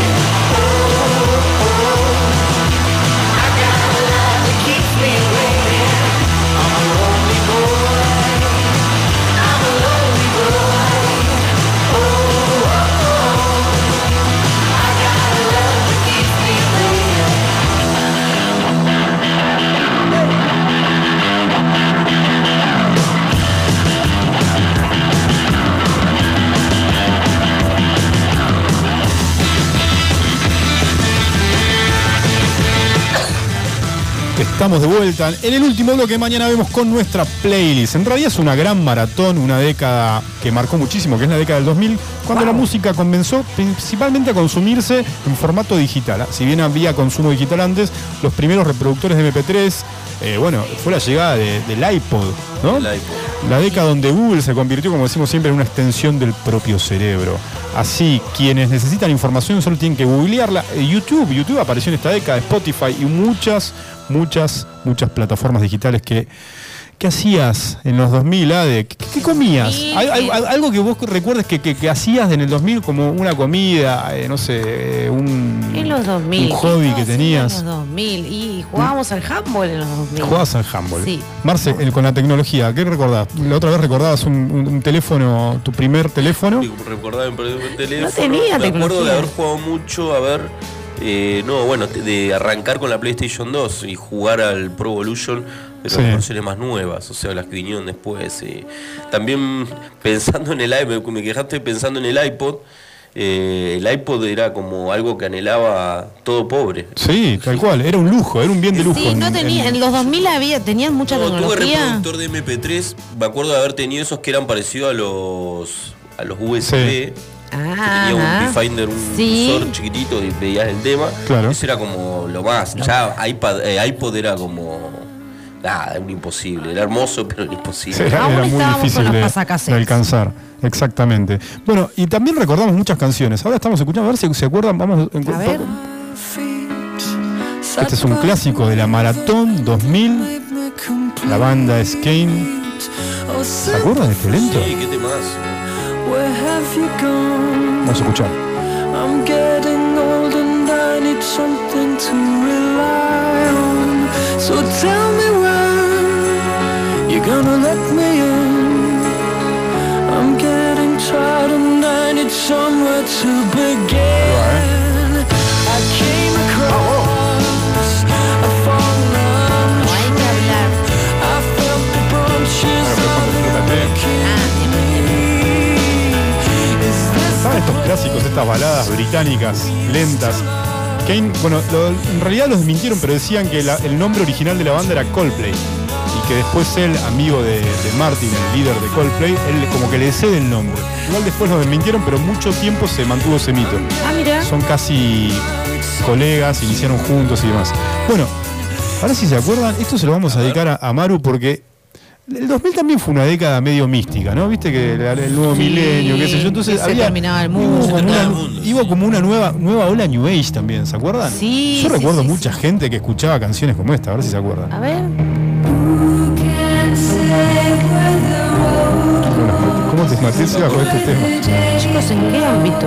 B: Estamos de vuelta en el último bloque que mañana vemos con nuestra playlist. En realidad es una gran maratón, una década que marcó muchísimo, que es la década del 2000, cuando la música comenzó principalmente a consumirse en formato digital. ¿ah? Si bien había consumo digital antes, los primeros reproductores de MP3, eh, bueno, fue la llegada de- del iPod, ¿no? La década donde Google se convirtió, como decimos siempre, en una extensión del propio cerebro. Así, quienes necesitan información solo tienen que googlearla. Eh, YouTube, YouTube apareció en esta década, Spotify y muchas, muchas, muchas plataformas digitales que, ¿Qué hacías en los 2000, Ade? ¿Qué, qué comías?
C: Sí,
B: Al- al-
C: sí.
B: al- algo que vos recuerdes que, que- que hacías en el 2000 como una comida, eh, no sé, eh, un,
C: En los 2000.
B: un hobby que
C: ¿qué
B: tenías.
C: En los 2000. Y jugábamos al handball en los 2000.
B: Jugabas al handball.
C: Sí.
B: Marce, eh, con la tecnología, ¿qué recordás? La otra vez recordabas un, un- un teléfono, tu primer teléfono.
D: Recordaba en el teléfono.
B: No tenía
D: Me acuerdo de
B: tecnología.
D: haber jugado mucho, a ver. eh, no, bueno, te- de arrancar con la PlayStation 2 y jugar al Pro Evolution, pero
B: Sí.
D: las versiones más nuevas, o sea, las que vinieron después. eh. También pensando en el iPod, me quejaste pensando en el iPod. eh, el iPod era como algo que anhelaba todo pobre.
B: Sí, tal cual, era un lujo, era un bien de lujo.
C: Sí, no
B: en-
C: tenía, en los 2000 había, tenían mucha
D: Tuve
C: tecnología.
D: reproductor de MP3, me acuerdo de haber tenido esos que eran parecidos a los a los USB. Tenía un
C: Ajá.
D: Viewfinder, un
C: Ah, Sí.
D: visor chiquitito y veías el tema.
B: Claro.
D: Eso era como lo más. Ya iPad, eh, iPod era como. Nada, un imposible. Era hermoso, pero era imposible.
B: Era, era muy difícil de, de alcanzar. Exactamente. Bueno, y también recordamos muchas canciones. Ahora estamos escuchando, a ver si se acuerdan. Vamos en- Este es un clásico de la Maratón 2000. La banda es Kane. ¿Se acuerdan de este lento?
D: Sí, qué temas.
E: Where have you gone?
B: Vamos a escuchar.
E: I'm getting old and I need something to rely on. So tell me when you're gonna let me in. I'm getting tired and I need somewhere to begin. I came across a fallen arm. I felt the branches of it killing me. Is this
B: ¿Saben Ah, estos clásicos, estas baladas británicas, lentas? Kane, bueno, lo- en realidad los mintieron, pero decían que la- el nombre original de la banda era Coldplay. Y que después él, amigo de, de Martin, el líder de Coldplay, él como que le cede el nombre. Igual después lo desmintieron, pero mucho tiempo se mantuvo ese mito.
C: Ah, mira.
B: Son casi colegas, iniciaron juntos y demás. Bueno, ahora si se acuerdan, esto se lo vamos a dedicar a, a Maru porque el 2000 también fue una década medio mística, ¿no? Viste que la- el nuevo
C: Sí,
B: milenio, qué sé yo. Entonces
C: que se
B: había,
C: terminaba el
B: hubo
C: mundo.
B: como
C: Se
B: una-
C: terminaba el
B: iba como una nueva, nueva ola New Age también, ¿se acuerdan?
C: Sí,
B: Yo
C: sí,
B: recuerdo
C: sí,
B: mucha gente que escuchaba canciones como esta, a ver si se acuerdan.
C: A ver.
B: ¿Cómo te maté bajo este tema?
C: Chicos, ¿en qué ámbito?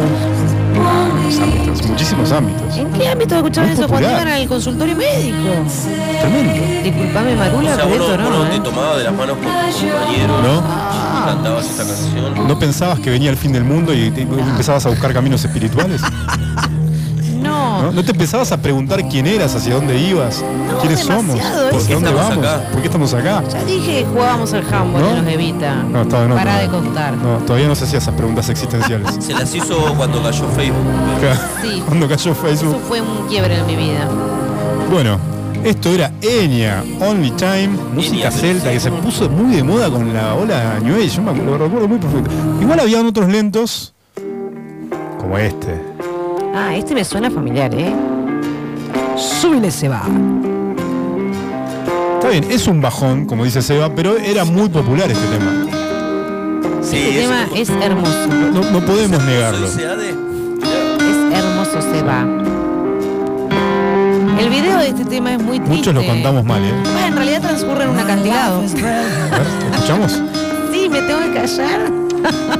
B: Muchos ámbitos, muchísimos ámbitos.
C: ¿En qué ámbito escuchaban
B: Muy
C: eso? Cuando
B: popular.
C: iban al consultorio médico.
B: Tremendo.
C: Disculpame,
D: O
C: Marula,
D: sea,
C: pero
D: vos no,
C: esto
D: vos no
C: no.
D: te
C: ¿eh?
D: tomabas de las manos con tus compañeros
B: ¿No?
D: y cantabas esta canción.
B: ¿No pensabas que venía el fin del mundo y te- empezabas a buscar caminos espirituales?
C: No.
B: ¿No? ¿No te empezabas a preguntar quién eras, hacia dónde ibas, quiénes somos,
C: demasiado
B: por
C: eso.
B: qué dónde
C: Estamos
B: vamos, por qué estamos acá?
C: Ya dije que jugábamos al handball
B: ¿No?
C: en los Evita.
B: No, estaba- no,
C: Pará de
B: no.
C: contar.
B: No, todavía no se hacía esas preguntas existenciales.
D: Se las hizo cuando cayó Facebook.
C: Sí.
B: Cuando cayó
C: Eso
B: Facebook.
C: fue un quiebre en mi vida.
B: Bueno, esto era Enya, Only Time, música celta que se puso muy de moda con la ola New Age, yo me ac- lo recuerdo muy perfecto. Igual habían otros lentos, como este.
C: Ah, este me suena familiar, ¿eh? Súbele se va.
B: Está bien, es un bajón, como dice Seba, pero era muy popular este tema.
C: este tema es hermoso.
B: No, no podemos negarlo.
C: Es hermoso se va. El video de este tema es muy triste.
B: Muchos lo contamos mal, ¿eh?
C: Bueno, en realidad transcurre en un acantilado.
B: A ver, ¿escuchamos?
C: Sí, me tengo que callar.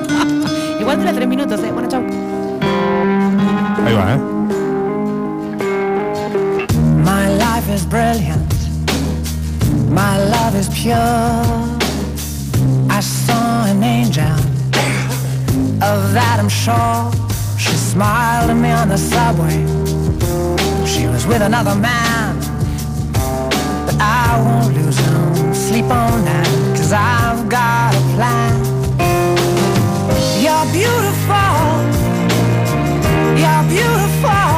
C: Igual dura tres minutos, ¿eh? Bueno, chau.
B: Ahí va, ¿eh?
E: My life is brilliant. My love is pure. I saw an angel. of that I'm sure. She smiled at me on the subway. She was with another man. But I won't lose him. Sleep on that. Cause I've got a plan. You're beautiful. You're beautiful.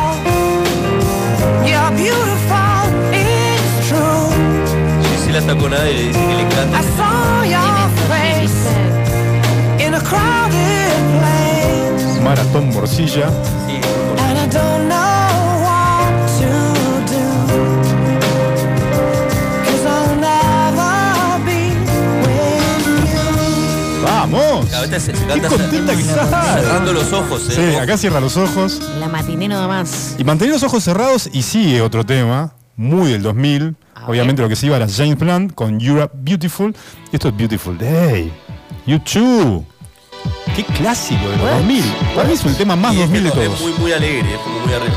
E: You're beautiful, it's true.
D: Gisela está con Ade y le dice que le encanta.
E: I
C: Ah,
E: saw your face in a crowded place,
B: Maratón Morcilla.
E: and I don't know what to do. Cause I'll never be with you.
B: ¡Vamos!
D: Ahorita se, se canta
B: contenta que estás!
D: cerrando los ojos,
B: Sí,
D: eh.
B: acá cierra los ojos.
C: La matiné nada más.
B: Y mantener los ojos cerrados y sigue otro tema. muy del 2000. Obviamente lo que se iba era James Blunt con Europe Beautiful. Esto es Beautiful Day. You Too. Qué clásico de los 2000. Para mí es un tema más
D: Y es,
B: 2000 de
D: que es
B: todos.
D: muy, muy alegre, es como muy arriba.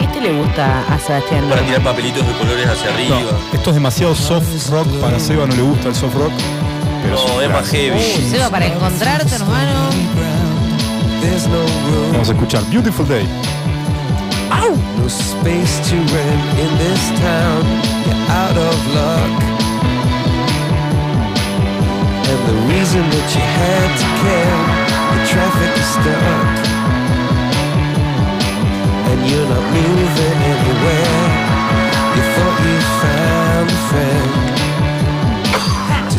C: Este le gusta a Sebastián.
D: Para tirar papelitos de colores hacia arriba.
B: Esto es demasiado soft rock para Seba, no le gusta el soft rock. Pero
D: No, es más heavy.
C: Uh, Seba, para encontrarte, hermano.
B: Vamos a escuchar Beautiful Day.
S: No space to rent in this town. You're out of luck. And the reason that you had to care, the traffic is stuck. And you're not moving anywhere. You thought you found a friend to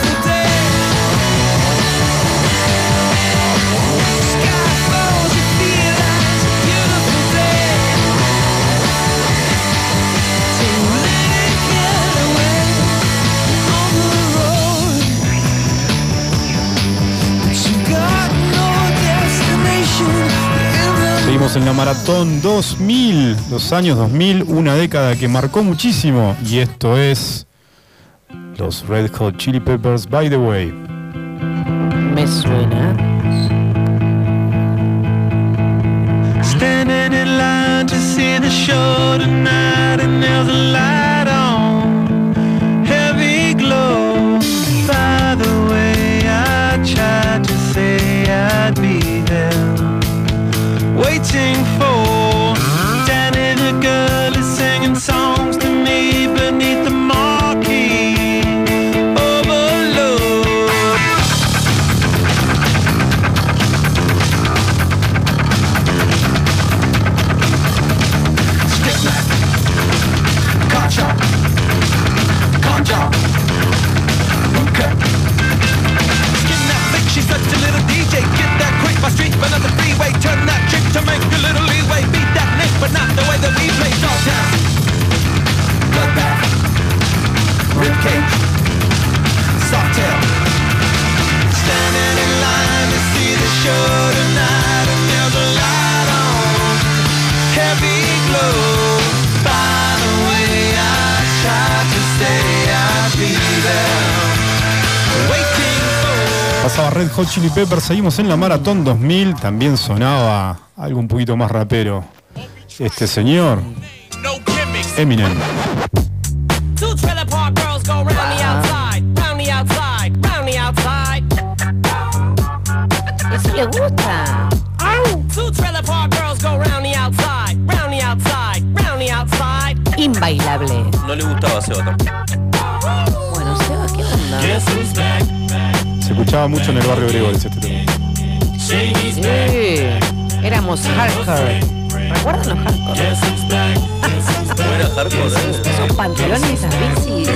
S: day. Sky falls, you feel that it's a beautiful day. To let it get away on the road. But you got no destination.
B: Seguimos en la maratón 2000, los años 2000, una década que marcó muchísimo. Y esto es los Red Hot Chili Peppers, by the way.
C: Me suena.
E: Standing in line to see the show tonight, and there's a light on, heavy glow. By the way, I tried to say I'd be there, waiting for. Down in the girl is singing songs to me beneath the marquee. Overload.
R: She's such a little DJ, get that quick by street, but not the freeway. Turn that trick to make a little leeway. Beat that nick, but not the way that we play. Dog town, bloodbath, ribcage, softail. Standing in line to see the show tonight, and there's a light on, heavy glow. By the way, I tried to stay, I'd be there.
B: Pasaba Red Hot Chili Peppers, seguimos en la maratón 2000, también sonaba algo un poquito más rapero. Este señor, Eminem.
T: Two trailer park girls go round the outside, round the outside, round the outside.
C: Eso le gusta.
T: Two trailer park girls go round the outside, round the outside, round the outside.
C: Inbailable.
D: No le gustaba a Seba tampoco.
C: Bueno, Seba, ¿qué onda?
B: Se escuchaba mucho en el barrio Gregores este tema.
C: Sí. Éramos hardcore. ¿Recuerdan los hardcore?
D: ¿Cómo era hardcore? eh?
C: Esos pantalones y esas bicis.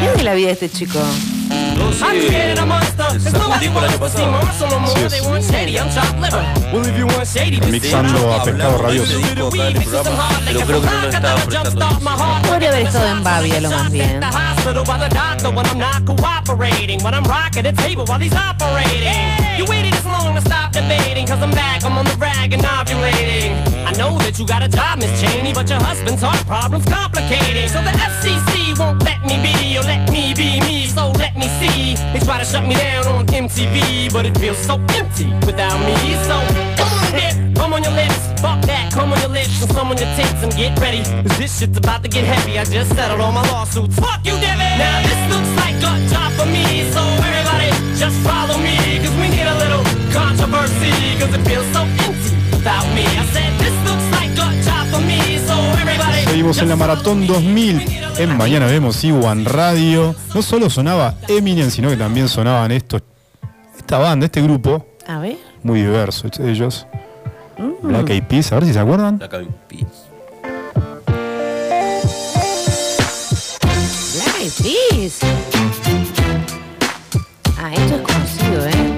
C: ¿Qué es de la vida de este chico?
T: I'm scared of the monster. There's nobody
D: Tipo el año
T: wants to see
D: pasado.
T: monster no more. They want shady. I'm chopped liver. Well, if you want shady, this
B: Remixando a Pescado Rabioso.
D: este Pero creo que no lo estaba prestando.
C: Podría haber estado en Babia lo más bien.
T: hospital by the doctor when I'm not cooperating. When I'm rocking the table while he's operating. You waited this long to stop debating, cause I'm back, I'm on the rag and ovulating. I know that you got a job, Miss Cheney, but your husband's heart problem's complicating. So the FCC won't let me be, or let me be me, so let me see. They try to shut me down on MTV, but it feels so empty without me. So come on, dip, come on your lips, fuck that, come on your lips, and come on your tits and get ready. 'cause this shit's about to get heavy, I just settled all my lawsuits. Fuck you, Devin! Now this looks like a job for me, so everybody just follow me, cause we need a little controversy, cause it feels so empty without me. I said this looks like a job for me, so everybody
B: Seguimos en la Maratón 2000. En Mañana vemos Iwan Radio. No solo sonaba Eminem, sino que también sonaban estos, esta banda, este grupo,
C: A ver.
B: muy diverso ellos.
C: Mm.
B: Black Eyed Peas, a ver si se acuerdan.
D: Black Eyed Peas.
C: Black Eyed Peas. Ah, esto es conocido, ¿eh?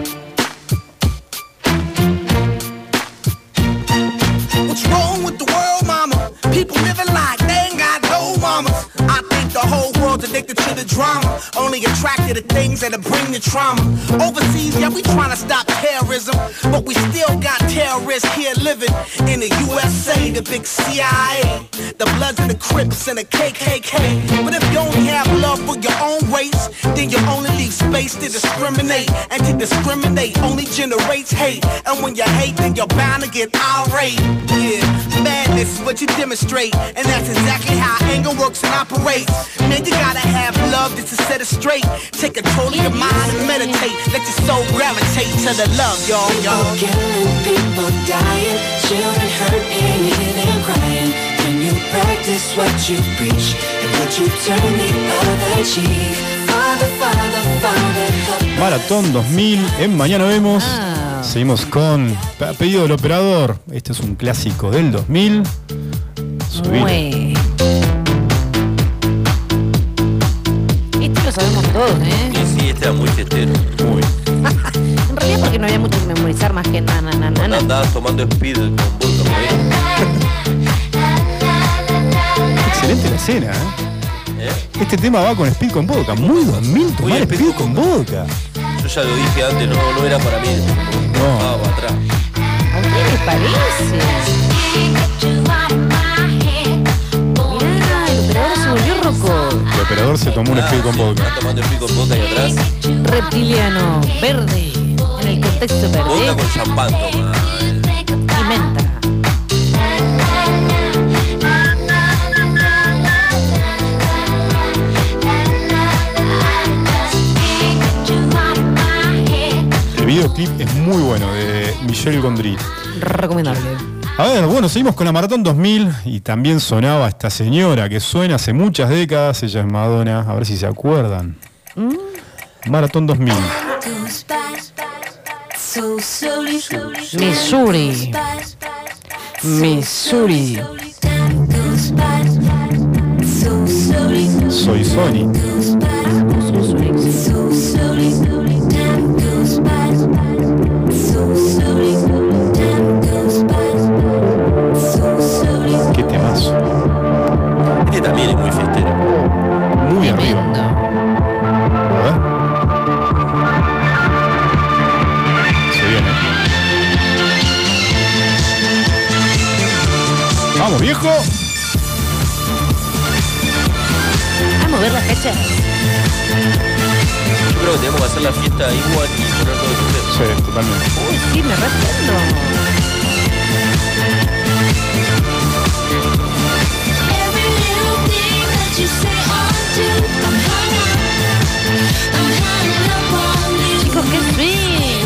A: The whole world's addicted to the drama. Only attracted to things that'll bring the trauma. Overseas, yeah, we tryna stop terrorism. But we still got terrorists here living in the USA, the big CIA. The Bloods and the Crips and the KKK. But if you only have love for your own race, then you only leave space to discriminate. And to discriminate only generates hate. And when you hate, then you're bound to get irate. Yeah, madness is what you demonstrate. And that's exactly how anger works and operates. Man, you gotta have love just to set it straight. Take control of your mind and meditate. Let your soul gravitate to the love, y'all, y'all.
U: People killing, people dying, children hurting, you hear them crying. Can you practice what you preach? And would you turn the other cheek? Father, Father, Father, help
B: Maratón 2000 en Mañana Vemos. Seguimos con pe- pedido del operador. Este es un clásico del 2000. Subir.
C: Esto lo sabemos todos, ¿eh?
D: Y sí, este era muy fiestero.
B: Muy.
C: En realidad porque no había mucho que memorizar más que na, na, na, na, na.
D: Andabas tomando speed con vos Eh, también.
B: Excelente la escena, ¿eh? Este tema va con Speed con Vodka. Muy 2000 tomar Speed, con Vodka.
D: Yo ya lo dije antes, no, no era para mí. No. Estaba para atrás.
C: ¿A quién les parece? Mirá, el operador se volvió roco.
B: El operador se tomó un Speed con Vodka.
D: Ah, tomando speed con vodka y atrás.
C: Reptiliano, verde. En el contexto
D: Vodka
C: verde.
D: con champán toma.
C: Y menta.
B: El videoclip es muy bueno de Michelle Gondry.
C: Recomendable.
B: A ver, bueno, seguimos con la Maratón 2000 y también sonaba esta señora que suena hace muchas décadas, ella es Madonna, a ver si se acuerdan. Maratón 2000.
U: goes by so slowly.
C: Missouri. Missouri.
B: Soy Sony. Qué temazo.
D: Este también es muy fiestero.
B: Muy arriba. A ver. Se viene. Vamos, viejo.
C: A mover las fechas.
D: Yo creo que tenemos que hacer la fiesta igual y poner todo eso.
B: Sí, totalmente.
C: Uy, sí, me respondo. Chicos, qué fin.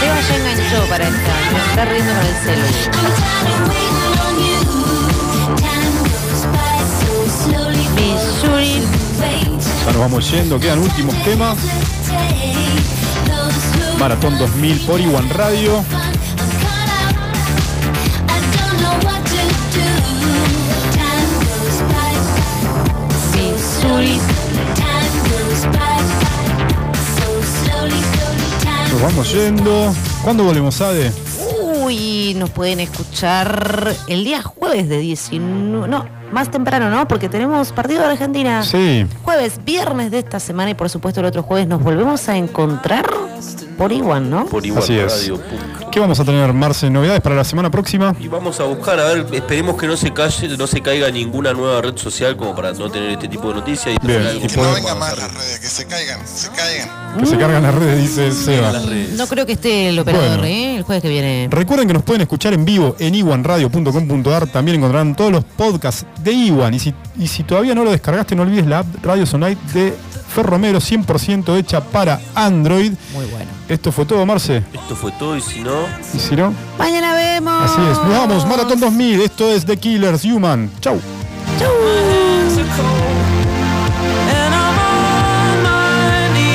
C: Seba ya enganchó para esta. Me está riendo con el celu. Missouri.
B: Ya nos vamos yendo, quedan últimos temas. Maratón 2000 por Iwan Radio. Nos vamos yendo. ¿Cuándo volvemos, Ade?
C: Uy, nos pueden escuchar el día jueves de 19. No, más temprano, ¿no? Porque tenemos partido de Argentina.
B: Sí.
C: Jueves, viernes de esta semana y por supuesto el otro jueves nos volvemos a encontrar por Iguan, ¿no?
D: Por igual
B: Así es.
D: radio.
B: ¿Qué vamos a tener, Marce? ¿Novedades para la semana próxima?
D: Y vamos a buscar, a ver, esperemos que no se calle, no se caiga ninguna nueva red social como para no tener este tipo de noticias. Y
B: Bien,
D: tener algo
B: y
D: que
B: podemos-
D: podamos hacer.
B: Que se cargan las redes, dice Seba.
C: No creo que esté el operador,
B: Bueno.
C: ¿eh? El jueves que viene.
B: Recuerden que nos pueden escuchar en vivo en iwanradio.com.ar. También encontrarán todos los podcasts de Iwan. Y si, y si todavía no lo descargaste, no olvides la app Radio Sonite de Ferromero, 100% hecha para Android.
C: Muy bueno.
B: Esto fue todo, Marce.
D: Esto fue todo y si no,
B: ¿Y si no?
C: Mañana vemos.
B: Así es. Nos vamos, Maratón 2000. Esto es The Killers Human. Chau.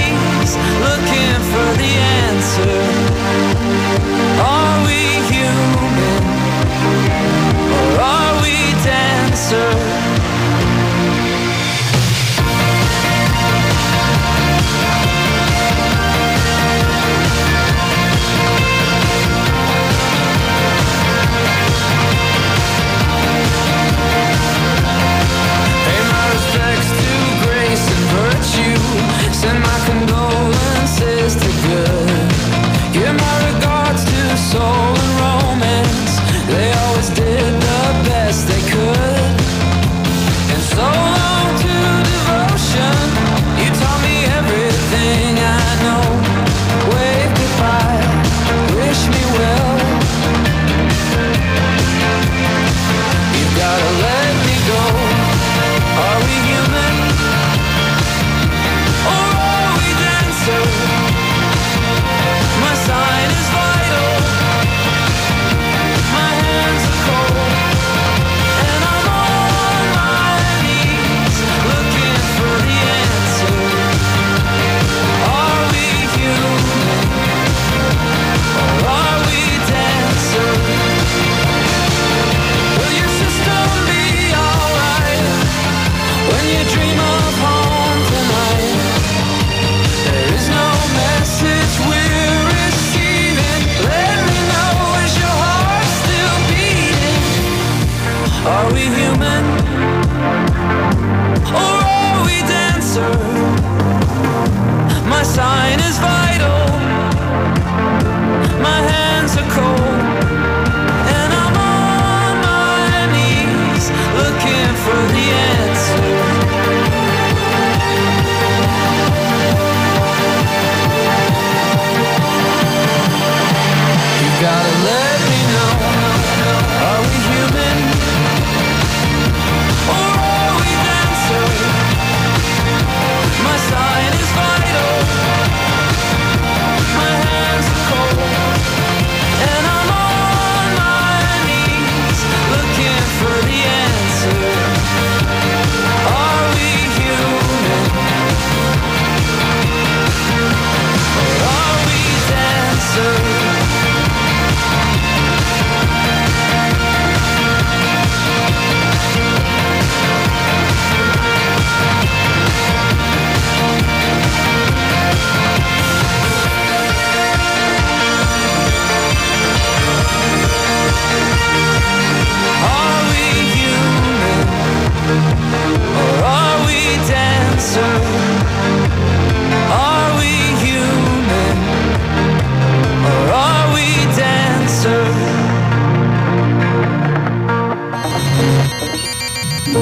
E: Looking for the answer. Are we human or are we dancer? Hey, my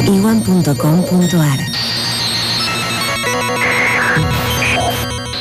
C: iwan.com.ar